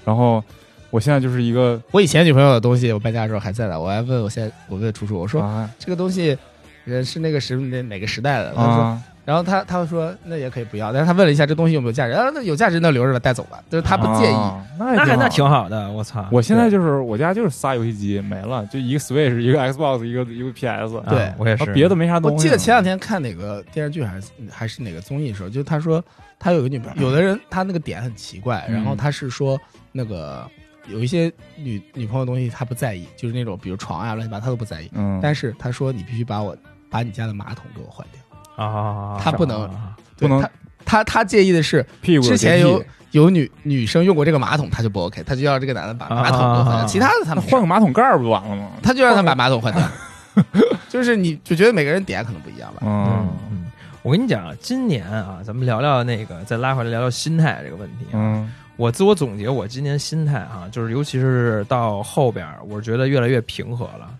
[SPEAKER 1] 然后我现在就是一个
[SPEAKER 3] 我以前女朋友的东西，我搬家的时候还在的，我还问我现在我问楚楚，我说、
[SPEAKER 1] 啊
[SPEAKER 3] 这个东西，呃，是那个时哪哪个时代的？他说，
[SPEAKER 1] 啊
[SPEAKER 3] 然后他他说那也可以不要，但是他问了一下这东西有没有价值，啊，那有价值那留着吧，带走吧，就是他不介意。
[SPEAKER 1] 啊那
[SPEAKER 2] 那还
[SPEAKER 1] 还
[SPEAKER 2] 那挺好的，我操！
[SPEAKER 1] 我现在就是我家就是仨游戏机没了，就一个 Switch，一个 Xbox，一个一个 PS，
[SPEAKER 2] 啊
[SPEAKER 3] 对
[SPEAKER 2] 我也
[SPEAKER 1] 然
[SPEAKER 2] 是
[SPEAKER 1] 后别的没啥
[SPEAKER 3] 我
[SPEAKER 1] 东西了。
[SPEAKER 3] 记得前两天看哪个电视剧还是还是哪个综艺的时候，就是他说他有个女朋友，有的人他那个点很奇怪，
[SPEAKER 1] 嗯
[SPEAKER 3] 然后他是说那个有一些女女朋友的东西他不在意，就是那种比如床啊乱七八糟他都不在意，
[SPEAKER 1] 嗯，
[SPEAKER 3] 但是他说你必须把我把你家的马桶给我换掉。
[SPEAKER 2] 啊，
[SPEAKER 3] 他不能
[SPEAKER 2] 啊
[SPEAKER 1] 不
[SPEAKER 3] 对
[SPEAKER 1] 能
[SPEAKER 3] 他他他介意的是，
[SPEAKER 1] 屁股
[SPEAKER 3] 之前
[SPEAKER 1] 有
[SPEAKER 3] 有
[SPEAKER 1] 洁癖
[SPEAKER 3] 有女女生用过这个马桶，他就不 OK，他就要这个男的把马桶给我换
[SPEAKER 2] 啊
[SPEAKER 3] 掉，其他的他
[SPEAKER 1] 那
[SPEAKER 3] 们
[SPEAKER 1] 换个，马桶盖儿不完了吗？
[SPEAKER 3] 他就让他把马桶换掉，就是你就觉得每个人点可能不一样吧。
[SPEAKER 2] 嗯
[SPEAKER 1] 嗯，
[SPEAKER 2] 嗯，我跟你讲，今年啊，咱们聊聊那个，再拉回来聊聊心态这个问题啊。
[SPEAKER 1] 嗯
[SPEAKER 2] 我自我总结，我今年心态啊，就是尤其是到后边儿，我觉得越来越平和了。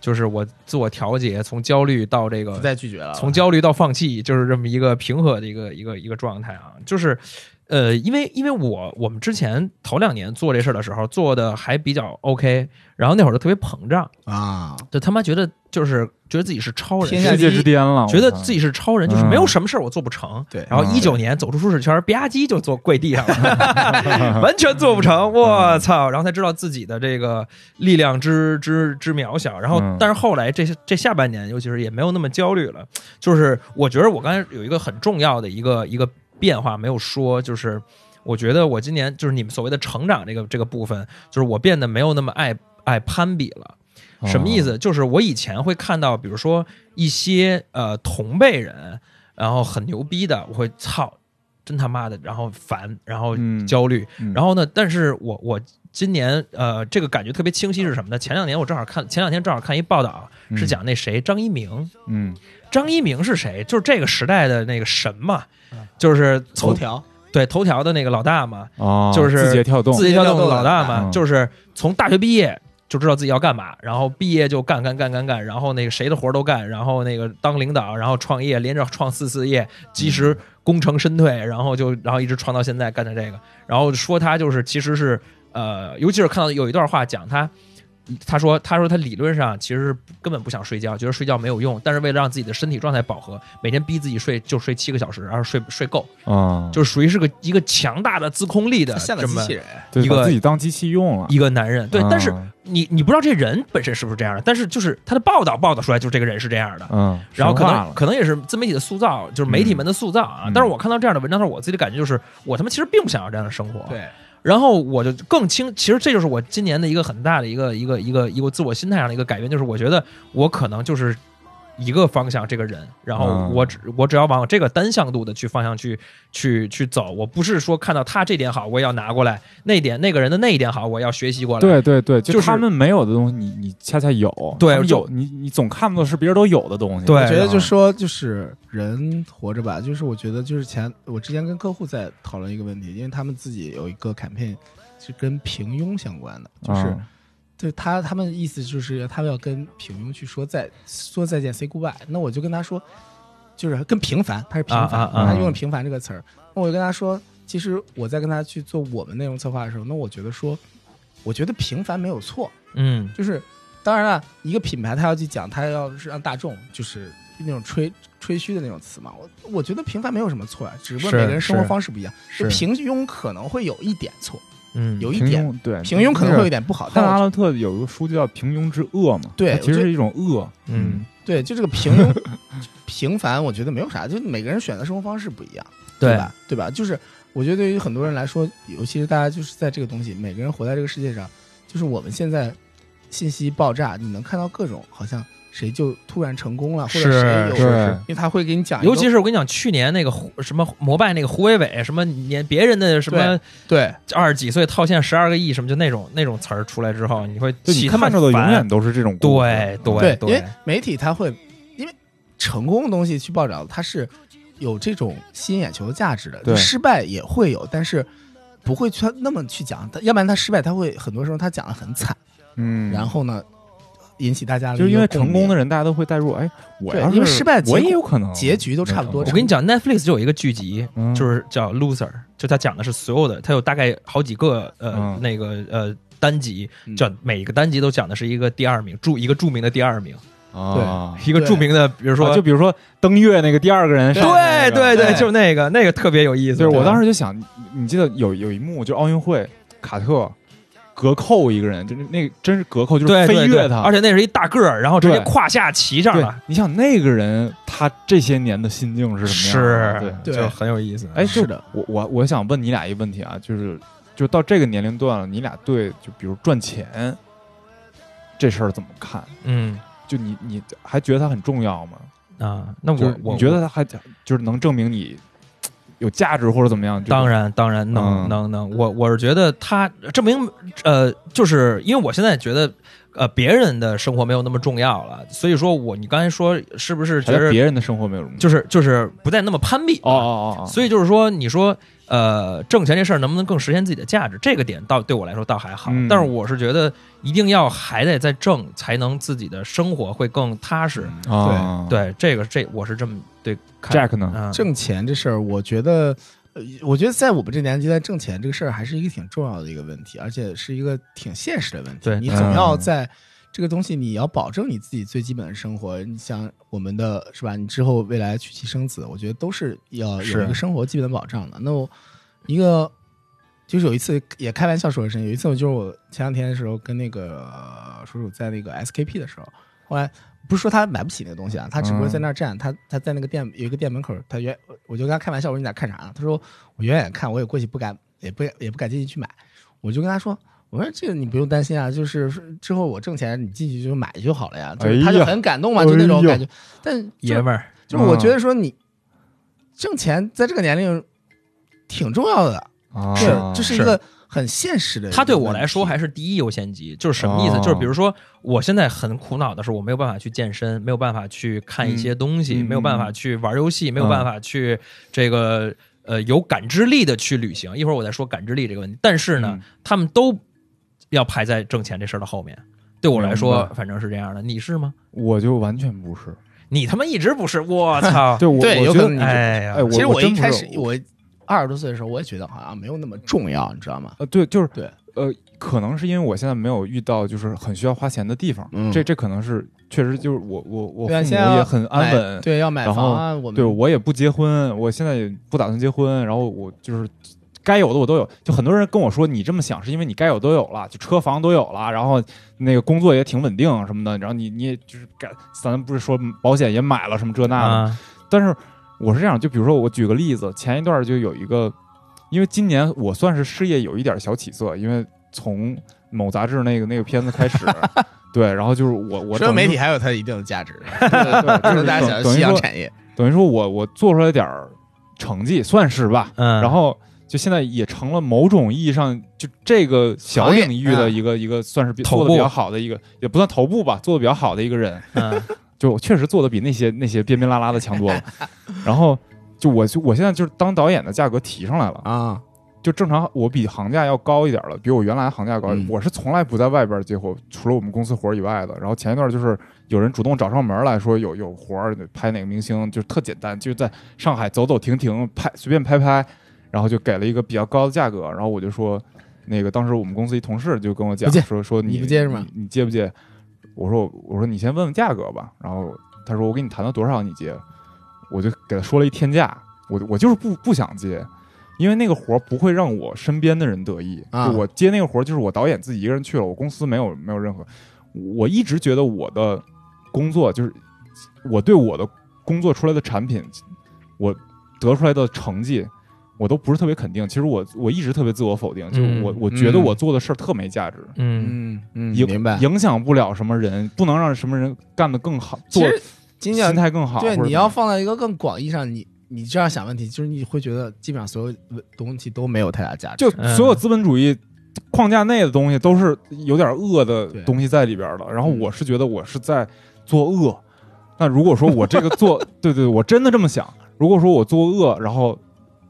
[SPEAKER 2] 就是我自我调节，从焦虑到这个
[SPEAKER 3] 不再拒绝了。
[SPEAKER 2] 从焦虑到放弃，就是这么一个平和的一个一个一个状态啊。就是，呃，因为因为我我们之前头两年做这事儿的时候做的还比较 OK，然后那会儿就特别膨胀，
[SPEAKER 3] 啊，
[SPEAKER 2] 就他妈觉得就是觉得自己是超人，
[SPEAKER 3] 天下嗯
[SPEAKER 1] 世界之巅了，
[SPEAKER 2] 觉得
[SPEAKER 1] 我操
[SPEAKER 2] 自己是超人，就是没有什么事儿我做不成。
[SPEAKER 3] 对
[SPEAKER 2] 然后一九年走出舒适圈，吧唧就坐跪地上了，完全做不成，我操！然后才知道自己的这个力量之之之渺小。然后
[SPEAKER 1] 嗯，
[SPEAKER 2] 但是后来这这下半年，尤其是也没有那么焦虑了。就是我觉得我刚才有一个很重要的一个一个变化没有说，就是我觉得我今年就是你们所谓的成长这个这个部分，就是我变得没有那么爱爱攀比了。什么意？思？就是我以前会看到，比如说一些呃同辈人，然后很牛逼的，我会操，真他妈的，然后烦，然后
[SPEAKER 1] 嗯
[SPEAKER 2] 焦虑，
[SPEAKER 1] 嗯
[SPEAKER 2] 然后呢，但是我我今年呃这个感觉特别清晰是什么呢？前两年我正好看，前两天正好看一报道，是
[SPEAKER 1] 嗯
[SPEAKER 2] 讲那谁张一鸣，
[SPEAKER 1] 嗯，
[SPEAKER 2] 张一鸣是谁？就是这个时代的那个神嘛，
[SPEAKER 1] 嗯
[SPEAKER 2] 就是
[SPEAKER 3] 头
[SPEAKER 2] 从
[SPEAKER 3] 条
[SPEAKER 2] 对头条的那个老大嘛，
[SPEAKER 1] 哦，
[SPEAKER 2] 就是
[SPEAKER 1] 字节跳动，
[SPEAKER 2] 字节跳动的老大嘛，
[SPEAKER 1] 嗯
[SPEAKER 2] 就是从大学毕业就知道自己要干嘛，然后毕业就干干干干干，然后那个谁的活儿都干，然后那个当领导，然后创业，连着创四次业，及
[SPEAKER 3] 嗯
[SPEAKER 2] 时功成身退，然后就然后一直创到现在干的这个，然后说他就是其实是呃，尤其是看到有一段话讲他。他说：“他说他理论上其实是根本不想睡觉，觉得睡觉没有用，但是为了让自己的身体状态饱和，每天逼自己睡就睡七个小时，然后睡睡够，
[SPEAKER 1] 啊，
[SPEAKER 2] 就是属于是个一个强大的自控力的
[SPEAKER 3] 像个
[SPEAKER 2] 这
[SPEAKER 3] 机
[SPEAKER 2] 么
[SPEAKER 3] 器人，
[SPEAKER 1] 对
[SPEAKER 2] 一
[SPEAKER 1] 把
[SPEAKER 2] 个
[SPEAKER 1] 自己当机器用了，
[SPEAKER 2] 一个男人，对，但是
[SPEAKER 1] 啊
[SPEAKER 2] 你你不知道这人本身是不是这样的，但是就是他的报道报道出来，就是这个人是这样的，
[SPEAKER 1] 嗯，
[SPEAKER 2] 然后可
[SPEAKER 1] 神化
[SPEAKER 2] 能
[SPEAKER 1] 了
[SPEAKER 2] 可能也是自媒体的塑造，就是媒体们的塑造啊。
[SPEAKER 1] 嗯
[SPEAKER 2] 但是我看到这样的文章的时候，我自己的感觉就是，我他妈其实并不想要这样的生活，
[SPEAKER 3] 对，
[SPEAKER 2] 然后我就更清，其实这就是我今年的一个很大的一个一个一个一个自我心态上的一个改变，就是我觉得我可能就是一个方向这个人，然后
[SPEAKER 1] 嗯
[SPEAKER 2] 我只我只要往这个单向度的去方向去去去走，我不是说看到他这点好我也要拿过来，那点那个人的那一点好我也要学习过来，
[SPEAKER 1] 对对对，
[SPEAKER 2] 就
[SPEAKER 1] 就是他们没有的东西，你你恰恰有，
[SPEAKER 2] 对
[SPEAKER 1] 他们
[SPEAKER 2] 就
[SPEAKER 1] 有你你总看不到是别人都有的东西，
[SPEAKER 2] 对
[SPEAKER 1] 我
[SPEAKER 3] 我觉得就说就是人活着吧，就是我觉得就是前我之前跟客户在讨论一个问题，因为他们自己有一个 campaign 是跟平庸相关的，
[SPEAKER 1] 嗯
[SPEAKER 3] 就是、就是他他们意思就是他们要跟平庸去说再说再见 say goodbye，那我就跟他说就是跟平凡，他是平凡，
[SPEAKER 2] 啊啊啊
[SPEAKER 3] 他用了平凡这个词儿，那我就跟他说，其实我在跟他去做我们内容策划的时候，那我觉得说，我觉得平凡没有错，
[SPEAKER 2] 嗯
[SPEAKER 3] 就是当然了，一个品牌它要去讲，它要是让大众就是那种吹吹嘘的那种词嘛。我我觉得平凡没有什么错啊，只不过
[SPEAKER 2] 是
[SPEAKER 3] 每个人生活
[SPEAKER 2] 是
[SPEAKER 3] 方式不一样，就是平庸可能会有一点错，
[SPEAKER 2] 嗯
[SPEAKER 3] 有一
[SPEAKER 1] 平
[SPEAKER 3] 点
[SPEAKER 1] 庸，对
[SPEAKER 3] 平庸可能会有一
[SPEAKER 1] 点。
[SPEAKER 3] 点不好，
[SPEAKER 1] 汉
[SPEAKER 3] 但
[SPEAKER 1] 娜阿
[SPEAKER 3] 我
[SPEAKER 1] 勒特有一个书就叫《平庸之恶》嘛，
[SPEAKER 3] 对
[SPEAKER 1] 它其实
[SPEAKER 3] 我觉得
[SPEAKER 1] 是一种恶，
[SPEAKER 2] 嗯，
[SPEAKER 3] 对就这 个平庸平凡，我觉得没有啥，就每个人选择生活方式不一样，对
[SPEAKER 2] 对
[SPEAKER 3] 吧？对吧？就是我觉得对于很多人来说，尤其是大家就是在这个东西，每个人活在这个世界上，就是我们现在信息爆炸，你能看到各种好像。谁就突然成功了，或者
[SPEAKER 2] 是
[SPEAKER 3] 谁有
[SPEAKER 1] 是是
[SPEAKER 3] 因为他会给你讲一个，
[SPEAKER 2] 尤其是我跟你讲，去年那个胡什么摩拜那个胡伟伟，什么年别人的什么
[SPEAKER 3] 对
[SPEAKER 2] 二十几岁套现十二个亿，什么就那种那种词儿出来之后，你会
[SPEAKER 1] 就
[SPEAKER 2] 气
[SPEAKER 1] 你
[SPEAKER 2] 他妈
[SPEAKER 1] 看到的永
[SPEAKER 2] 烦
[SPEAKER 1] 远都是这种故
[SPEAKER 2] 对
[SPEAKER 1] 事嗯
[SPEAKER 2] 对
[SPEAKER 3] 因为媒体它会，因为成功的东西去报道，它是有这种吸引眼球的价值的。
[SPEAKER 1] 对
[SPEAKER 3] 失败也会有，但是不会去那么去讲，要不然他失败，他会很多时候他讲的很惨，
[SPEAKER 1] 嗯，
[SPEAKER 3] 然后呢，引起大家的
[SPEAKER 1] 就是
[SPEAKER 3] 一
[SPEAKER 1] 因
[SPEAKER 3] 个
[SPEAKER 1] 为
[SPEAKER 3] 共鸣
[SPEAKER 1] 成功的人，大家都会带入，哎，我
[SPEAKER 3] 对
[SPEAKER 1] 要
[SPEAKER 3] 因为
[SPEAKER 1] 是
[SPEAKER 3] 失败结
[SPEAKER 1] 我也
[SPEAKER 3] 果
[SPEAKER 1] 有可能
[SPEAKER 3] 结局都差不多
[SPEAKER 2] 我
[SPEAKER 1] 没成
[SPEAKER 2] 跟你讲，Netflix 就有一个剧集，
[SPEAKER 1] 嗯
[SPEAKER 2] 就是叫《Loser》，就它讲的是所有的，它有大概好几个呃、
[SPEAKER 1] 嗯
[SPEAKER 2] 那个呃单集
[SPEAKER 3] 嗯，
[SPEAKER 2] 叫每一个单集都讲的是一个第二名，著一个著名的第二名，
[SPEAKER 1] 功啊，
[SPEAKER 2] 一个
[SPEAKER 3] 对
[SPEAKER 2] 著名的，比如说、
[SPEAKER 1] 啊就比如说登月那个第二个人
[SPEAKER 2] 对
[SPEAKER 1] 上的那个，
[SPEAKER 2] 对对，
[SPEAKER 3] 对
[SPEAKER 2] 就那个那个特别有意思。
[SPEAKER 1] 就是我当
[SPEAKER 2] 时
[SPEAKER 1] 时就想，你你记得有有一幕，就奥运会，卡特隔扣一个人，就是那个真是隔扣，就是
[SPEAKER 2] 对
[SPEAKER 1] 飞
[SPEAKER 2] 对对
[SPEAKER 1] 跃，他。
[SPEAKER 2] 而且那是一大个儿，然后直接
[SPEAKER 1] 对
[SPEAKER 2] 胯下骑上
[SPEAKER 1] 对
[SPEAKER 2] 了，，
[SPEAKER 1] 你想那个人他这些年的心境是什么样的？对
[SPEAKER 2] 是，
[SPEAKER 3] 对
[SPEAKER 2] 就很有意思。
[SPEAKER 1] 哎，就是
[SPEAKER 3] 的，
[SPEAKER 1] 我我我想问你俩一个问题啊，就是就到这个年龄段了，你俩对就比如赚钱这事儿怎么看？
[SPEAKER 2] 嗯
[SPEAKER 1] 就你你还觉得它很重要吗？
[SPEAKER 2] 啊，那
[SPEAKER 1] 就
[SPEAKER 2] 我
[SPEAKER 1] 是
[SPEAKER 2] 我
[SPEAKER 1] 你觉得它还就是能证明你有价值或者怎么样？这个
[SPEAKER 2] 当，然，当然能、
[SPEAKER 1] 嗯
[SPEAKER 2] 能能，我我是觉得他证明，呃，就是因为我现在觉得，呃，别人的生活没有那么重要了，所以说我你刚才说是不是觉
[SPEAKER 1] 还在
[SPEAKER 2] 得
[SPEAKER 1] 别人的生活没有什么。
[SPEAKER 2] 就是就是不再那么攀比
[SPEAKER 1] 哦哦哦哦，
[SPEAKER 2] 所以就是说，你说呃，挣钱这事儿能不能更实现自己的价值？这个点倒对我来说倒还好，
[SPEAKER 1] 嗯
[SPEAKER 2] 但是我是觉得一定要还得再挣，才能自己的生活会更踏
[SPEAKER 3] 嗯
[SPEAKER 2] 实。
[SPEAKER 1] 以啊，
[SPEAKER 2] 对这个这我是这么对看
[SPEAKER 1] Jack 呢？
[SPEAKER 2] 嗯
[SPEAKER 3] 挣钱这事儿，我觉得，呃我觉得在我们这年纪，在挣钱这个事儿还是一个挺重要的一个问题，而且是一个挺现实的问题。
[SPEAKER 2] 对
[SPEAKER 3] 你总要
[SPEAKER 1] 嗯
[SPEAKER 3] 在这个东西，你要保证你自己最基本的生活。你像我们的是吧？你之后未来娶妻生子，我觉得都是要有
[SPEAKER 2] 是
[SPEAKER 3] 一个生活基本保障的。那我一个。就是有一次也开玩笑说的是，有一次我就是我前两天的时候跟那个呃叔叔在那个 SKP 的时候，后来不是说他买不起那个东西啊，他只
[SPEAKER 1] 嗯
[SPEAKER 3] 不过在那儿站，他他在那个店有一个店门口，他远我就跟他开玩笑，我说你在看啥呢？他说我远远看，我也过去不敢，也不也不敢进去去买。我就跟他说，我说这个你不用担心啊，就是之后我挣钱，你进去就买就好了呀。就是他
[SPEAKER 1] 哎
[SPEAKER 3] 就
[SPEAKER 1] 呀
[SPEAKER 3] 很感动嘛，就那种
[SPEAKER 1] 哎呦嗯
[SPEAKER 3] 感觉。但就
[SPEAKER 2] 爷们儿，
[SPEAKER 3] 就是我觉得说你挣钱在这个年龄挺重要的，
[SPEAKER 1] 啊
[SPEAKER 3] 对这是一
[SPEAKER 2] 是
[SPEAKER 3] 个很现实的一个问题。
[SPEAKER 2] 他对我来说还是第一优先级，就是什么意思？
[SPEAKER 1] 哦
[SPEAKER 2] 就是比如说，我现在很苦恼的是，我没有办法去健身，没有办法去看一些东西，
[SPEAKER 1] 嗯嗯
[SPEAKER 2] 没有办法去玩游戏，没有办法去这个呃有感知力的去旅行。一会儿我再说感知力这个问题，但是呢，
[SPEAKER 1] 嗯
[SPEAKER 2] 他们都要排在挣钱这事儿的后面。对我来
[SPEAKER 1] 明
[SPEAKER 2] 说
[SPEAKER 1] 白，
[SPEAKER 2] 反正是这样的。你是吗？
[SPEAKER 1] 我就完全不是。
[SPEAKER 2] 你他妈一直不是，我操！
[SPEAKER 1] 对，我
[SPEAKER 3] 对
[SPEAKER 1] 我
[SPEAKER 3] 有
[SPEAKER 1] 觉
[SPEAKER 3] 可能
[SPEAKER 1] 得
[SPEAKER 3] 你
[SPEAKER 2] 哎呀
[SPEAKER 1] 哎，，我
[SPEAKER 3] 其实
[SPEAKER 1] 我
[SPEAKER 3] 我
[SPEAKER 1] 真
[SPEAKER 3] 一
[SPEAKER 1] 不
[SPEAKER 3] 开
[SPEAKER 1] 是
[SPEAKER 3] 始我二十多岁的时候，我也觉得好像没有那么重要，你知道吗？
[SPEAKER 1] 呃，对，就是
[SPEAKER 3] 对，
[SPEAKER 1] 呃，可能是因为我现在没有遇到就是很需要花钱的地方，
[SPEAKER 3] 嗯
[SPEAKER 1] 这这可能是确实就是我我我父
[SPEAKER 3] 对啊
[SPEAKER 1] 母
[SPEAKER 3] 现在要
[SPEAKER 1] 也很安稳
[SPEAKER 3] 买，对，要买
[SPEAKER 1] 然后
[SPEAKER 3] 房啊，我们
[SPEAKER 1] 对我也不结婚，我现在也不打算结婚，然后我就是。该有的我都有，就很多人跟我说你这么想是因为你该有都有了，就车房都有了，然后那个工作也挺稳定什么的，然后你你也就是该，咱不是说保险也买了什么这那的，
[SPEAKER 2] 啊，
[SPEAKER 1] 但是我是这样，就比如说我举个例子，前一段就有一个，因为今年我算是事业有一点小起色，因为从某杂志那个那个片子开始，对，然后就是我我等
[SPEAKER 3] 社交
[SPEAKER 1] 于
[SPEAKER 3] 媒体
[SPEAKER 1] 说
[SPEAKER 3] 还有它一定的 价值，
[SPEAKER 1] 对对
[SPEAKER 3] 就
[SPEAKER 1] 就是是
[SPEAKER 3] 大
[SPEAKER 1] 等
[SPEAKER 3] 家想
[SPEAKER 1] 等于
[SPEAKER 3] 夕阳
[SPEAKER 1] 说
[SPEAKER 3] 产业。
[SPEAKER 1] 等于说我我做出来点儿成绩，算是吧，
[SPEAKER 2] 嗯，
[SPEAKER 1] 然后。就现在也成了某种意义上，就这个小
[SPEAKER 3] 行业
[SPEAKER 1] 领域的
[SPEAKER 3] 嗯
[SPEAKER 1] 一个、一个算是比
[SPEAKER 2] 头
[SPEAKER 1] 做的比
[SPEAKER 2] 部
[SPEAKER 1] 较好的一个，也不算头部吧，做的比较好的一个人。
[SPEAKER 2] 嗯
[SPEAKER 1] 就我确实做的比那些那些边边拉拉的强多了。然后就我就我现在就是当导演的价格提上来了，
[SPEAKER 3] 啊，
[SPEAKER 1] 就正常我比行价要高一点了，比我原来行价高一点。
[SPEAKER 3] 嗯
[SPEAKER 1] 我是从来不在外边接活，除了我们公司活儿以外的。然后前一段就是有人主动找上门来说有有活儿拍哪个明星，就是特简单，就是在上海走走停停拍随便拍拍，然后就给了一个比较高的价格，然后我就说。那个当时我们公司一同事就跟我讲
[SPEAKER 3] 不接
[SPEAKER 1] 说说
[SPEAKER 3] 你不接是吗
[SPEAKER 1] 你你接不接？我说我说你先问问价格吧。然后他说我给你谈到多少你接？我就给他说了一天价，我我就是不不想接，因为那个活儿不会让我身边的人得意。
[SPEAKER 3] 啊
[SPEAKER 1] 就我接那个活儿就是我导演自己一个人去了，我公司没有没有任何。我一直觉得我的工作就是我对我的工作出来的产品，我得出来的成绩，我都不是特别肯定。其实我我一直特别自我否定，就是我
[SPEAKER 2] 嗯
[SPEAKER 1] 我觉得
[SPEAKER 3] 嗯
[SPEAKER 1] 我做的事儿特没价值，
[SPEAKER 2] 嗯，
[SPEAKER 3] 嗯嗯，
[SPEAKER 1] 影
[SPEAKER 3] 明白。
[SPEAKER 1] 影响不了什么人，不能让什么人干得更好，
[SPEAKER 3] 其
[SPEAKER 1] 做
[SPEAKER 3] 实今
[SPEAKER 1] 心
[SPEAKER 3] 年
[SPEAKER 1] 态更好。
[SPEAKER 3] 对
[SPEAKER 1] 或者
[SPEAKER 3] 你要
[SPEAKER 1] 怎
[SPEAKER 3] 放到一个更广义上，你你这样想问题，就是你会觉得基本上所有东西都没有太大价值。
[SPEAKER 1] 么样就
[SPEAKER 2] 嗯
[SPEAKER 1] 所有资本主义框架内的东西都是有点恶的
[SPEAKER 3] 对
[SPEAKER 1] 东西在里边儿的。然后
[SPEAKER 3] 嗯
[SPEAKER 1] 我是觉得我是在做恶。那如果说我这个做，对对，我真的这么想。如果说我做恶，然后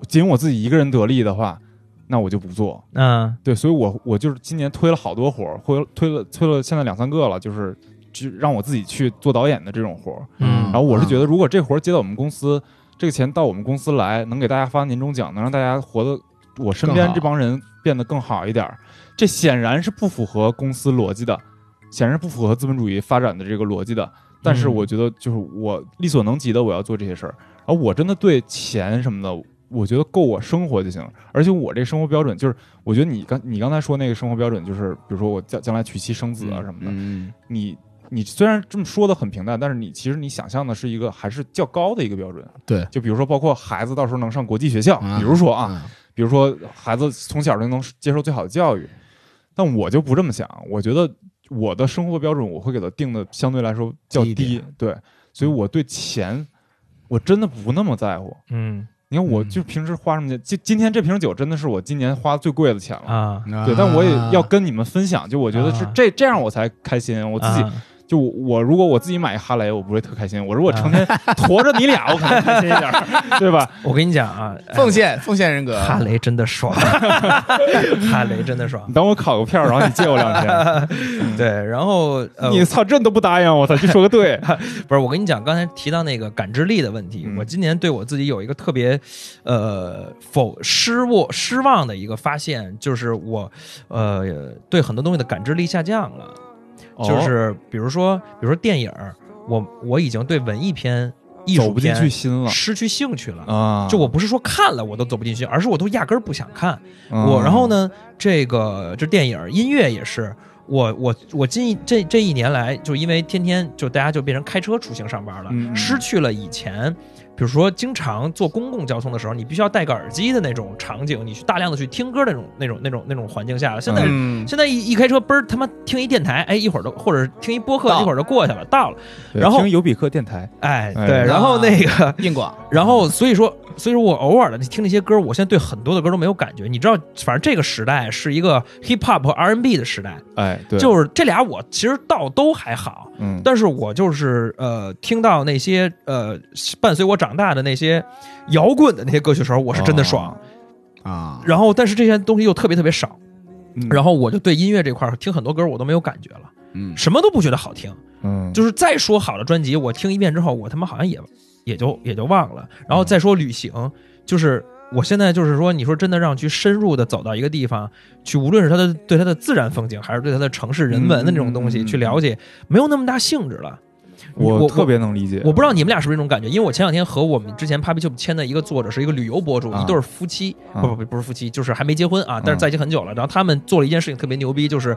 [SPEAKER 1] 仅我自己一个人得利的话，那我就不做。
[SPEAKER 2] 嗯，
[SPEAKER 1] 对，所以我我就是今年推了好多活儿，推推了推了现在两三个了，就是就让我自己去做导演的这种活儿。
[SPEAKER 2] 嗯
[SPEAKER 1] 然后我是
[SPEAKER 3] 嗯
[SPEAKER 1] 觉得，如果这活儿接到我们公司，这个钱到我们公司来，能给大家发年终奖，能让大家活得我身边
[SPEAKER 3] 更好
[SPEAKER 1] 这帮人变得更好一点儿，这显然是不符合公司逻辑的，显然不符合资本主义发展的这个逻辑的。但是
[SPEAKER 2] 嗯
[SPEAKER 1] 我觉得，就是我力所能及的，我要做这些事儿。而我真的对钱什么的，我觉得够我生活就行了。而且我这生活标准就是，我觉得你刚你刚才说那个生活标准，就是比如说我将将来娶妻生子啊什么的，
[SPEAKER 3] 嗯，
[SPEAKER 1] 你你虽然这么说的很平淡，但是你其实你想象的是一个还是较高的一个标准。
[SPEAKER 3] 对
[SPEAKER 1] 就比如说包括孩子到时候能上国际学校，
[SPEAKER 3] 啊
[SPEAKER 1] 比如说啊，
[SPEAKER 3] 啊，
[SPEAKER 1] 比如说孩子从小就能接受最好的教育，但我就不这么想，我觉得我的生活标准我会给它定的相对来说较
[SPEAKER 3] 低一
[SPEAKER 1] 低，对，所以我对钱我真的不那么在乎。
[SPEAKER 2] 嗯，
[SPEAKER 1] 你看，我
[SPEAKER 3] 嗯
[SPEAKER 1] 就平时花什么钱，就今天这瓶酒真的是我今年花最贵的钱了。
[SPEAKER 2] 啊，
[SPEAKER 1] 对，但我也要
[SPEAKER 3] 啊
[SPEAKER 1] 跟你们分享，就我觉得是
[SPEAKER 2] 啊
[SPEAKER 1] 这这样我才开心。我自己
[SPEAKER 2] 啊
[SPEAKER 1] 就我我如果我自己买一哈雷，我不会特开心。我如果成天
[SPEAKER 2] 啊
[SPEAKER 1] 驮着你俩，我可能开心一点儿， 对吧？
[SPEAKER 2] 我跟你讲啊，哎
[SPEAKER 3] 奉献奉献人格，
[SPEAKER 2] 哈雷真 的爽，哈雷真的爽
[SPEAKER 1] 你。等我考个票，然后你借我两天，
[SPEAKER 2] 对，然后呃，
[SPEAKER 1] 嗯你操，这都不答应我，操，就说个对，
[SPEAKER 2] 不是我跟你讲，刚才提到那个感知力的问题，
[SPEAKER 1] 嗯
[SPEAKER 2] 我今年对我自己有一个特别呃否失望失望的一个发现，就是我呃对很多东西的感知力下降了。
[SPEAKER 1] 哦
[SPEAKER 2] 就是比如说，比如说电影儿，我我已经对文艺片、艺
[SPEAKER 1] 走
[SPEAKER 2] 术
[SPEAKER 1] 不进去
[SPEAKER 2] 片
[SPEAKER 1] 心了
[SPEAKER 2] 失去兴趣了。
[SPEAKER 1] 啊！
[SPEAKER 2] 就我不是说看了我都走不进去，而是我都压根儿不想看。
[SPEAKER 1] 嗯
[SPEAKER 2] 我然后？呢，这个这电影儿音乐也是。我我我近一这这一年来，就因为天天就大家就变成开车出行上班了，
[SPEAKER 1] 嗯嗯
[SPEAKER 2] 失去了以前，比如说经常坐公共交通的时候，你必须要戴个耳机的那种场景，你去大量的去听歌的那种那种那种那种环境下了。现在
[SPEAKER 3] 嗯，
[SPEAKER 2] 现在一一开车，嘣儿他妈听一电台，哎，一会儿都或者是听一播客，
[SPEAKER 3] 到
[SPEAKER 2] 一会儿就过去了，到了，
[SPEAKER 1] 对
[SPEAKER 2] 然后
[SPEAKER 1] 听尤比克电台，
[SPEAKER 2] 哎，
[SPEAKER 1] 哎
[SPEAKER 2] 对，然后那个，
[SPEAKER 3] 硬广，
[SPEAKER 2] 然后所以说，所以说我偶尔的听那些歌，我现在对很多的歌都没有感觉。你知道，反正这个时代是一个 hip hop 和 R N B 的时代，
[SPEAKER 1] 哎，对，
[SPEAKER 2] 就是这俩我其实倒都还好，
[SPEAKER 1] 嗯，
[SPEAKER 2] 但是我就是呃，听到那些呃伴随我长大的那些摇滚的那些歌曲的时候，我是真的
[SPEAKER 1] 哦
[SPEAKER 2] 爽。
[SPEAKER 3] 啊，
[SPEAKER 2] 然后，但是这些东西又特别特别少，
[SPEAKER 1] 嗯
[SPEAKER 2] 然后我就对音乐这块儿听很多歌我都没有感觉了，
[SPEAKER 3] 嗯
[SPEAKER 2] 什么都不觉得好听。
[SPEAKER 1] 嗯，
[SPEAKER 2] 就是再说好的专辑，我听一遍之后，我他妈好像也也就也就忘了。然后再说旅行，就是我现在就是说，你说真的让去深入的走到一个地方去，无论是它的对它的自然风景，还是对它的城市人文的那种东
[SPEAKER 1] 嗯
[SPEAKER 2] 西
[SPEAKER 1] 嗯嗯
[SPEAKER 2] 去了解，没有那么大兴致了。
[SPEAKER 1] 我
[SPEAKER 2] 我
[SPEAKER 1] 特别能理解，
[SPEAKER 2] 我不知道你们俩是不是这种感觉，因为我前两天和我们之前 Papi Chip 签的一个作者是一个旅游博主，
[SPEAKER 1] 啊
[SPEAKER 2] 一对儿夫妻，
[SPEAKER 1] 啊
[SPEAKER 2] 不不不是夫妻，就是还没结婚啊，但
[SPEAKER 1] 嗯
[SPEAKER 2] 是在一起很久了。然后他们做了一件事情特别牛逼，就是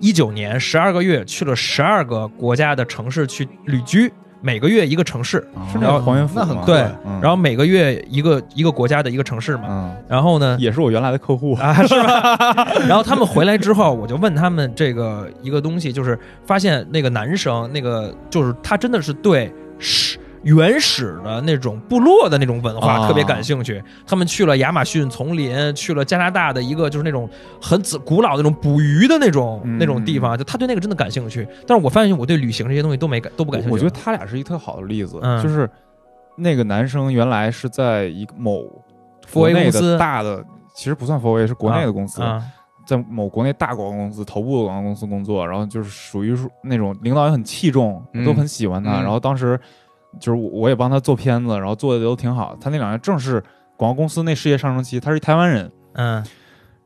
[SPEAKER 2] 一九年十二个月去了十二个国家的城市去旅居，每个月一个城市，
[SPEAKER 1] 是哦那
[SPEAKER 2] 然
[SPEAKER 1] 个
[SPEAKER 2] 后
[SPEAKER 1] 黄元甫
[SPEAKER 3] 那很
[SPEAKER 1] 吗
[SPEAKER 3] 酷
[SPEAKER 2] 对，
[SPEAKER 1] 嗯
[SPEAKER 2] 然后每个月一个一个国家的一个城市嘛。
[SPEAKER 1] 嗯，
[SPEAKER 2] 然后呢，
[SPEAKER 1] 也是我原来的客户，
[SPEAKER 2] 啊，是吧？ 然后他们回来之后，我就问他们这个一个东西，就是发现那个男生，那个就是他真的是对始原始的那种部落的那种文化
[SPEAKER 1] 啊
[SPEAKER 2] 特别感兴趣。他们去了亚马逊丛林，去了加拿大的一个就是那种很子古老的那种捕鱼的那种、
[SPEAKER 1] 嗯
[SPEAKER 2] 那种地方，就他对那个真的感兴趣。但是我发现我对旅行这些东西都没感都不感兴趣
[SPEAKER 1] 我我觉得他俩是一特好的例子，
[SPEAKER 2] 嗯
[SPEAKER 1] 就是那个男生原来是在一个某
[SPEAKER 2] 福
[SPEAKER 1] 国
[SPEAKER 2] 威
[SPEAKER 1] 内
[SPEAKER 2] 公司
[SPEAKER 1] 的大的，其实不算 f o 是国内的公司，
[SPEAKER 2] 啊，
[SPEAKER 1] 在某国内大广告公司、头部的广告公司工作，然后就是属于是那种领导也很器重，
[SPEAKER 3] 嗯
[SPEAKER 1] 都很喜欢他。
[SPEAKER 3] 嗯
[SPEAKER 1] 然后当时就是我我也帮他做片子，然后做的都挺好。他那两年正是广告公司那事业上升期，他是一台湾人。
[SPEAKER 2] 嗯，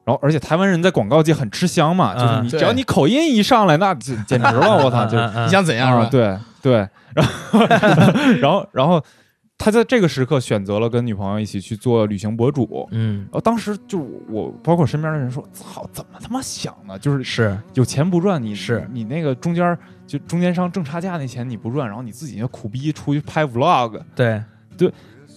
[SPEAKER 1] 然后，而且台湾人在广告界很吃香嘛，就是
[SPEAKER 2] 啊
[SPEAKER 1] 你只
[SPEAKER 3] 对
[SPEAKER 1] 要你口音一上来，那简简直了，我 操！就
[SPEAKER 2] 嗯嗯嗯
[SPEAKER 3] 你想怎样
[SPEAKER 1] 啊，
[SPEAKER 3] 吧？，
[SPEAKER 1] 对对， 然后然后然后他在这个时刻选择了跟女朋友一起去做旅行博主。
[SPEAKER 2] 嗯
[SPEAKER 1] 然后当时就我，包括身边的人说：“操，怎么他妈想的？就是
[SPEAKER 2] 是
[SPEAKER 1] 有钱不赚，你
[SPEAKER 2] 是
[SPEAKER 1] 你那个中间就中间商挣差价那钱你不赚，然后你自己就苦逼出去拍 vlog，
[SPEAKER 2] 对。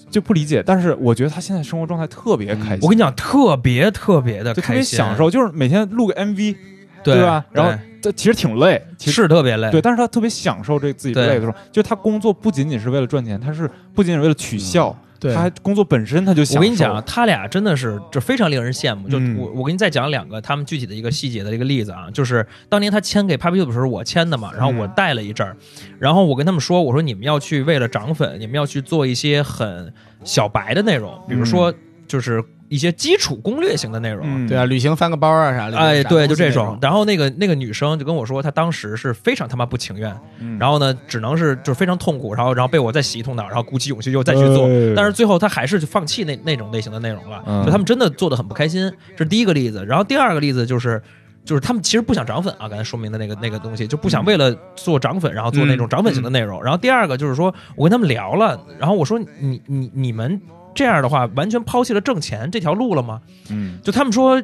[SPEAKER 1] 就不理解。但是我觉得他现在生活状态特别开心，
[SPEAKER 2] 嗯我跟你讲，特别特别的
[SPEAKER 1] 就特
[SPEAKER 2] 开
[SPEAKER 1] 别
[SPEAKER 2] 心，
[SPEAKER 1] 享，受，就是每天录个 MV，
[SPEAKER 2] 对
[SPEAKER 1] 吧？然后这其实挺累，其实
[SPEAKER 2] 是特别累，
[SPEAKER 1] 对，但是他特别享受这自己
[SPEAKER 2] 哎对
[SPEAKER 1] 累的时候，就他工作不仅仅是为了赚钱，他是不仅仅是为了取笑，
[SPEAKER 3] 对
[SPEAKER 1] 他还工作本身他就享受。
[SPEAKER 2] 嗯我跟你讲，啊他俩真的是这非常令人羡慕。就
[SPEAKER 1] 嗯
[SPEAKER 2] 我我给你再讲两个他们具体的一个细节的一个例子啊，就是当年他签给 Papi Tube 的时候，我签的嘛，然后
[SPEAKER 1] 嗯
[SPEAKER 2] 我带了一阵儿，然后我跟他们说，我说你们要去为了涨粉，你们要去做一些很小白的内容，
[SPEAKER 1] 嗯
[SPEAKER 2] 比如说就是一些基础攻略型的内容。
[SPEAKER 1] 嗯，
[SPEAKER 3] 对啊，旅行翻个包啊啥的，
[SPEAKER 2] 哎，对，就这种
[SPEAKER 3] 种。，
[SPEAKER 2] 然后那个那个女生就跟我说，她当时是非常他妈不情愿，
[SPEAKER 1] 嗯，
[SPEAKER 2] 然后呢，只能是就是非常痛苦，然后然后被我再洗一通脑，然后鼓起勇气又再去做，
[SPEAKER 1] 哎
[SPEAKER 2] 但是最后他还是就放弃那那种类型的内容了，
[SPEAKER 1] 嗯
[SPEAKER 2] 就他们真的做的很不开心，这是第一个例子。然后第二个例子就是。就是他们其实不想涨粉啊，刚才说明的那个那个东西，就不想为了做涨粉，然后做那种涨粉型的内容。然后第二个就是说，我跟他们聊了，然后我说你你你们这样的话，完全抛弃了挣钱这条路了吗？
[SPEAKER 1] 嗯，
[SPEAKER 2] 就他们说，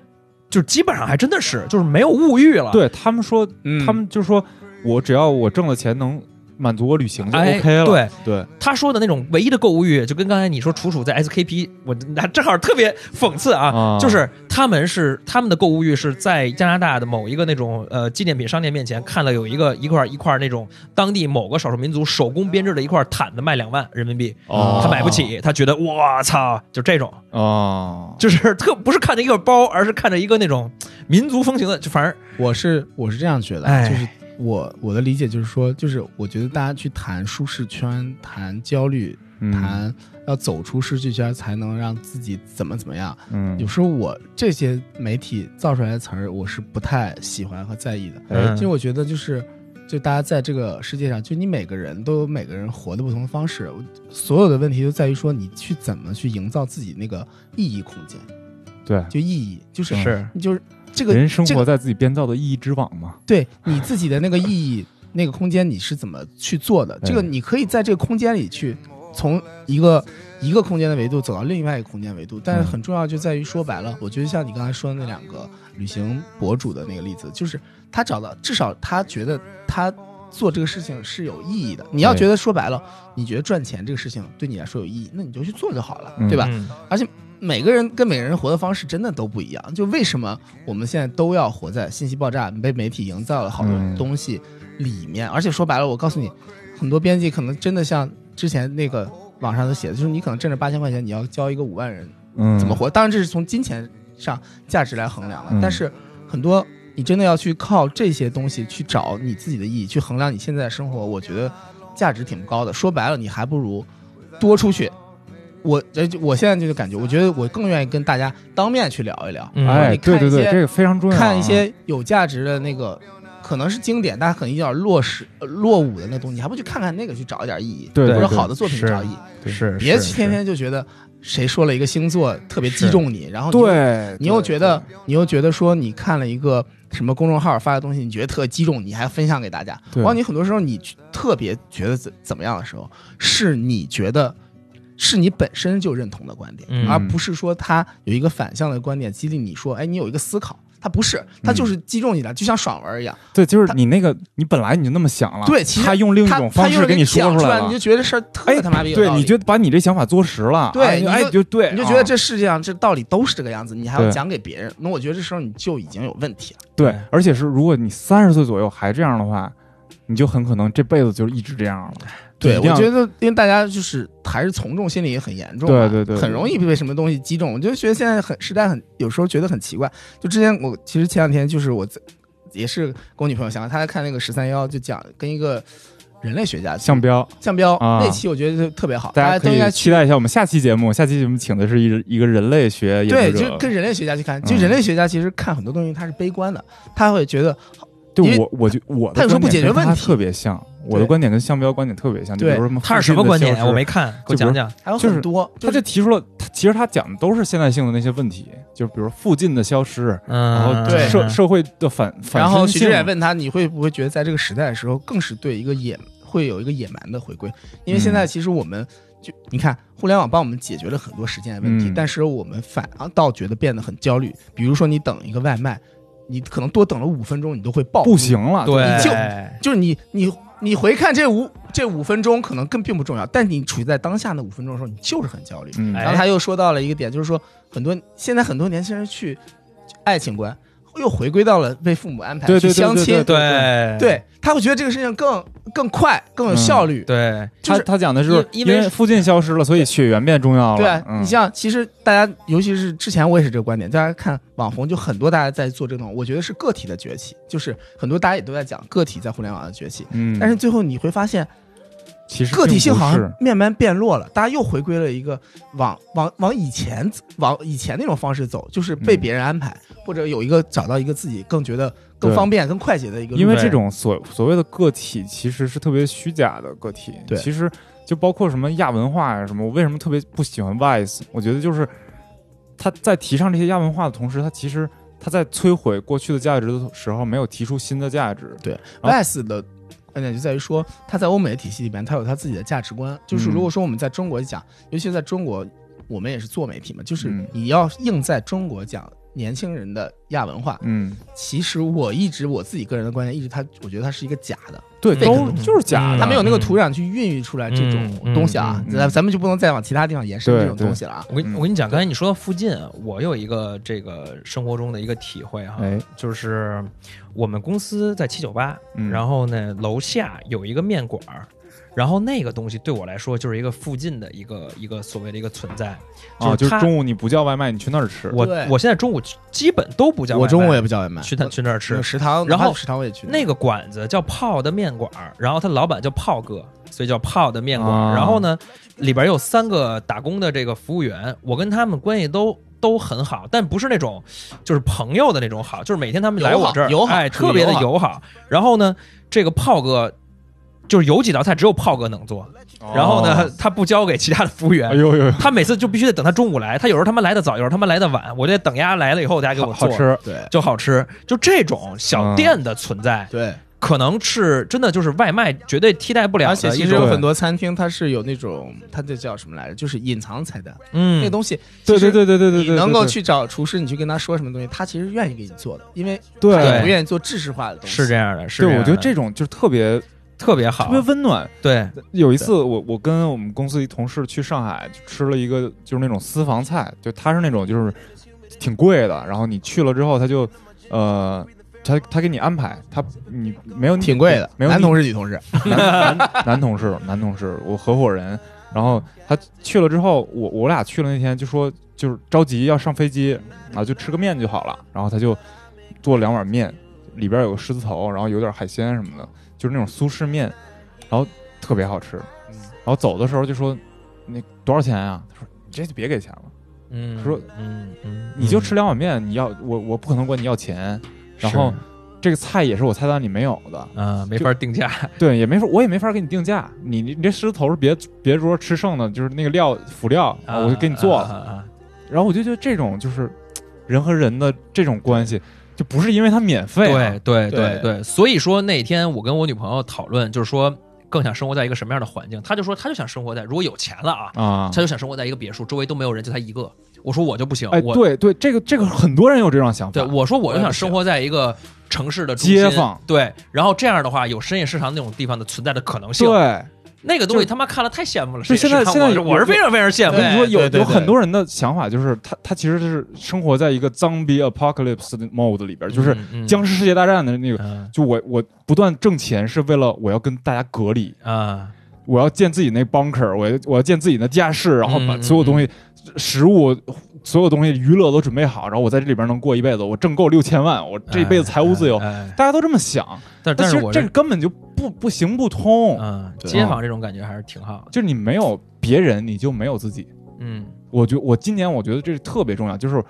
[SPEAKER 2] 就基本上还真的是，就是没有物欲了。
[SPEAKER 1] 对他们说，
[SPEAKER 3] 嗯
[SPEAKER 1] 他们就说我只要我挣的钱能满足我旅行就
[SPEAKER 2] 哎
[SPEAKER 1] OK 了。
[SPEAKER 2] 对
[SPEAKER 1] 对，
[SPEAKER 2] 他说的那种唯一的购物欲，就跟刚才你说楚楚在 SKP，我那正好特别讽刺啊，
[SPEAKER 1] 啊
[SPEAKER 2] 就是他们是他们的购物欲是在加拿大的某一个那种呃纪念品商店面前看了有一个一块一块那种当地某个少数民族手工编织的一块毯子卖两万人民币，
[SPEAKER 1] 哦
[SPEAKER 2] 他买不起，他觉得我操，就这种，
[SPEAKER 1] 哦，
[SPEAKER 2] 就是特不是看着一个包，而是看着一个那种民族风情的，就反正
[SPEAKER 3] 我是我是这样觉
[SPEAKER 2] 哎
[SPEAKER 3] 得，啊就是我我的理解就是说，就是我觉得大家去谈舒适圈、谈焦虑、
[SPEAKER 1] 嗯
[SPEAKER 3] 谈要走出舒适圈，才能让自己怎么怎么样。有
[SPEAKER 1] 嗯，
[SPEAKER 3] 时候我这些媒体造出来的词儿，我是不太喜欢和在意的。
[SPEAKER 2] 嗯
[SPEAKER 3] 其实我觉得就是，就大家在这个世界上，就你每个人都有每个人活的不同的方式，我所有的问题都在于说你去怎么去营造自己那个意义空间，
[SPEAKER 1] 对，
[SPEAKER 3] 就意义就是
[SPEAKER 2] 是
[SPEAKER 3] 就是这个
[SPEAKER 1] 人生
[SPEAKER 3] 这
[SPEAKER 1] 活
[SPEAKER 3] 个
[SPEAKER 1] 在自己编造的意义之网嘛。
[SPEAKER 3] 对你自己的那个意义那个空间你是怎么去做的？这个
[SPEAKER 1] 嗯
[SPEAKER 3] 你可以在这个空间里去从一个一个空间的维度走到另外一个空间维度，但是
[SPEAKER 1] 嗯
[SPEAKER 3] 很重要就在于说白了，我觉得像你刚才说的那两个旅行博主的那个例子，就是他找到至少他觉得他。做这个事情是有意义的。你要
[SPEAKER 1] 对
[SPEAKER 3] 觉得说白了，你觉得赚钱这个事情对你来说有意义，那你就去做就好了，
[SPEAKER 1] 嗯
[SPEAKER 3] 对吧？
[SPEAKER 2] 嗯
[SPEAKER 3] 每个人跟每个人活的方式真的都不一样。就为什么我们现在都要活在信息爆炸、被媒体营造了好多
[SPEAKER 1] 嗯
[SPEAKER 3] 东西里面？而且说白了，我告诉你，很多编辑可能真的像之前那个网上都写的，就是你可能挣着八千块钱，你要教一个五万人
[SPEAKER 1] 嗯，
[SPEAKER 3] 怎么活。当然，这是从金钱上价值来衡量了，
[SPEAKER 1] 嗯
[SPEAKER 3] 但是很多。你真的要去靠这些东西去找你自己的意义，去衡量你现在的生活，我觉得价值挺高的。说白了，你还不如多出去。我呃，就我现在这个感觉，我觉得我更愿意跟大家当面去聊一聊，
[SPEAKER 2] 嗯
[SPEAKER 1] 哎，
[SPEAKER 3] 你
[SPEAKER 1] 对
[SPEAKER 3] 看
[SPEAKER 1] 对
[SPEAKER 3] 一
[SPEAKER 1] 对，
[SPEAKER 3] 些
[SPEAKER 1] 这个非常重要啊。
[SPEAKER 3] 看一些有价值的那个，可能是经典，但可能有点落实、呃落伍的那东西，你还不去看看那个去找一点意义，
[SPEAKER 1] 对对
[SPEAKER 3] 或者
[SPEAKER 1] 对
[SPEAKER 3] 好的作品去
[SPEAKER 2] 是
[SPEAKER 3] 找意义，
[SPEAKER 1] 对
[SPEAKER 2] 是
[SPEAKER 3] 别
[SPEAKER 2] 是
[SPEAKER 3] 天天就觉得谁说了一个星座特别击中你，然后你又
[SPEAKER 1] 对，
[SPEAKER 3] 你又
[SPEAKER 1] 对
[SPEAKER 3] 觉得你又觉得说你看了一个什么公众号发的东西，你觉得特击中，你还分享给大家。
[SPEAKER 1] 对
[SPEAKER 3] 然后你很多时候你去特别觉得怎怎么样的时候，是你觉得是你本身就认同的观点，
[SPEAKER 2] 嗯
[SPEAKER 3] 而不是说他有一个反向的观点激励你说，哎，你有一个思考。他不是，他就是
[SPEAKER 1] 嗯
[SPEAKER 3] 击中你了，就像爽文一样。
[SPEAKER 1] 对，就是
[SPEAKER 3] 他
[SPEAKER 1] 你那个你本来你就那么想了，
[SPEAKER 3] 对其实
[SPEAKER 1] 啊他用另一
[SPEAKER 3] 他
[SPEAKER 1] 种
[SPEAKER 3] 他
[SPEAKER 1] 方
[SPEAKER 3] 又
[SPEAKER 1] 式
[SPEAKER 3] 给
[SPEAKER 1] 你说
[SPEAKER 3] 讲出
[SPEAKER 1] 来
[SPEAKER 3] 你
[SPEAKER 1] 了
[SPEAKER 3] 就。觉得这事儿特
[SPEAKER 1] 哎，
[SPEAKER 3] 他妈逼有
[SPEAKER 1] 对
[SPEAKER 3] 道，理
[SPEAKER 1] 你就把你这想法坐实了，
[SPEAKER 3] 对
[SPEAKER 1] 哎
[SPEAKER 3] 你
[SPEAKER 1] 哎，
[SPEAKER 3] 就
[SPEAKER 1] 就对，
[SPEAKER 3] 你就觉得
[SPEAKER 1] 啊
[SPEAKER 3] 这世界上这道理都是这个样子，你还要
[SPEAKER 1] 对
[SPEAKER 3] 讲给别人。那我觉得这时候你就已经有问题了。
[SPEAKER 1] 对，而且是如果你三十岁左右还这样的话，你就很可能这辈子就一直这样了。
[SPEAKER 3] 对，
[SPEAKER 1] 一
[SPEAKER 3] 我
[SPEAKER 1] 定要
[SPEAKER 3] 觉得因为大家就是还是从众心理也很严重嘛，
[SPEAKER 1] 对对对对
[SPEAKER 3] 很容易被什么东西击中。我就觉得现在很时代很，有时候觉得很奇怪。就之前我其实前两天就是我在也是跟我女朋友想，她在看那个十三幺，就讲跟一个人类学家
[SPEAKER 1] 项标，
[SPEAKER 3] 项标、
[SPEAKER 1] 啊
[SPEAKER 3] 那期，我觉得就特别好，
[SPEAKER 1] 大
[SPEAKER 3] 家
[SPEAKER 1] 家
[SPEAKER 3] 都
[SPEAKER 1] 可
[SPEAKER 3] 应该
[SPEAKER 1] 以
[SPEAKER 3] 去
[SPEAKER 1] 期待一下我们下期节目。下期节目请的是一一个人类学
[SPEAKER 3] 对，
[SPEAKER 1] 研究
[SPEAKER 3] 就
[SPEAKER 1] 者，
[SPEAKER 3] 跟人类学家去看，就
[SPEAKER 1] 嗯
[SPEAKER 3] 人类学家其实看很多东西他是悲观的，他会觉得因
[SPEAKER 1] 对
[SPEAKER 3] 为
[SPEAKER 1] 我我就我
[SPEAKER 3] 他
[SPEAKER 1] 的
[SPEAKER 3] 有时候
[SPEAKER 1] 观
[SPEAKER 3] 不解
[SPEAKER 1] 点
[SPEAKER 3] 决
[SPEAKER 1] 跟
[SPEAKER 3] 问
[SPEAKER 1] 他
[SPEAKER 3] 题
[SPEAKER 1] 特别像，我的
[SPEAKER 3] 对
[SPEAKER 1] 观点跟项标观点特别像，就比
[SPEAKER 3] 对
[SPEAKER 1] 如什么
[SPEAKER 2] 他
[SPEAKER 1] 父亲
[SPEAKER 2] 是什么
[SPEAKER 1] 的
[SPEAKER 2] 观点
[SPEAKER 1] 消
[SPEAKER 2] 呀？
[SPEAKER 1] 失
[SPEAKER 2] 我没看，给我讲讲。
[SPEAKER 3] 还有
[SPEAKER 1] 就是
[SPEAKER 3] 很多，
[SPEAKER 1] 他就提出了，他其实他讲的都是现在性的那些问题，就是比如附近的消失，
[SPEAKER 2] 嗯，
[SPEAKER 1] 然后
[SPEAKER 3] 对
[SPEAKER 1] 社社会的反反
[SPEAKER 3] 然后
[SPEAKER 1] 身
[SPEAKER 3] 徐志
[SPEAKER 1] 性
[SPEAKER 3] 远问他，你会不会觉得在这个时代的时候，更是对一个野会有一个野蛮的回归？因为现在其实我们就、你看，互联网帮我们解决了很多实践的问题，
[SPEAKER 1] 嗯
[SPEAKER 3] 但是我们反倒觉得变得很焦虑。比如说你等一个外卖，你可能多等了五分钟，你都会爆
[SPEAKER 1] 不，行了，
[SPEAKER 2] 对，
[SPEAKER 3] 就就是你你你回看这五这五分钟可能更并不重要，但你处在当下那五分钟的时候，你就是很焦虑。
[SPEAKER 1] 嗯，
[SPEAKER 2] 哎
[SPEAKER 3] 然后他又说到了一个点，就是说很多现在很多年轻人去爱情观。又回归到了被父母安排
[SPEAKER 1] 对对
[SPEAKER 3] 去
[SPEAKER 1] 对
[SPEAKER 3] 相
[SPEAKER 1] 对
[SPEAKER 3] 亲，
[SPEAKER 1] 对
[SPEAKER 2] 对
[SPEAKER 3] 对他会觉得这个事情更更快、更有效
[SPEAKER 1] 嗯
[SPEAKER 3] 率。
[SPEAKER 2] 对，
[SPEAKER 3] 就
[SPEAKER 1] 他
[SPEAKER 3] 是
[SPEAKER 1] 他讲的是
[SPEAKER 2] 因因为
[SPEAKER 1] 为附近消失了，所以血缘变重要了。
[SPEAKER 3] 对啊，
[SPEAKER 1] 嗯
[SPEAKER 3] 你像其实大家，尤其是之前我也是这个观点，大家看网红就很多，大家在做这种，我觉得是个体的崛起，就是很多大家也都在讲个体在互联网的崛起，
[SPEAKER 1] 嗯，
[SPEAKER 3] 但是最后你会发现
[SPEAKER 1] 其实
[SPEAKER 3] 个体性
[SPEAKER 1] 并不
[SPEAKER 3] 好像
[SPEAKER 1] 是
[SPEAKER 3] 慢慢变弱了，大家又回归了一个往往往以前往以前那种方式走，就是被
[SPEAKER 1] 嗯
[SPEAKER 3] 别人安排，或者有一个找到一个自己更觉得更
[SPEAKER 1] 对
[SPEAKER 3] 方便、更快捷的一个路，
[SPEAKER 1] 因为
[SPEAKER 2] 对
[SPEAKER 1] 这种所所谓的个体其实是特别虚假的个体，
[SPEAKER 3] 对
[SPEAKER 1] 其实就包括什么亚文化呀、什么，我为什么特别不喜欢 Vice？我觉得就是他在提倡这些亚文化的同时，他其实他在摧毁过去的价值的时候，没有提出新的价值。
[SPEAKER 3] 对
[SPEAKER 1] 啊
[SPEAKER 3] VS 的观点就在于说，他在欧美的体系里边，他有他自己的价值观。就是
[SPEAKER 1] 嗯
[SPEAKER 3] 如果说我们在中国讲，尤其在中国，我们也是做媒体嘛，就是
[SPEAKER 1] 嗯
[SPEAKER 3] 你要硬在中国讲年轻人的亚文化，
[SPEAKER 1] 嗯，
[SPEAKER 3] 其实我一直我自己个人的观点，一直它我觉得它是一个假的，
[SPEAKER 1] 对，
[SPEAKER 3] Fake
[SPEAKER 1] 都
[SPEAKER 3] 的
[SPEAKER 1] 就是假的，
[SPEAKER 3] 嗯它没有那个土壤去孕育出来这
[SPEAKER 2] 嗯
[SPEAKER 3] 种东西啊
[SPEAKER 1] 嗯
[SPEAKER 2] 嗯，
[SPEAKER 1] 嗯
[SPEAKER 3] 咱、咱们就不能再往其他地方延伸
[SPEAKER 1] 对
[SPEAKER 3] 这种东西了啊。
[SPEAKER 2] 我
[SPEAKER 1] 嗯
[SPEAKER 2] 跟我跟你讲，刚才你说到附近，我有一个这个生活中的一个体会
[SPEAKER 3] 啊
[SPEAKER 2] 哈，
[SPEAKER 1] 哎
[SPEAKER 2] 就是我们公司在七九八，
[SPEAKER 1] 嗯
[SPEAKER 2] 然后呢楼下有一个面馆儿，然后那个东西对我来说就是一个附近的一个一个所谓的一个存在，
[SPEAKER 1] 啊，就是
[SPEAKER 2] 它
[SPEAKER 1] 是中午你不叫外卖，你去那儿吃，
[SPEAKER 2] 我
[SPEAKER 3] 对
[SPEAKER 2] 我现在中午基本都不叫外卖，
[SPEAKER 3] 我中午也不叫外卖，
[SPEAKER 2] 去那去那儿吃
[SPEAKER 3] 有。食堂，
[SPEAKER 2] 然后
[SPEAKER 3] 哪怕有食堂我也去。
[SPEAKER 2] 那个馆子叫炮的面馆儿，然后他老板叫炮哥，所以叫炮的面馆儿。
[SPEAKER 1] 啊
[SPEAKER 2] 然后呢，里边有三个打工的这个服务员，我跟他们关系都都很好，但不是那种就是朋友的那种好，就是每天他们来
[SPEAKER 3] 友好
[SPEAKER 2] 我这儿，
[SPEAKER 3] 友好
[SPEAKER 2] 哎，
[SPEAKER 3] 特
[SPEAKER 2] 特别
[SPEAKER 3] 别
[SPEAKER 2] 的
[SPEAKER 3] 友好
[SPEAKER 2] 友好。然后呢，这个炮哥就是有几道菜只有炮哥能做，然后呢，
[SPEAKER 1] 哦，
[SPEAKER 2] 他不交给其他的服务员
[SPEAKER 1] 哎。呦呦，
[SPEAKER 2] 他每次就必须得等他中午来，他有时候他妈来的早，有时候他妈来的晚，我得等丫来了以后，大家给
[SPEAKER 1] 好
[SPEAKER 2] 我做
[SPEAKER 1] 好，吃，
[SPEAKER 3] 对
[SPEAKER 2] 就好吃。就这种小
[SPEAKER 1] 嗯
[SPEAKER 2] 店的存在，
[SPEAKER 3] 对，
[SPEAKER 2] 可能是真的就是外卖绝对替代不了
[SPEAKER 3] 而且
[SPEAKER 2] 的
[SPEAKER 3] 其
[SPEAKER 2] 一
[SPEAKER 3] 实有
[SPEAKER 2] 种，
[SPEAKER 3] 很多餐厅它是有那种，它这叫什么来着？就是隐藏菜单，
[SPEAKER 2] 嗯，
[SPEAKER 3] 那个东西
[SPEAKER 1] 对对对对对对
[SPEAKER 3] 你
[SPEAKER 1] 对，
[SPEAKER 3] 能够
[SPEAKER 1] 对
[SPEAKER 3] 去找厨师，你去跟他说什么东西，他其实愿意给你做的，因为
[SPEAKER 1] 对
[SPEAKER 3] 他也
[SPEAKER 2] 对
[SPEAKER 3] 不愿意做制式化的东西。
[SPEAKER 2] 是这样的，是
[SPEAKER 1] 对，我觉得
[SPEAKER 2] 这
[SPEAKER 1] 这
[SPEAKER 2] 样
[SPEAKER 1] 种就是特别
[SPEAKER 2] 的特别好
[SPEAKER 1] 特，别温暖。
[SPEAKER 2] 对，
[SPEAKER 1] 有一次我，我跟我们公司一同事去上海，就吃了一个就是那种私房菜，就它是那种就是挺贵的，然后你去了之后，他就呃，他他给你安排，他你没有
[SPEAKER 3] 挺贵的，
[SPEAKER 1] 没有
[SPEAKER 3] 男
[SPEAKER 1] 你
[SPEAKER 3] 同事、女同事，
[SPEAKER 1] 男男 男同事，男同事，我合伙人。然后他去了之后，我我俩去了那天就说就是着急要上飞机啊，就吃个面就好了。然后他就做了两碗面，里边有个狮子头，然后有点海鲜什么的，就是那种苏式面，然后特别好吃。然后走的时候就说那多少钱啊？他说你这就别给钱了，
[SPEAKER 2] 嗯，
[SPEAKER 1] 说
[SPEAKER 2] 嗯嗯，
[SPEAKER 1] 你就吃两碗面，你要我我不可能管你要钱。然后这个菜也是我菜单里没有的，
[SPEAKER 2] 啊，没法定价，
[SPEAKER 1] 对，也没法，我也没法给你定价。你你你这狮子头是别别桌吃剩的，就是那个料辅料，啊我就给你做了。
[SPEAKER 2] 了，
[SPEAKER 1] 然后我就觉得这种就是嘖人和人的这种关系，就不是因为它免费啊、
[SPEAKER 2] 对对对
[SPEAKER 3] 对
[SPEAKER 2] 对，所以说那天我跟我女朋友讨论，就是说更想生活在一个什么样的环境，她就说她就想生活在如果有钱了啊，
[SPEAKER 1] 啊
[SPEAKER 2] 她。就想生活在一个别墅，周围都没有人，就她一个。我说我就不行，
[SPEAKER 1] 哎，
[SPEAKER 2] 我
[SPEAKER 1] 对对，这个这个很多人有这种想法。
[SPEAKER 2] 对，我说我就
[SPEAKER 3] 也
[SPEAKER 2] 想
[SPEAKER 3] 不
[SPEAKER 2] 生
[SPEAKER 3] 行
[SPEAKER 2] 活在一个城市的中心
[SPEAKER 1] 街坊，
[SPEAKER 2] 对，然后这样的话有深夜食堂那种地方的存在的可能性。，
[SPEAKER 1] 对，
[SPEAKER 2] 那个东西
[SPEAKER 1] 就
[SPEAKER 2] 他妈看了太羡慕了。
[SPEAKER 1] 就
[SPEAKER 2] 深夜
[SPEAKER 1] 现在
[SPEAKER 2] 食堂
[SPEAKER 1] 现在
[SPEAKER 2] 我是
[SPEAKER 1] 有
[SPEAKER 2] 我是非常非常羡
[SPEAKER 1] 我
[SPEAKER 2] 慕
[SPEAKER 1] 跟
[SPEAKER 2] 的。
[SPEAKER 1] 你说，有
[SPEAKER 3] 对对
[SPEAKER 1] 有
[SPEAKER 3] 对
[SPEAKER 1] 很多人的想法就是，他他其实是生活在一个 zombie apocalypse 的 mode 里边，就是
[SPEAKER 2] 嗯
[SPEAKER 1] 僵尸世界大战的那个。
[SPEAKER 2] 嗯
[SPEAKER 1] 就我我不断挣钱是为了我要跟大家隔离，
[SPEAKER 2] 啊，
[SPEAKER 1] 我要建自己那 bunker，我要我要建自己的地下室，然后把
[SPEAKER 2] 嗯
[SPEAKER 1] 所有东西、食物、所有东西、娱乐都准备好，然后我在这里边能过一辈子，我挣够六千万，我这辈子财务自由。
[SPEAKER 2] 哎哎哎
[SPEAKER 1] 大家都这么想，但
[SPEAKER 2] 但但
[SPEAKER 1] 其
[SPEAKER 2] 是
[SPEAKER 1] 实
[SPEAKER 2] 我
[SPEAKER 1] 这
[SPEAKER 2] 是
[SPEAKER 1] 根本就不不行不通。
[SPEAKER 2] 嗯，
[SPEAKER 3] 对
[SPEAKER 2] 街坊这种感觉还是挺好的。
[SPEAKER 1] 就是你没有别人，你就没有自己。
[SPEAKER 2] 嗯
[SPEAKER 1] 我觉我今年我觉得这是特别重要，就是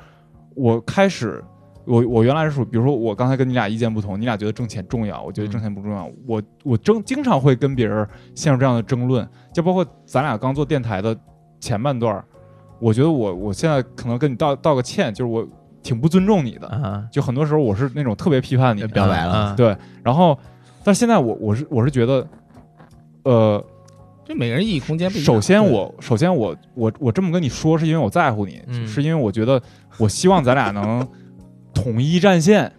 [SPEAKER 1] 我开始。我我原来是属，比如说我刚才跟你俩意见不同，你俩觉得挣钱重要，我觉得
[SPEAKER 2] 嗯
[SPEAKER 1] 挣钱不重要。我我争经常会跟别人陷入这样的争论，就包括咱俩刚做电台的前半段儿，我觉得我我现在可能跟你道道个歉，就是我挺不尊重你的，
[SPEAKER 2] 啊，
[SPEAKER 1] 就很多时候我是那种特别批判你的，
[SPEAKER 3] 嗯表白了
[SPEAKER 2] 啊
[SPEAKER 1] 对。然后，但是现在我我是我是觉得，呃，
[SPEAKER 3] 就每个人意义空间不一样。
[SPEAKER 1] 首先
[SPEAKER 3] 对
[SPEAKER 1] 我，首先我，我我这么跟你说，是因为我在乎你，
[SPEAKER 2] 嗯
[SPEAKER 1] 是因为我觉得我希望咱俩能统一战线，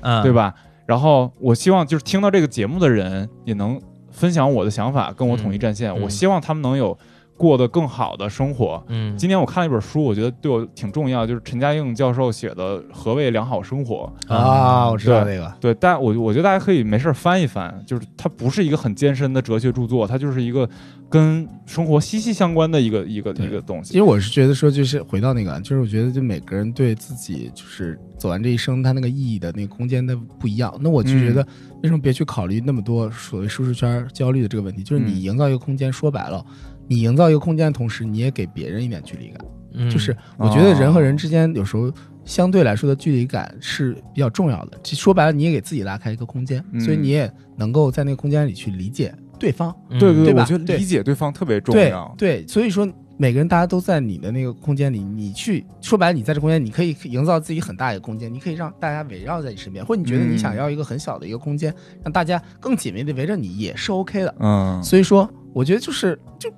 [SPEAKER 2] 嗯，
[SPEAKER 1] 对？吧？然后我希望就是听到这个节目的人也能分享我的想法，跟我统一战线。
[SPEAKER 2] 嗯
[SPEAKER 1] 我希望他们能有过得更好的生活。
[SPEAKER 2] 嗯，
[SPEAKER 1] 今年我看了一本书，我觉得对我挺重要，就是陈嘉映教授写的《何谓良好生活》。
[SPEAKER 3] 啊，我知道
[SPEAKER 1] 对
[SPEAKER 3] 那个，
[SPEAKER 1] 对，但我我觉得大家可以没事儿翻一翻，就是它不是一个很艰深的哲学著作，它就是一个跟生活息息相关的一个一个
[SPEAKER 3] 对
[SPEAKER 1] 一个东西
[SPEAKER 3] 因。为我是觉得说，就是回到那个，就是我觉得，就每个人对自己就是走完这一生，他那个意义的那个空间，它不一样。那我就觉得，为什么别去考虑那么多所谓舒适圈焦虑的这个问题？就是
[SPEAKER 1] 嗯
[SPEAKER 3] 你营造一个空间，说白了，你营造一个空间的同时，你也给别人一点距离感。
[SPEAKER 2] 嗯
[SPEAKER 3] 就是我觉得人和人之间有时候相对来说的距离感是比较重要的。其实说白了，你也给自己拉开一个空间，
[SPEAKER 1] 嗯
[SPEAKER 3] 所以你也能够在那个空间里去理解对方。
[SPEAKER 1] 对对
[SPEAKER 3] 对吧
[SPEAKER 1] 我觉得理解对方特别重
[SPEAKER 3] 对
[SPEAKER 1] 要。
[SPEAKER 3] 对，所以说每个人大家都在你的那个空间里，你去说白了，你在这空间，你可以营造自己很大一个空间，你可以让大家围绕在你身边，或者你觉得
[SPEAKER 1] 嗯
[SPEAKER 3] 你想要一个很小的一个空间，让大家更紧密的围着你也是 OK 的。
[SPEAKER 1] 嗯，
[SPEAKER 3] 所以说，我觉得就是就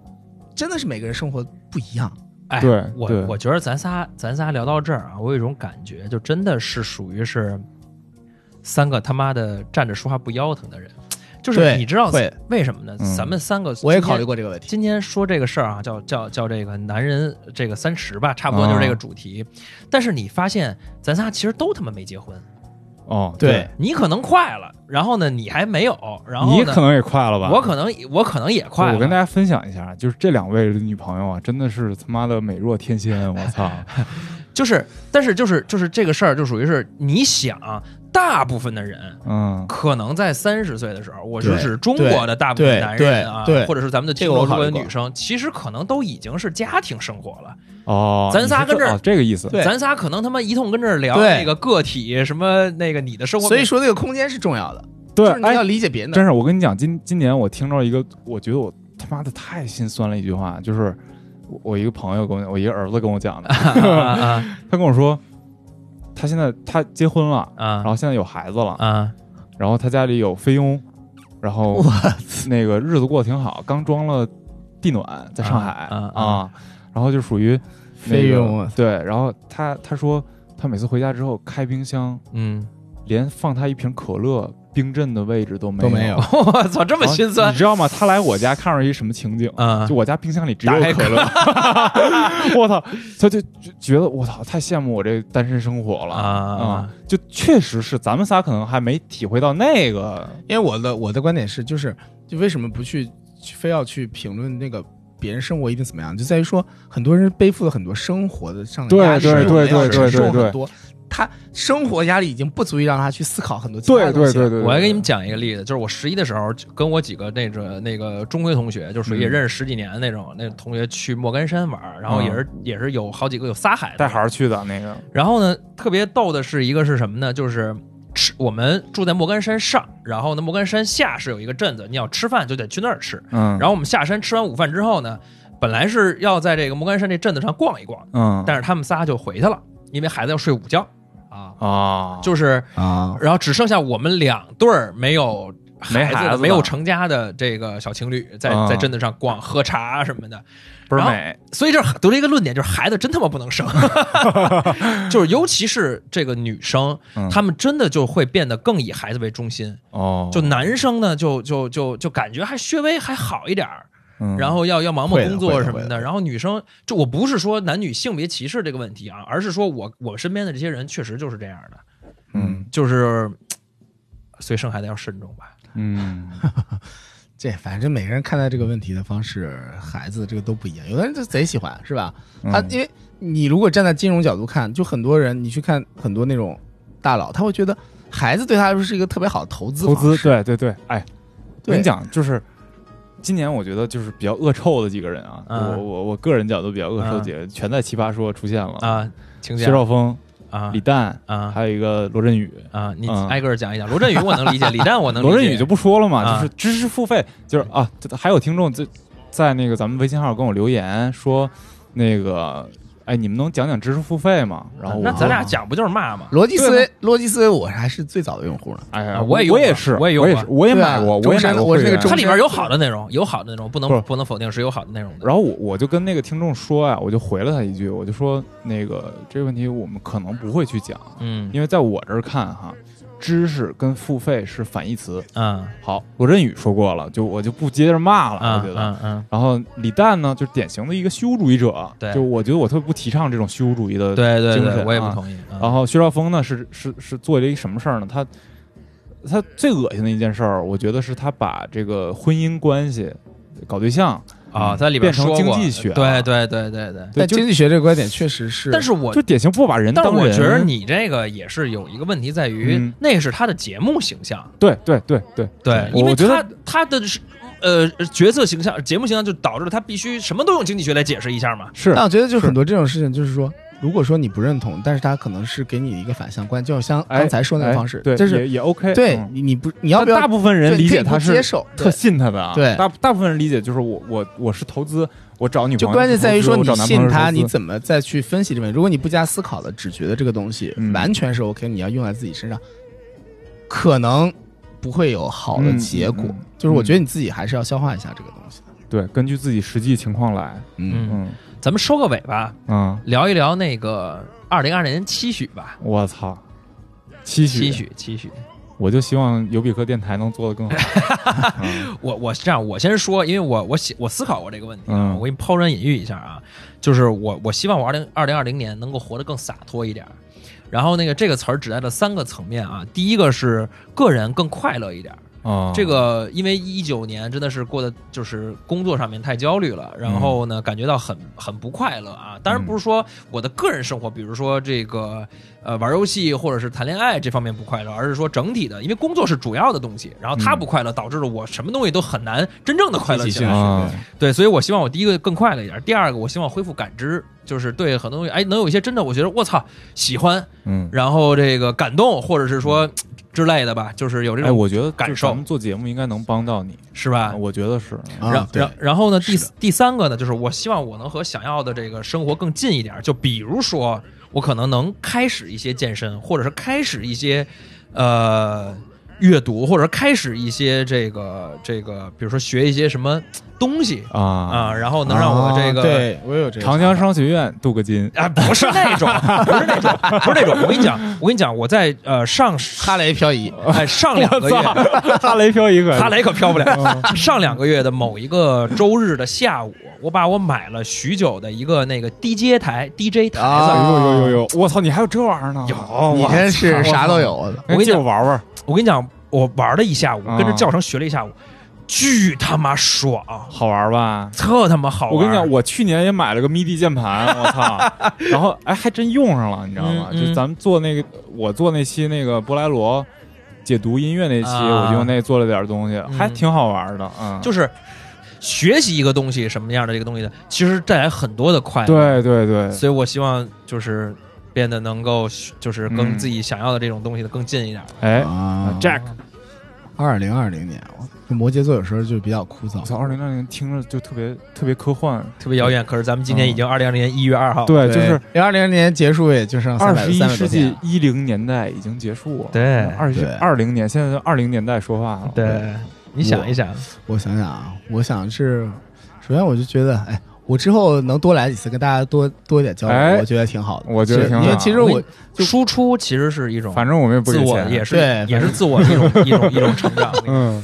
[SPEAKER 3] 真的是每个人生活不一样，
[SPEAKER 2] 哎，
[SPEAKER 1] 对
[SPEAKER 2] 我
[SPEAKER 1] 对
[SPEAKER 2] 我觉得咱仨咱仨聊到这儿啊，我有一种感觉，就真的是属于是三个他妈的站着说话不腰疼的人。就是
[SPEAKER 3] 对
[SPEAKER 2] 你知道
[SPEAKER 3] 会
[SPEAKER 2] 为什么呢？
[SPEAKER 1] 嗯
[SPEAKER 2] 咱们三个
[SPEAKER 3] 我也
[SPEAKER 2] 今天
[SPEAKER 3] 考虑过这个问题。
[SPEAKER 2] 今天说这个事儿啊，叫叫叫这个男人这个三十吧，差不多就是这
[SPEAKER 3] 啊
[SPEAKER 2] 个主题。但是你发现咱仨其实都他妈没结婚，
[SPEAKER 1] 哦，
[SPEAKER 3] 对，
[SPEAKER 2] 你可能快了，然后呢你还没有，然后呢
[SPEAKER 1] 你可能也快了吧？
[SPEAKER 2] 我可能我可能也快了。
[SPEAKER 1] 我跟大家分享一下，就是这两位女朋友啊，真的是他妈的美若天仙，我 操！
[SPEAKER 2] 就是，但是就是就是这个事儿就属于是你想，大部分的人
[SPEAKER 1] 嗯，
[SPEAKER 2] 可能在三十岁的时候，我是
[SPEAKER 3] 对
[SPEAKER 2] 指中国的大部分
[SPEAKER 3] 对
[SPEAKER 2] 男人啊
[SPEAKER 3] 对对，对
[SPEAKER 2] 或者是咱们的听
[SPEAKER 3] 这个
[SPEAKER 2] 众
[SPEAKER 3] 我
[SPEAKER 2] 中
[SPEAKER 3] 考虑
[SPEAKER 2] 国的
[SPEAKER 3] 过
[SPEAKER 2] 女生，其实可能都已经是家庭生活了。
[SPEAKER 1] 哦，
[SPEAKER 2] 咱仨
[SPEAKER 1] 你是
[SPEAKER 2] 跟这儿
[SPEAKER 1] 哦这个意思，
[SPEAKER 3] 对
[SPEAKER 2] 咱仨可能他妈一通跟这儿聊
[SPEAKER 3] 对
[SPEAKER 2] 那个个体什么那个你的生活，
[SPEAKER 3] 所以说那个空间是重要的，
[SPEAKER 1] 对
[SPEAKER 3] 就是，你要
[SPEAKER 1] 哎，
[SPEAKER 3] 理解别人的。
[SPEAKER 1] 真是我跟你讲，今今年我听到一个，我觉得我他妈的太心酸了一句话，就是我我一个朋友跟我，我一个儿子跟我讲的，
[SPEAKER 2] 啊
[SPEAKER 1] 他跟我说，他现在他结婚了，然
[SPEAKER 2] 啊
[SPEAKER 1] 后现在有孩子了，
[SPEAKER 2] 啊
[SPEAKER 1] 然后他家里有菲佣，然后
[SPEAKER 3] 我
[SPEAKER 1] 那个日子过得挺好，刚装了地暖在上海
[SPEAKER 2] 啊啊
[SPEAKER 1] 啊，然后就属于那个
[SPEAKER 3] 菲佣啊
[SPEAKER 1] 对，然后他他说他每次回家之后开冰箱，
[SPEAKER 2] 嗯，
[SPEAKER 1] 连放他一瓶可乐冰镇的位置都没
[SPEAKER 3] 都没有
[SPEAKER 1] 有，
[SPEAKER 2] 我操，这
[SPEAKER 1] 这
[SPEAKER 2] 么心酸
[SPEAKER 1] 你知道吗？他来我家看着一什么情景？
[SPEAKER 2] 啊
[SPEAKER 1] 嗯就！我家冰箱里只有
[SPEAKER 2] 打开
[SPEAKER 1] 可乐， 我操！他就就觉得我操，太羡慕我这单身生活了嗯
[SPEAKER 2] 啊啊啊
[SPEAKER 1] 就确实是咱们仨可能还没体会到那个
[SPEAKER 3] 因为我的我的观点是，就是就为什么不去去非要去评论那个别人生活一定怎么样，就在于说很多人背负了很多生活的上的
[SPEAKER 1] 对
[SPEAKER 3] 压力，
[SPEAKER 1] 对
[SPEAKER 3] 我们
[SPEAKER 1] 对
[SPEAKER 3] 要
[SPEAKER 1] 对
[SPEAKER 3] 承
[SPEAKER 1] 对
[SPEAKER 3] 受
[SPEAKER 1] 对对
[SPEAKER 3] 很多，他生活压力已经不足以让他去思考很多其他
[SPEAKER 1] 对
[SPEAKER 3] 的东
[SPEAKER 1] 对
[SPEAKER 3] 西
[SPEAKER 1] 对
[SPEAKER 3] 了。
[SPEAKER 1] 对，
[SPEAKER 2] 我来给你们讲一个例子，就是我十一的时候，跟我几个那个那个中学同学，就属于也
[SPEAKER 1] 嗯
[SPEAKER 2] 认识十几年那种，那同学去莫干山玩，然后也是、也是有好几个有仨孩子，
[SPEAKER 1] 嗯带孩儿去的那个，
[SPEAKER 2] 然后呢，特别逗的是一个是什么呢？就是吃我们住在莫干山上，然后呢莫干山下是有一个镇子，你要吃饭就得去那儿吃。
[SPEAKER 1] 嗯，
[SPEAKER 2] 然后我们下山吃完午饭之后呢，本来是要在这个莫干山这镇子上逛一逛，
[SPEAKER 1] 嗯，
[SPEAKER 2] 但是他们仨就回去了，因为孩子要睡午觉啊，
[SPEAKER 1] 啊，
[SPEAKER 2] 就是
[SPEAKER 3] 啊，
[SPEAKER 2] 然后只剩下我们两对儿没有
[SPEAKER 1] 没
[SPEAKER 2] 孩
[SPEAKER 1] 孩
[SPEAKER 2] 子
[SPEAKER 1] 子
[SPEAKER 2] 的、
[SPEAKER 1] 的
[SPEAKER 2] 没有成家的这个小情侣在
[SPEAKER 1] 啊
[SPEAKER 2] 在镇子上逛、喝茶什么的。
[SPEAKER 1] 倍
[SPEAKER 2] 然
[SPEAKER 1] 儿
[SPEAKER 2] 后
[SPEAKER 1] 美，
[SPEAKER 2] 所以这儿得出一个论点，就是孩子真他妈不 能生，就是尤其是这个女生，
[SPEAKER 1] 嗯
[SPEAKER 2] 她们真的就会变得更以孩子为中心。
[SPEAKER 1] 哦，
[SPEAKER 2] 就男生呢，就就就就感觉还稍微还好一点儿，
[SPEAKER 1] 嗯，
[SPEAKER 2] 然后要要忙忙
[SPEAKER 3] 会的
[SPEAKER 2] 工作什么
[SPEAKER 3] 会的
[SPEAKER 2] 的。
[SPEAKER 3] 会的
[SPEAKER 2] 然后女生，就我不是说男女性别歧视这个问题啊，而是说我我身边的这些人确实就是这样的，
[SPEAKER 1] 嗯
[SPEAKER 2] 就是嘖所以生孩子要慎重吧。
[SPEAKER 1] 嗯，
[SPEAKER 3] 这反正每个人看待这个问题的方式，孩子这个都不一样。有的人就贼喜欢，是吧？
[SPEAKER 1] 嗯
[SPEAKER 3] 他因为你如果站在金融角度看，就很多人你去看很多那种大佬，他会觉得孩子对他来说是一个特别好的投资
[SPEAKER 1] 投
[SPEAKER 3] 方式。
[SPEAKER 1] 资，对对对，哎，我
[SPEAKER 3] 对
[SPEAKER 1] 跟你讲，就是今年我觉得就是比较恶臭的几个人啊，
[SPEAKER 2] 嗯
[SPEAKER 1] 我我我个人角度比较恶臭
[SPEAKER 2] 嗯
[SPEAKER 1] 几个人，全在奇葩说出现了，
[SPEAKER 2] 啊，请
[SPEAKER 1] 薛
[SPEAKER 2] 讲
[SPEAKER 1] 兆丰、
[SPEAKER 2] 啊
[SPEAKER 1] 李诞，
[SPEAKER 2] 啊
[SPEAKER 1] 还有一个罗振宇。
[SPEAKER 2] 啊，你
[SPEAKER 1] 嗯
[SPEAKER 2] 挨个儿讲一讲。罗振宇我能理 解，李诞我能理解，
[SPEAKER 1] 罗振宇就不说了嘛，
[SPEAKER 2] 啊
[SPEAKER 1] 就是知识付费，就是啊，这还有听众在在那个咱们微信号跟我留言说，那个哎，你们能讲讲知识付费吗？然后我
[SPEAKER 2] 啊那咱俩讲不就是骂吗？
[SPEAKER 3] 逻辑思
[SPEAKER 1] 对
[SPEAKER 3] 维，逻辑思维，我还是最早的用户呢。
[SPEAKER 1] 哎
[SPEAKER 2] 啊
[SPEAKER 1] 呀，
[SPEAKER 2] 我也用
[SPEAKER 1] 我
[SPEAKER 2] 过
[SPEAKER 1] 也是，
[SPEAKER 2] 我也用
[SPEAKER 1] 我也
[SPEAKER 2] 过
[SPEAKER 1] 是，我也
[SPEAKER 3] 对
[SPEAKER 1] 买
[SPEAKER 3] 啊
[SPEAKER 1] 过，我也
[SPEAKER 3] 中
[SPEAKER 1] 买
[SPEAKER 3] 山
[SPEAKER 1] 过
[SPEAKER 3] 我是
[SPEAKER 1] 会
[SPEAKER 3] 那个
[SPEAKER 1] 员
[SPEAKER 3] 中
[SPEAKER 2] 它
[SPEAKER 3] 山
[SPEAKER 2] 里边有好的内容，有好的内容，
[SPEAKER 1] 不
[SPEAKER 2] 不能
[SPEAKER 1] 是
[SPEAKER 2] 不能否定是有好的内容的。
[SPEAKER 1] 然后我我就跟那个听众说呀，我就回了他一句，我就说那个这个问题我们可能不会去讲，
[SPEAKER 2] 嗯
[SPEAKER 1] 因为在我这儿看哈，知识跟付费是反义词。
[SPEAKER 2] 嗯
[SPEAKER 1] 好，罗振宇说过了，就我就不接着骂了，
[SPEAKER 2] 嗯
[SPEAKER 1] 我觉得。
[SPEAKER 2] 嗯嗯，
[SPEAKER 1] 然后李诞呢，就是典型的一个虚无主义者，
[SPEAKER 2] 对
[SPEAKER 1] 就我觉得我特别不提倡这种虚无主义的。。
[SPEAKER 2] 对对
[SPEAKER 1] 精
[SPEAKER 2] 对，
[SPEAKER 1] 神
[SPEAKER 2] 我也不
[SPEAKER 1] 啊
[SPEAKER 2] 同意。嗯
[SPEAKER 1] 然后薛兆丰呢，是是是做了一个什么事儿呢？他他最恶心的一件事儿，我觉得是他把这个婚姻关系、搞对象，
[SPEAKER 2] 啊，
[SPEAKER 1] 嗯
[SPEAKER 2] 在里
[SPEAKER 1] 变
[SPEAKER 2] 边
[SPEAKER 1] 成
[SPEAKER 2] 说过
[SPEAKER 1] 经济学
[SPEAKER 2] 对
[SPEAKER 1] 了
[SPEAKER 2] 对对对对。
[SPEAKER 1] 对，
[SPEAKER 3] 但
[SPEAKER 1] 就
[SPEAKER 3] 经济学这个观点确实是，
[SPEAKER 2] 但是我
[SPEAKER 1] 就典型不把人
[SPEAKER 2] 但
[SPEAKER 1] 当
[SPEAKER 2] 是
[SPEAKER 1] 人。
[SPEAKER 2] 我觉得你这个也是有一个问题在于
[SPEAKER 1] 嗯，
[SPEAKER 2] 那是他的节目形象，
[SPEAKER 1] 对对对对
[SPEAKER 2] 对，
[SPEAKER 1] 我
[SPEAKER 2] 因为
[SPEAKER 1] 我觉
[SPEAKER 2] 他
[SPEAKER 1] 得
[SPEAKER 2] 他的是呃角色形象、节目形象就导致了他必须什么都用经济学来解释一下嘛。
[SPEAKER 1] 是
[SPEAKER 3] 但我觉得就是很多这种事情，就是说，如果说你不认同，但是他可能是给你一个反向观，就像
[SPEAKER 1] 哎
[SPEAKER 3] 刚才说那个方式，
[SPEAKER 1] 哎对，
[SPEAKER 3] 就
[SPEAKER 1] 也
[SPEAKER 3] 是
[SPEAKER 1] 也 OK
[SPEAKER 3] 对
[SPEAKER 1] 嗯
[SPEAKER 3] 你你不你要
[SPEAKER 1] 但
[SPEAKER 3] 不要
[SPEAKER 1] 大部分人
[SPEAKER 3] 对
[SPEAKER 1] 理
[SPEAKER 3] 你可以
[SPEAKER 1] 解
[SPEAKER 3] 不
[SPEAKER 1] 他
[SPEAKER 3] 接
[SPEAKER 1] 是
[SPEAKER 3] 受？
[SPEAKER 1] 特
[SPEAKER 3] 对
[SPEAKER 1] 信他的啊，
[SPEAKER 3] 对
[SPEAKER 1] 大大部分人理解就是我我我是投资，我找女朋友
[SPEAKER 3] 就
[SPEAKER 1] 投资，
[SPEAKER 3] 关键在于说
[SPEAKER 1] 我
[SPEAKER 3] 你
[SPEAKER 1] 找男朋友
[SPEAKER 3] 信
[SPEAKER 1] 投
[SPEAKER 3] 他，
[SPEAKER 1] 资
[SPEAKER 3] 你怎么再去分析这问题。如果你不加思考的只觉得这个东西
[SPEAKER 1] 嗯
[SPEAKER 3] 完全是 OK，你要用在自己身上，可能不会有好的
[SPEAKER 1] 嗯
[SPEAKER 3] 结果
[SPEAKER 1] 嗯嗯。
[SPEAKER 3] 就是我觉得你自己还是要消化一下这个东西的。
[SPEAKER 1] 对，根据自己实际情况来，
[SPEAKER 3] 嗯，
[SPEAKER 1] 嗯，
[SPEAKER 2] 咱们收个尾吧，
[SPEAKER 1] 嗯，
[SPEAKER 2] 聊一聊那个二零二零年期许吧。
[SPEAKER 1] 我操，期许
[SPEAKER 2] 期，许，期许。
[SPEAKER 1] 我就希望有比克电台能做得更好。 嗯
[SPEAKER 2] 我我是这样，我先说，因为我我写我思考过这个问题啊，
[SPEAKER 1] 嗯
[SPEAKER 2] 我给你抛砖引玉一下啊，就是我我希望我二零二零二零年能够活得更洒脱一点儿。然后那个这个词儿指代了三个层面啊，第一个是个人更快乐一点儿，
[SPEAKER 1] 啊，
[SPEAKER 2] 这个因为一九年真的是过得就是工作上面太焦虑了，然后呢
[SPEAKER 1] 嗯
[SPEAKER 2] 感觉到很很不快乐啊。当然不是说我的个人生活，比如说这个呃玩游戏或者是谈恋爱这方面不快乐，而是说整体的，因为工作是主要的东西，然后他
[SPEAKER 1] 嗯
[SPEAKER 2] 不快乐，导致了我什么东西都很难真正的快乐
[SPEAKER 5] 积极
[SPEAKER 2] 起
[SPEAKER 5] 性
[SPEAKER 2] 来。
[SPEAKER 1] 啊，
[SPEAKER 2] 对，所以我希望我第一个更快乐一点，第二个我希望恢复感知，就是对很多东西，哎，能有一些真的我觉得我操喜欢，
[SPEAKER 1] 嗯，
[SPEAKER 2] 然后这个感动，或者是说之类的吧，就是有这
[SPEAKER 1] 哎，
[SPEAKER 2] 种
[SPEAKER 1] 我觉得
[SPEAKER 2] 感
[SPEAKER 1] 就是
[SPEAKER 2] 受
[SPEAKER 1] 咱们做节目应该能帮到你，
[SPEAKER 2] 是吧？
[SPEAKER 1] 我觉得是。
[SPEAKER 3] 啊
[SPEAKER 2] 然
[SPEAKER 3] 对
[SPEAKER 2] 然然后呢，第
[SPEAKER 3] 是的
[SPEAKER 2] 第三个呢，就是我希望我能和想要的这个生活更近一点儿。就比如说，我可能能开始一些健身，或者是开始一些呃阅读，或者是开始一些这个这个，比如说学一些什么东西
[SPEAKER 1] 啊，
[SPEAKER 2] 啊，然后能让我这个、
[SPEAKER 3] 啊对我有这个
[SPEAKER 1] 长江商学院镀个金，
[SPEAKER 2] 啊，不是那种，不是那种，不是那种。我跟你讲，我跟你讲，我在呃上
[SPEAKER 3] 哈雷漂移，
[SPEAKER 2] 哎 上两个月，
[SPEAKER 1] 哈雷漂移可
[SPEAKER 2] 哈雷可飘不了。
[SPEAKER 1] 嗯
[SPEAKER 2] 上两个月的某一个周日的下午，我把我买了许久的一个那个 DJ 台 DJ 台子，
[SPEAKER 3] 啊
[SPEAKER 1] 呦呦呦呦！我操，你还有这玩意儿呢？
[SPEAKER 2] 有
[SPEAKER 3] 你
[SPEAKER 1] 我
[SPEAKER 3] 真是啥都有啊的。
[SPEAKER 2] 我跟你
[SPEAKER 1] 借我
[SPEAKER 2] 讲，
[SPEAKER 1] 玩玩，
[SPEAKER 2] 我跟你讲，我玩了一下午，
[SPEAKER 1] 啊
[SPEAKER 2] 跟着教程学了一下午，巨他妈爽，
[SPEAKER 1] 好玩吧？
[SPEAKER 2] 特他妈好玩。
[SPEAKER 1] 我跟你讲，我去年也买了个 MIDI 键盘，我操！然后哎，还真用上了，你知道吗？
[SPEAKER 2] 嗯嗯
[SPEAKER 1] 就咱们做那个，我做那期那个博莱罗解读音乐那期，
[SPEAKER 2] 啊
[SPEAKER 1] 我就用那做了点东西，还挺好玩的。嗯，
[SPEAKER 2] 就是学习一个东西什么样的这个东西的，其实带来很多的快乐。
[SPEAKER 1] 对对对，
[SPEAKER 2] 所以我希望就是变得能够就是跟
[SPEAKER 1] 嗯
[SPEAKER 2] 自己想要的这种东西的更近一点。
[SPEAKER 1] 哎
[SPEAKER 3] 啊
[SPEAKER 1] ，Jack，
[SPEAKER 3] 二零二零年，我摩羯座有时候就比较枯燥
[SPEAKER 1] 我。操，二零二零听着就特别特别科幻，
[SPEAKER 2] 特别遥远，可是咱们今年已经二零二零年一月二号了，
[SPEAKER 1] 对，就是
[SPEAKER 3] 零二零年结束，也就剩
[SPEAKER 1] 二
[SPEAKER 3] 三百
[SPEAKER 1] 十一
[SPEAKER 3] 三百
[SPEAKER 1] 世
[SPEAKER 3] 多
[SPEAKER 1] 纪
[SPEAKER 3] 天。啊
[SPEAKER 1] 一零年代已经结束了。
[SPEAKER 2] 对
[SPEAKER 1] 二十
[SPEAKER 3] 对
[SPEAKER 1] 二零年，现在二零年代说话了。
[SPEAKER 2] 对，你想一想，
[SPEAKER 3] 我想想啊，我想是，首先我就觉得，哎，我之后能多来几次，跟大家多多一点交流，
[SPEAKER 1] 哎
[SPEAKER 3] 我觉得挺好的。
[SPEAKER 1] 我觉得
[SPEAKER 3] 是
[SPEAKER 1] 挺好
[SPEAKER 3] 因为其实我就
[SPEAKER 2] 输出其实是一种
[SPEAKER 1] 反正我们也不
[SPEAKER 2] 自
[SPEAKER 1] 给
[SPEAKER 2] 我，
[SPEAKER 1] 钱，
[SPEAKER 2] 也是
[SPEAKER 3] 对
[SPEAKER 2] 也是自我的一 种一种一种成长。
[SPEAKER 1] 嗯，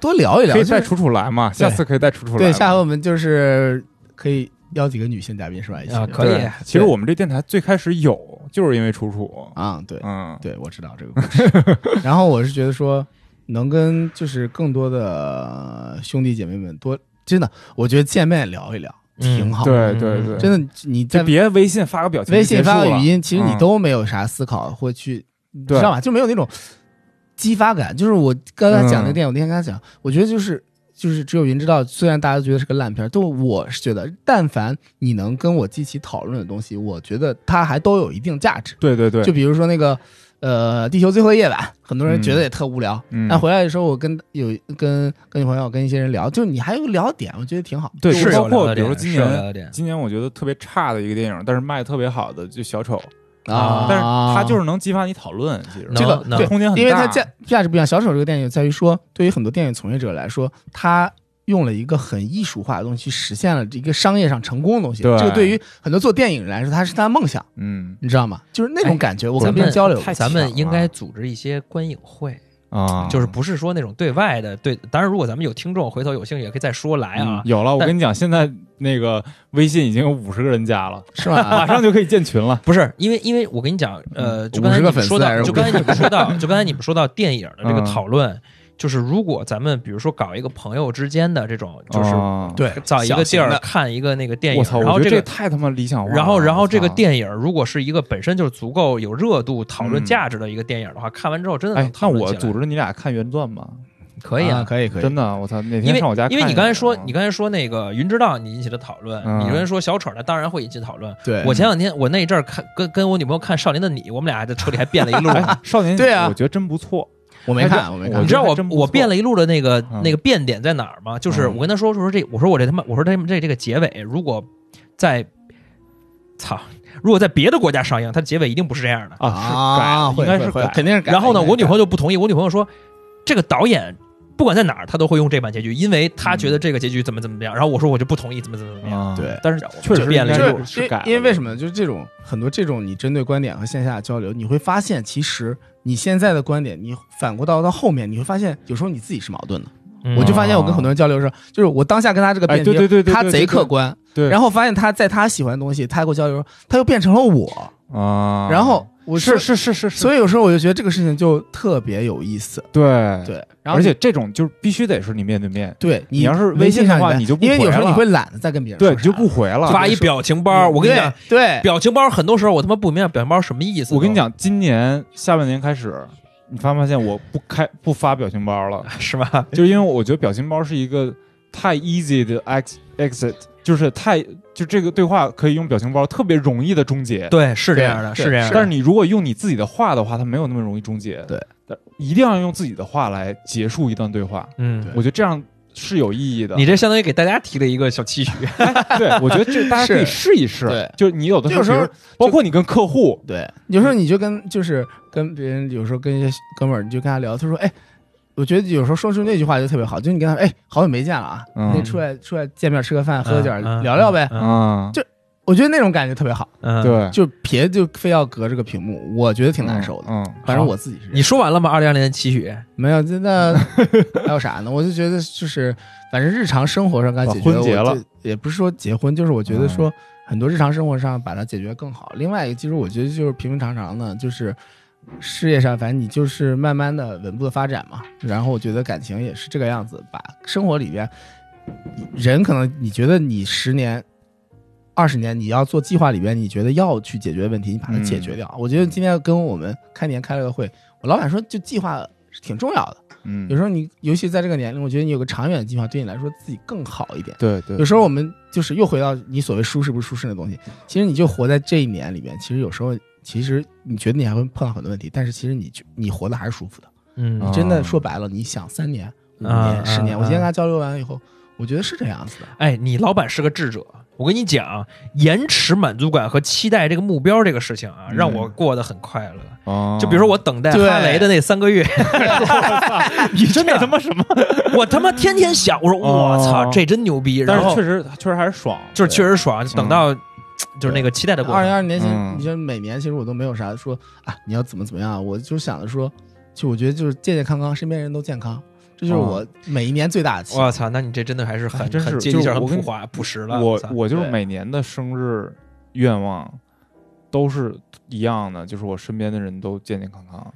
[SPEAKER 3] 多聊一聊，
[SPEAKER 1] 可以
[SPEAKER 3] 就
[SPEAKER 1] 带
[SPEAKER 3] 是
[SPEAKER 1] 楚楚来嘛，
[SPEAKER 3] 对
[SPEAKER 1] 下次可以带楚楚来嘛。
[SPEAKER 3] 对，下回我们就是可以邀几个女性嘉宾是吧？一起
[SPEAKER 2] 啊
[SPEAKER 3] 聊
[SPEAKER 2] 可以
[SPEAKER 1] 对其实我们这电台最开始有，就是因为楚楚，
[SPEAKER 3] 啊，对
[SPEAKER 1] 嗯，
[SPEAKER 3] 对，我知道这个故事。 然后我是觉得说，能跟就是更多的兄弟姐妹们多，真的，我觉得见面聊一聊
[SPEAKER 2] 嗯
[SPEAKER 3] 挺好的。
[SPEAKER 1] 对对
[SPEAKER 2] 嗯
[SPEAKER 1] 对，
[SPEAKER 3] 真的，你在
[SPEAKER 1] 就别微信发个表情，
[SPEAKER 3] 微信发个语，音，其实你
[SPEAKER 1] 嗯
[SPEAKER 3] 都没有啥思考或去，你知
[SPEAKER 1] 对
[SPEAKER 3] 道吧？就没有那种激发感。就是我刚才
[SPEAKER 1] 嗯
[SPEAKER 3] 讲那电影，我那天跟他讲，我觉得就是就是只有云知道，虽然大家觉得是个烂片儿，但我是觉得，但凡你能跟我激起讨论的东西，我觉得它还都有一定价值。
[SPEAKER 1] 对对对，
[SPEAKER 3] 就比如说那个。呃，地球最后的夜晚，很多人觉得也特无聊。
[SPEAKER 1] 嗯
[SPEAKER 3] 但回来的时候，我跟有跟跟女朋友、跟一些人聊，就是你还有聊点，我觉得挺好。
[SPEAKER 1] 对，
[SPEAKER 2] 是
[SPEAKER 1] 就
[SPEAKER 2] 有
[SPEAKER 1] 包括
[SPEAKER 2] 聊的
[SPEAKER 1] 比如说
[SPEAKER 2] 点
[SPEAKER 1] 今
[SPEAKER 2] 是有聊的
[SPEAKER 1] 年
[SPEAKER 2] 点，
[SPEAKER 1] 今年我觉得特别差的一个电影，但是卖得特别好的就小丑，
[SPEAKER 2] 啊
[SPEAKER 1] 但是它就是能激发你讨论，其实
[SPEAKER 2] 能
[SPEAKER 3] 啊这个
[SPEAKER 2] 能
[SPEAKER 3] 对
[SPEAKER 1] 空间很大，
[SPEAKER 3] 因为它价价值不一样。小丑这个电影在于说，对于很多电影从业者来说，它用了一个很艺术化的东西，去实现了一个商业上成功的东西。
[SPEAKER 1] 对
[SPEAKER 3] 这个对于很多做电影人来说，它是他的梦想，
[SPEAKER 1] 嗯
[SPEAKER 3] 你知道吗？就是那种
[SPEAKER 2] 哎
[SPEAKER 3] 感觉。我
[SPEAKER 2] 咱
[SPEAKER 3] 跟别
[SPEAKER 2] 们
[SPEAKER 3] 人交流过，
[SPEAKER 2] 咱
[SPEAKER 1] 强
[SPEAKER 2] 们
[SPEAKER 1] 了
[SPEAKER 2] 应该组织一些观影会，
[SPEAKER 1] 啊，
[SPEAKER 2] 就是不是说那种对外的对。当然，如果咱们有听众，回头有兴趣也可以再说来
[SPEAKER 1] 嗯
[SPEAKER 2] 啊。
[SPEAKER 1] 有了，我
[SPEAKER 2] 但
[SPEAKER 1] 跟你讲，现在那个微信已经有五十个人加了，
[SPEAKER 3] 是吧？
[SPEAKER 1] 马上就可以建群了。
[SPEAKER 2] 不是，因为因为我跟你讲，呃，就刚才
[SPEAKER 3] 50
[SPEAKER 2] 你
[SPEAKER 3] 个
[SPEAKER 2] 们
[SPEAKER 3] 粉丝
[SPEAKER 2] 说
[SPEAKER 3] 还
[SPEAKER 2] 到，
[SPEAKER 3] 是
[SPEAKER 2] 就
[SPEAKER 3] 50
[SPEAKER 2] 刚才你们说到，就刚才你们说到电影的这个
[SPEAKER 1] 嗯
[SPEAKER 2] 讨论，就是如果咱们比如说搞一个朋友之间的这种，就是
[SPEAKER 1] 啊
[SPEAKER 3] 对
[SPEAKER 2] 找一个地
[SPEAKER 3] 小型
[SPEAKER 2] 儿
[SPEAKER 3] 的
[SPEAKER 2] 看一个那个电影
[SPEAKER 1] 我，操，
[SPEAKER 2] 然后
[SPEAKER 1] 我觉得
[SPEAKER 2] 个
[SPEAKER 1] 太他妈理想化了。
[SPEAKER 2] 然后，然后这个
[SPEAKER 1] 我操
[SPEAKER 2] 电影如果是一个本身就是足够有热度、讨论
[SPEAKER 1] 嗯
[SPEAKER 2] 价值的一个电影的话，看完之后真的
[SPEAKER 1] 哎
[SPEAKER 2] 能，
[SPEAKER 1] 那
[SPEAKER 2] 讨论
[SPEAKER 1] 我
[SPEAKER 2] 起来
[SPEAKER 1] 组织你俩看原钻吧，
[SPEAKER 2] 可以
[SPEAKER 3] 啊，可以可以，
[SPEAKER 1] 真的，我操，哪
[SPEAKER 2] 因
[SPEAKER 1] 天
[SPEAKER 2] 为
[SPEAKER 1] 上我家看一
[SPEAKER 2] 因
[SPEAKER 1] 眼
[SPEAKER 2] 为
[SPEAKER 1] 啊？
[SPEAKER 2] 你刚才说 你刚才说那个云知道你引起的讨论，
[SPEAKER 1] 嗯
[SPEAKER 2] 你昨天说小丑呢，当然会引起讨论。
[SPEAKER 3] 对
[SPEAKER 2] 我前两天我那一阵儿看跟跟我女朋友看《少年的你》，我们俩还在车里还辩了一路。
[SPEAKER 1] 哎，少年，
[SPEAKER 3] 对啊
[SPEAKER 1] 我觉得真不错。
[SPEAKER 3] 我没看，我没看
[SPEAKER 2] 你知道
[SPEAKER 1] 我觉得还
[SPEAKER 2] 我
[SPEAKER 1] 真不错
[SPEAKER 2] 我辩了一路的那个
[SPEAKER 1] 嗯
[SPEAKER 2] 那个辩点在哪儿吗？就是
[SPEAKER 1] 嗯
[SPEAKER 2] 我跟他说说这，我说我这他妈，我说这这这个结尾如果在，操，如果在别的国家上映，它结尾一定不是这样的。
[SPEAKER 1] 啊，是改了，
[SPEAKER 3] 会
[SPEAKER 1] 应该
[SPEAKER 3] 会
[SPEAKER 1] 是
[SPEAKER 3] 会
[SPEAKER 1] 改了，
[SPEAKER 3] 肯定是改。
[SPEAKER 2] 然后呢，我女朋
[SPEAKER 3] 友
[SPEAKER 2] 友就不同意，我女朋友说，这个导演不管在哪儿，他都会用这版结局，因为他觉得这个结局怎么怎么样。然后我说我就不同意，怎么怎么怎么样。
[SPEAKER 1] 啊，
[SPEAKER 3] 对
[SPEAKER 1] 但是确实
[SPEAKER 2] 就变了
[SPEAKER 1] 应该
[SPEAKER 2] 这
[SPEAKER 1] 是
[SPEAKER 2] 种
[SPEAKER 3] 嗯就是因
[SPEAKER 1] 改了，
[SPEAKER 3] 因为为什么呢？就是这种很多这种你针对观点和线下交流，你会发现其实你现在的观点，你反过到到后面，你会发现有时候你自己是矛盾的。
[SPEAKER 2] 嗯
[SPEAKER 3] 我就发现我跟很多人交流的时候，就是我当下跟他这个
[SPEAKER 1] 哎
[SPEAKER 3] 辩题，
[SPEAKER 1] 对对对对
[SPEAKER 3] 他
[SPEAKER 1] 对
[SPEAKER 3] 贼
[SPEAKER 1] 对
[SPEAKER 3] 客观，
[SPEAKER 1] 对，
[SPEAKER 3] 然后发现他在他喜欢的东西，他跟我交流，他又变成了我，
[SPEAKER 1] 后啊，
[SPEAKER 3] 然后我
[SPEAKER 1] 是是是是是，
[SPEAKER 3] 所以有时候我就觉得这个事情就特别有意思，
[SPEAKER 1] 对，
[SPEAKER 3] 对，然
[SPEAKER 1] 哎
[SPEAKER 3] 后
[SPEAKER 1] 而且这种就是必须得是你面对面，
[SPEAKER 3] 对
[SPEAKER 1] 你要是微信
[SPEAKER 3] 信
[SPEAKER 1] 的
[SPEAKER 3] 上
[SPEAKER 1] 话
[SPEAKER 3] 面
[SPEAKER 1] 你就不
[SPEAKER 3] 因为有
[SPEAKER 1] 回
[SPEAKER 3] 时候你
[SPEAKER 1] 了
[SPEAKER 3] 会懒得再跟别人
[SPEAKER 1] 对，
[SPEAKER 3] 说
[SPEAKER 1] 你就
[SPEAKER 3] 啥
[SPEAKER 1] 不回了。
[SPEAKER 2] 发一表情包，我跟你讲，，
[SPEAKER 3] 对对
[SPEAKER 2] 表情包很多时候我他妈不明白表情包什么意思。
[SPEAKER 1] 我跟你讲，今年下半年开始，你发没发现我不开不发表情包了，
[SPEAKER 2] 是吧？
[SPEAKER 1] 就是因为我觉得表情包是一个太 easy 的 ex exit，就是太就这个对话可以用表情包特别容易的终结。
[SPEAKER 2] 对，是这样的，
[SPEAKER 3] 对
[SPEAKER 2] 是这样的。
[SPEAKER 1] 但是你如果用你自己的话的话，它没有那么容易终结。
[SPEAKER 3] 对
[SPEAKER 1] 但，一定要用自己的话来结束一段对话。
[SPEAKER 2] 嗯
[SPEAKER 3] 对，
[SPEAKER 1] 我觉得这样是有意义的。
[SPEAKER 2] 你这相当于给大家提了一个小期许。
[SPEAKER 1] 对，我觉得这大家可以
[SPEAKER 3] 是
[SPEAKER 1] 试一试。
[SPEAKER 3] 对
[SPEAKER 1] 就是你有的时
[SPEAKER 3] 有
[SPEAKER 1] 候，
[SPEAKER 3] 时候
[SPEAKER 1] 比如包括你跟客户，
[SPEAKER 3] 对，有时候你就跟就是跟别人，有时候跟一些哥们儿，你就跟他聊，他说，哎，我觉得有时候说出那句话就特别好，就是你跟他说，哎，好久没见了啊，
[SPEAKER 1] 嗯
[SPEAKER 3] 那出来出来见面吃个饭，喝个酒
[SPEAKER 2] 嗯嗯
[SPEAKER 3] 聊聊呗，
[SPEAKER 2] 嗯
[SPEAKER 1] 啊，
[SPEAKER 3] 就我觉得那种感觉特别好，
[SPEAKER 2] 嗯，
[SPEAKER 1] 对，
[SPEAKER 3] 就别就非要隔着个屏幕，我觉得挺难受的。
[SPEAKER 1] 嗯，嗯
[SPEAKER 3] 反正我自己是这样
[SPEAKER 2] 你说完了吗？二零二零年期许，
[SPEAKER 3] 没有，真的还有啥呢？我就觉得就是，反正日常生活上该解决，
[SPEAKER 1] 把婚结了嗯
[SPEAKER 3] 我就也不是说结婚，就是我觉得说很多日常生活上把它解决更好。另外一个，其实我觉得就是平平常常的，就是事业上，反正你就是慢慢的稳步的发展嘛。然后我觉得感情也是这个样子，把生活里边人可能你觉得你十年。二十年，你要做计划里边，你觉得要去解决问题，你把它解决
[SPEAKER 1] 嗯
[SPEAKER 3] 掉。我觉得今天跟我们开年开了个会，我老板说，就计划是挺重要的。
[SPEAKER 1] 嗯，
[SPEAKER 3] 有时候你，尤其在这个年龄，我觉得你有个长远的计划，对你来说自己更好一点。
[SPEAKER 1] 对对
[SPEAKER 3] 有，时候我们就是又回到你所谓舒适不舒适的东西，其实你就活在这一年里面。其实有时候，其实你觉得你还会碰到很多问题，但是其实你就你活的还是舒服的。
[SPEAKER 2] 嗯
[SPEAKER 1] 啊
[SPEAKER 3] 你真的说白了，你想三年、五
[SPEAKER 2] 啊
[SPEAKER 3] 年、十年，
[SPEAKER 2] 啊
[SPEAKER 3] 我今天
[SPEAKER 2] 啊
[SPEAKER 3] 跟他交流完以后，我觉得是这样子的。
[SPEAKER 2] 哎，你老板是个智者。我跟你讲，延迟满足感和期待这个目标这个事情啊，
[SPEAKER 1] 嗯
[SPEAKER 2] 让我过得很快乐。
[SPEAKER 1] 哦
[SPEAKER 2] 就比如说我等待
[SPEAKER 3] 对
[SPEAKER 2] 哈雷的那三个月， 你真的他妈什么？我他妈天天想，我说我
[SPEAKER 1] 哦
[SPEAKER 2] 操，这真牛逼。
[SPEAKER 1] 但
[SPEAKER 2] 然
[SPEAKER 1] 是
[SPEAKER 2] 后
[SPEAKER 1] 确实嗯确实还是爽，
[SPEAKER 2] 就是确实爽，等到就是那个期待的过
[SPEAKER 3] 二零
[SPEAKER 2] 程。
[SPEAKER 3] 二年前，
[SPEAKER 1] 嗯
[SPEAKER 3] 你说每年其实我都没有啥说啊，你要怎么怎么样啊，我就想着说，就我觉得就是健健康康，身边人都健康，这
[SPEAKER 2] 哦
[SPEAKER 3] 就是我每一年最大的期望。
[SPEAKER 2] 我操，那你这真的还是很
[SPEAKER 1] 哎真是
[SPEAKER 2] 很接地气
[SPEAKER 1] 就是
[SPEAKER 2] 儿、很
[SPEAKER 1] 我跟
[SPEAKER 2] 朴华朴实了。
[SPEAKER 1] 我
[SPEAKER 2] 操
[SPEAKER 1] 我就是
[SPEAKER 3] 对
[SPEAKER 1] 每年的生日愿望都是一样的，就是我身边的人都健健康康。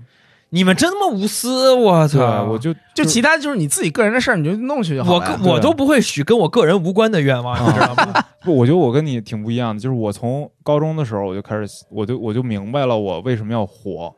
[SPEAKER 2] 你们真他妈无私，我
[SPEAKER 1] 对，
[SPEAKER 2] 操！
[SPEAKER 1] 我就
[SPEAKER 3] 啊就
[SPEAKER 1] 其
[SPEAKER 3] 其他就是你自己个人的事儿，你就弄去就好
[SPEAKER 2] 我
[SPEAKER 3] 了呀。
[SPEAKER 2] 个我都不会许跟我个人无关的愿望，你知道吗？
[SPEAKER 1] 啊不，我觉得我跟你挺不一样的，就是我从高中的时候我就开始，我就我就明白了我为什么要活。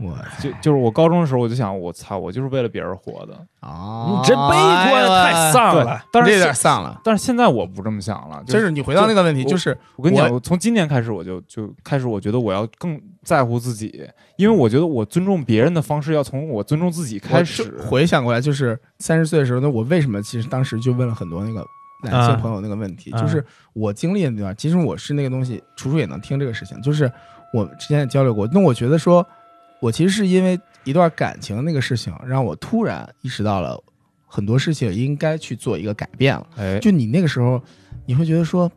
[SPEAKER 3] 我
[SPEAKER 1] 就就是我高中的时候我就想，我操，我就是为了别人活的。
[SPEAKER 3] 啊，
[SPEAKER 2] 你真悲观，太丧
[SPEAKER 1] 对
[SPEAKER 2] 了。，
[SPEAKER 1] 但
[SPEAKER 3] 哦这
[SPEAKER 1] 是
[SPEAKER 3] 有
[SPEAKER 1] 现
[SPEAKER 3] 点丧了。
[SPEAKER 1] 但是现在我不这么想了，
[SPEAKER 3] 就是是你回到那个问题，
[SPEAKER 1] 就
[SPEAKER 3] 就是
[SPEAKER 1] 我跟你讲，
[SPEAKER 3] 我
[SPEAKER 1] 我从今年开始我就就开始，我觉得我要更在乎自己，因为我觉得我尊重别人的方式要从我尊重自己开始。
[SPEAKER 3] 我就回想过来，就是三十岁的时候，那我为什么其实当时就问了很多那个男性朋友那个问题，
[SPEAKER 2] 嗯
[SPEAKER 3] 就是我经历的那段，其实我是那个东西，楚楚也能听这个事情，就是我之前也交流过。那我觉得说，我其实是因为一段感情那个事情，让我突然意识到了很多事情应该去做一个改变了。
[SPEAKER 1] 哎，
[SPEAKER 3] 就你那个时候，你会觉得说，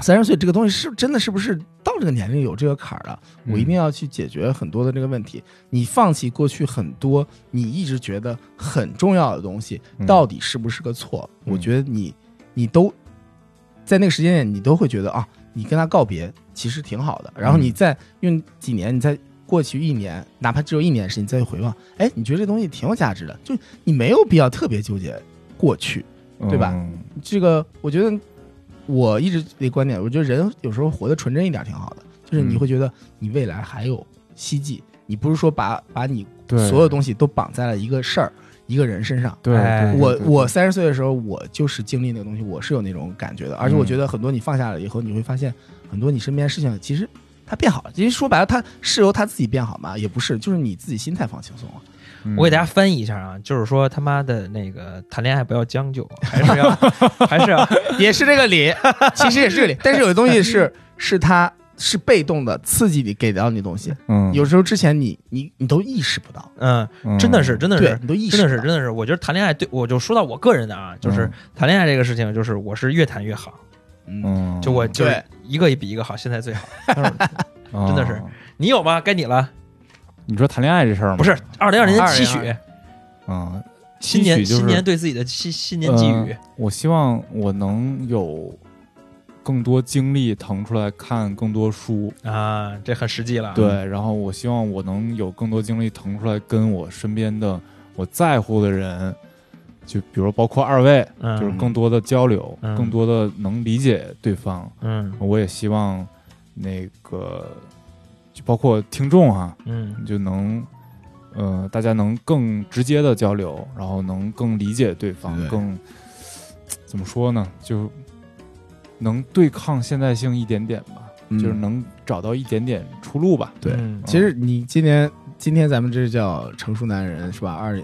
[SPEAKER 3] 三十岁这个东西是真的是不是到这个年龄有这个坎儿了？
[SPEAKER 1] 嗯
[SPEAKER 3] 我一定要去解决很多的这个问题。你放弃过去很多你一直觉得很重要的东西，
[SPEAKER 1] 嗯
[SPEAKER 3] 到底是不是个错？
[SPEAKER 1] 嗯
[SPEAKER 3] 我觉得你你都在那个时间点，你都会觉得啊，你跟他告别其实挺好的。然后你
[SPEAKER 1] 嗯
[SPEAKER 3] 再用几年，你再。过去一年，哪怕只有一年的时间，你再去回望，哎，你觉得这东西挺有价值的，就你没有必要特别纠结过去，对吧
[SPEAKER 1] 嗯
[SPEAKER 3] 这个我觉得我一直的观点，我觉得人有时候活得纯真一点挺好的，就是你
[SPEAKER 1] 嗯
[SPEAKER 3] 会觉得你未来还有希冀，你不是说把把你
[SPEAKER 1] 对
[SPEAKER 3] 所有东西都绑在了一个事儿、一个人身上。
[SPEAKER 1] 对，
[SPEAKER 2] 哎
[SPEAKER 1] 对
[SPEAKER 3] 我
[SPEAKER 1] 对
[SPEAKER 3] 我三十岁的时候，我就是经历那个东西，我是有那种感觉的。
[SPEAKER 1] 嗯
[SPEAKER 3] 而且我觉得很多你放下了以后，你会发现很多你身边的事情其实它变好了。其实说白了，它是由它自己变好嘛，也不是，就是你自己心态放 轻松了。啊
[SPEAKER 1] 嗯
[SPEAKER 2] 我给大家翻译一下啊，就是说他妈的那个谈恋爱不要将就，还是要还是要
[SPEAKER 3] 也是这个理，其实也是这个理，但是有的东西是是他是被动的刺激你给到你东西，
[SPEAKER 1] 嗯，
[SPEAKER 3] 有时候之前你你你都意识不到，
[SPEAKER 2] 嗯，
[SPEAKER 1] 嗯
[SPEAKER 2] 真的是，真的
[SPEAKER 3] 对
[SPEAKER 2] 是，
[SPEAKER 3] 你都意识
[SPEAKER 2] 真
[SPEAKER 3] 不
[SPEAKER 2] 的
[SPEAKER 3] 到
[SPEAKER 2] 是，真的是。我觉得谈恋爱对我就说到我个人的啊，就是
[SPEAKER 1] 嗯
[SPEAKER 2] 谈恋爱这个事情，就是我是越谈越好，
[SPEAKER 3] 嗯，
[SPEAKER 1] 嗯，
[SPEAKER 2] 就我就是
[SPEAKER 3] 对
[SPEAKER 2] 一个比一个好，现在最好。
[SPEAKER 1] 啊
[SPEAKER 2] 真的是。你有吗？该你了。
[SPEAKER 1] 你说谈恋爱这事儿吗？
[SPEAKER 2] 不是，二零二零年期
[SPEAKER 3] 2022
[SPEAKER 2] 许，
[SPEAKER 1] 啊，期
[SPEAKER 2] 新年
[SPEAKER 1] 许就是
[SPEAKER 2] 新年对自己的新新年寄语
[SPEAKER 1] 呃。我希望我能有更多精力腾出来看更多书，
[SPEAKER 2] 啊，这很实际了。
[SPEAKER 1] 对，，然后我希望我能有更多精力腾出来跟我身边的我在乎的人，就比如包括二位，
[SPEAKER 2] 嗯
[SPEAKER 1] 就是更多的交流，
[SPEAKER 2] 嗯
[SPEAKER 1] 更多的能理解对方。
[SPEAKER 2] 嗯
[SPEAKER 1] 我也希望那个就包括听众哈、
[SPEAKER 2] 嗯
[SPEAKER 1] 就能，呃，大家能更直接的交流，然后能更理解对方，
[SPEAKER 3] 对
[SPEAKER 1] 更怎么说呢？就能对抗现代性一点点吧，
[SPEAKER 3] 嗯
[SPEAKER 1] 就是能找到一点点出路吧。
[SPEAKER 3] 对
[SPEAKER 2] 嗯
[SPEAKER 3] 其实你今年今天咱们这叫成熟男人是吧？二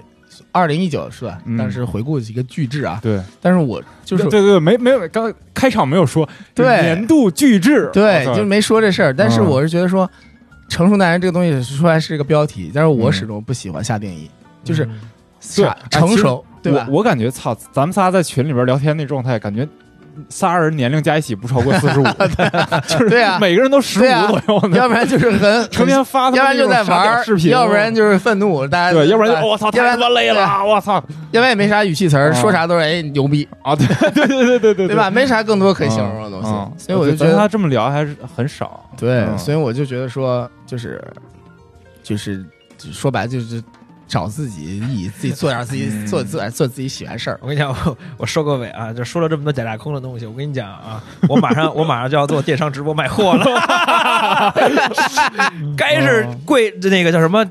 [SPEAKER 3] 二零一九是吧？
[SPEAKER 1] 嗯
[SPEAKER 3] 当时回顾几个巨制啊，
[SPEAKER 1] 对，
[SPEAKER 3] 但是我就是
[SPEAKER 1] 对对对，没没有，刚开场没有说
[SPEAKER 3] 对
[SPEAKER 1] 年度巨制，
[SPEAKER 3] 对，
[SPEAKER 1] 我操
[SPEAKER 3] 就没说这事儿。但是
[SPEAKER 1] 嗯
[SPEAKER 3] 我是觉得说，成熟男人这个东西出来是一个标题，但是我始终不喜欢下定义，就是
[SPEAKER 2] 嗯
[SPEAKER 3] 傻
[SPEAKER 1] 嗯对哎
[SPEAKER 3] 成熟，对吧？
[SPEAKER 1] 我我感觉操，咱们仨在群里边聊天那状态，感觉。仨人年龄加一起不超过四十五，就是
[SPEAKER 3] 对啊
[SPEAKER 1] 每个人都十五
[SPEAKER 3] 对啊
[SPEAKER 1] 左右呢，
[SPEAKER 3] 要不然就是很
[SPEAKER 1] 成天发他
[SPEAKER 3] 要不
[SPEAKER 1] 妈那
[SPEAKER 3] 然就
[SPEAKER 1] 种
[SPEAKER 3] 在玩
[SPEAKER 1] 傻屌
[SPEAKER 3] 儿
[SPEAKER 1] 视频，啊
[SPEAKER 3] 要不然就是愤怒，大家
[SPEAKER 1] 对，要不然
[SPEAKER 3] 哎
[SPEAKER 1] 就哦我操，
[SPEAKER 3] 要不
[SPEAKER 1] 太
[SPEAKER 3] 然
[SPEAKER 1] 他妈累了，我操
[SPEAKER 3] 要不然也没啥语气词儿，
[SPEAKER 1] 嗯
[SPEAKER 3] 说啥都是哎牛逼，
[SPEAKER 1] 啊！对 对对对对对，
[SPEAKER 3] 对吧？？没啥更多可以形容的东
[SPEAKER 1] 嗯
[SPEAKER 3] 西，所以我就觉
[SPEAKER 1] 咱
[SPEAKER 3] 得
[SPEAKER 1] 他这么聊还是很少。
[SPEAKER 3] 对，
[SPEAKER 1] 嗯
[SPEAKER 3] 所以我就觉得说，就是就是就说白了就是找自己意义，自己做点自己
[SPEAKER 1] 嗯
[SPEAKER 3] 做自做自己喜欢事儿。
[SPEAKER 2] 我跟你讲，我我收个尾啊，就说了这么多假大空的东西。我跟你讲啊，我马上我马上就要做电商直播卖货了，该是贵那个叫什么，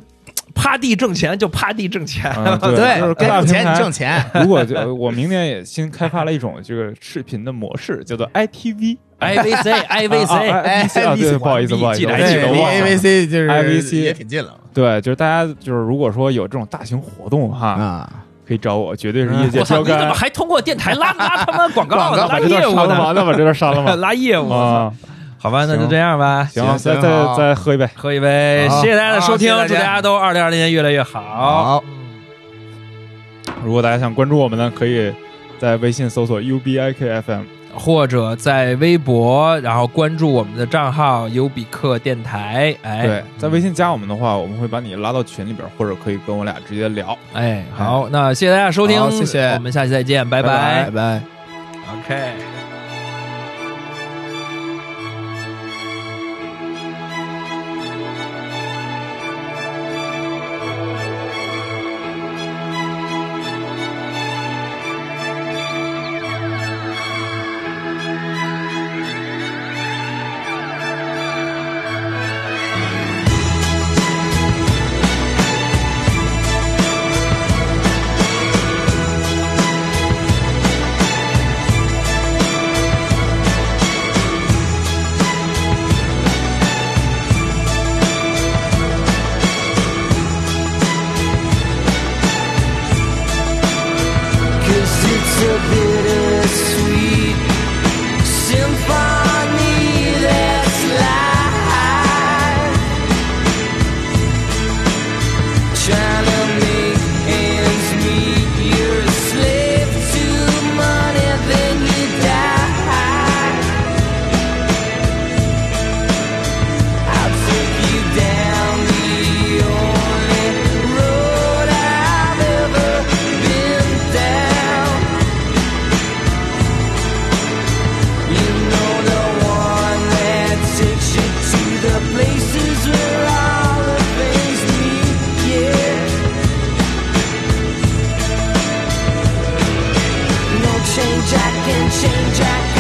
[SPEAKER 2] 趴地挣钱就趴地挣钱。
[SPEAKER 1] 嗯就是哎
[SPEAKER 3] 对，
[SPEAKER 1] 各
[SPEAKER 3] 该
[SPEAKER 1] 大
[SPEAKER 3] 挣
[SPEAKER 1] 平
[SPEAKER 3] 钱你
[SPEAKER 1] 台
[SPEAKER 3] 挣。钱，
[SPEAKER 1] 如果就我明年也新开发了一种这个视频的模式，叫做 ITV。
[SPEAKER 2] IVC
[SPEAKER 1] 啊
[SPEAKER 2] IVC，
[SPEAKER 1] 啊啊对，不好意思，不好意思，
[SPEAKER 2] 记得
[SPEAKER 1] 我
[SPEAKER 2] 还记
[SPEAKER 1] 记
[SPEAKER 2] 得
[SPEAKER 1] 得
[SPEAKER 2] 我
[SPEAKER 1] 忘了
[SPEAKER 2] 忘
[SPEAKER 3] 哎 A V C 就是
[SPEAKER 1] IVC
[SPEAKER 3] 也挺近了
[SPEAKER 1] 对，就是大家就是如果说有这种大型活动哈，
[SPEAKER 3] 啊。嗯
[SPEAKER 1] 可以找我，绝对是业界
[SPEAKER 2] 我操，
[SPEAKER 1] 标
[SPEAKER 2] 你怎
[SPEAKER 1] 杆
[SPEAKER 2] 么。还通过电台拉拉他妈广告呢？
[SPEAKER 1] 那
[SPEAKER 2] 拉
[SPEAKER 1] 把这段
[SPEAKER 2] 业务
[SPEAKER 1] 删了吧，
[SPEAKER 2] 呢？
[SPEAKER 1] 那把这段删 了吧。
[SPEAKER 2] 拉业务，
[SPEAKER 1] 啊，
[SPEAKER 2] 好吧，那就
[SPEAKER 1] 行
[SPEAKER 2] 这样吧。
[SPEAKER 1] 行，啊
[SPEAKER 3] 行
[SPEAKER 1] 再
[SPEAKER 3] 啊行
[SPEAKER 1] 再
[SPEAKER 3] 好
[SPEAKER 1] 再喝一杯。
[SPEAKER 2] 喝一杯，
[SPEAKER 3] 好
[SPEAKER 2] 谢谢大家的收听，
[SPEAKER 3] 好谢谢大家
[SPEAKER 2] 祝大家都二零二零年越来越好。
[SPEAKER 3] 啊好，
[SPEAKER 1] 如果大家想关注我们呢，可以在微信搜索 UBIKFM。
[SPEAKER 2] 或者在微博，然后关注我们的账号“尤比克电台”。哎，
[SPEAKER 1] 对，在微信加我们的话，我们会把你拉到群里边，或者可以跟我俩直接聊。
[SPEAKER 2] 哎，好，那谢谢大家收听，
[SPEAKER 3] 好谢谢
[SPEAKER 2] 我们下期再见，拜
[SPEAKER 3] 拜拜。
[SPEAKER 2] OK。
[SPEAKER 4] Cause it's a bittersweet symphony that's life. Trying to make ends meet. You're a slave to money, then you die. I'll take you down the only road I've ever been down. You know the one that takes you to the places where all the things lead. Yeah. No change, I can change, I can.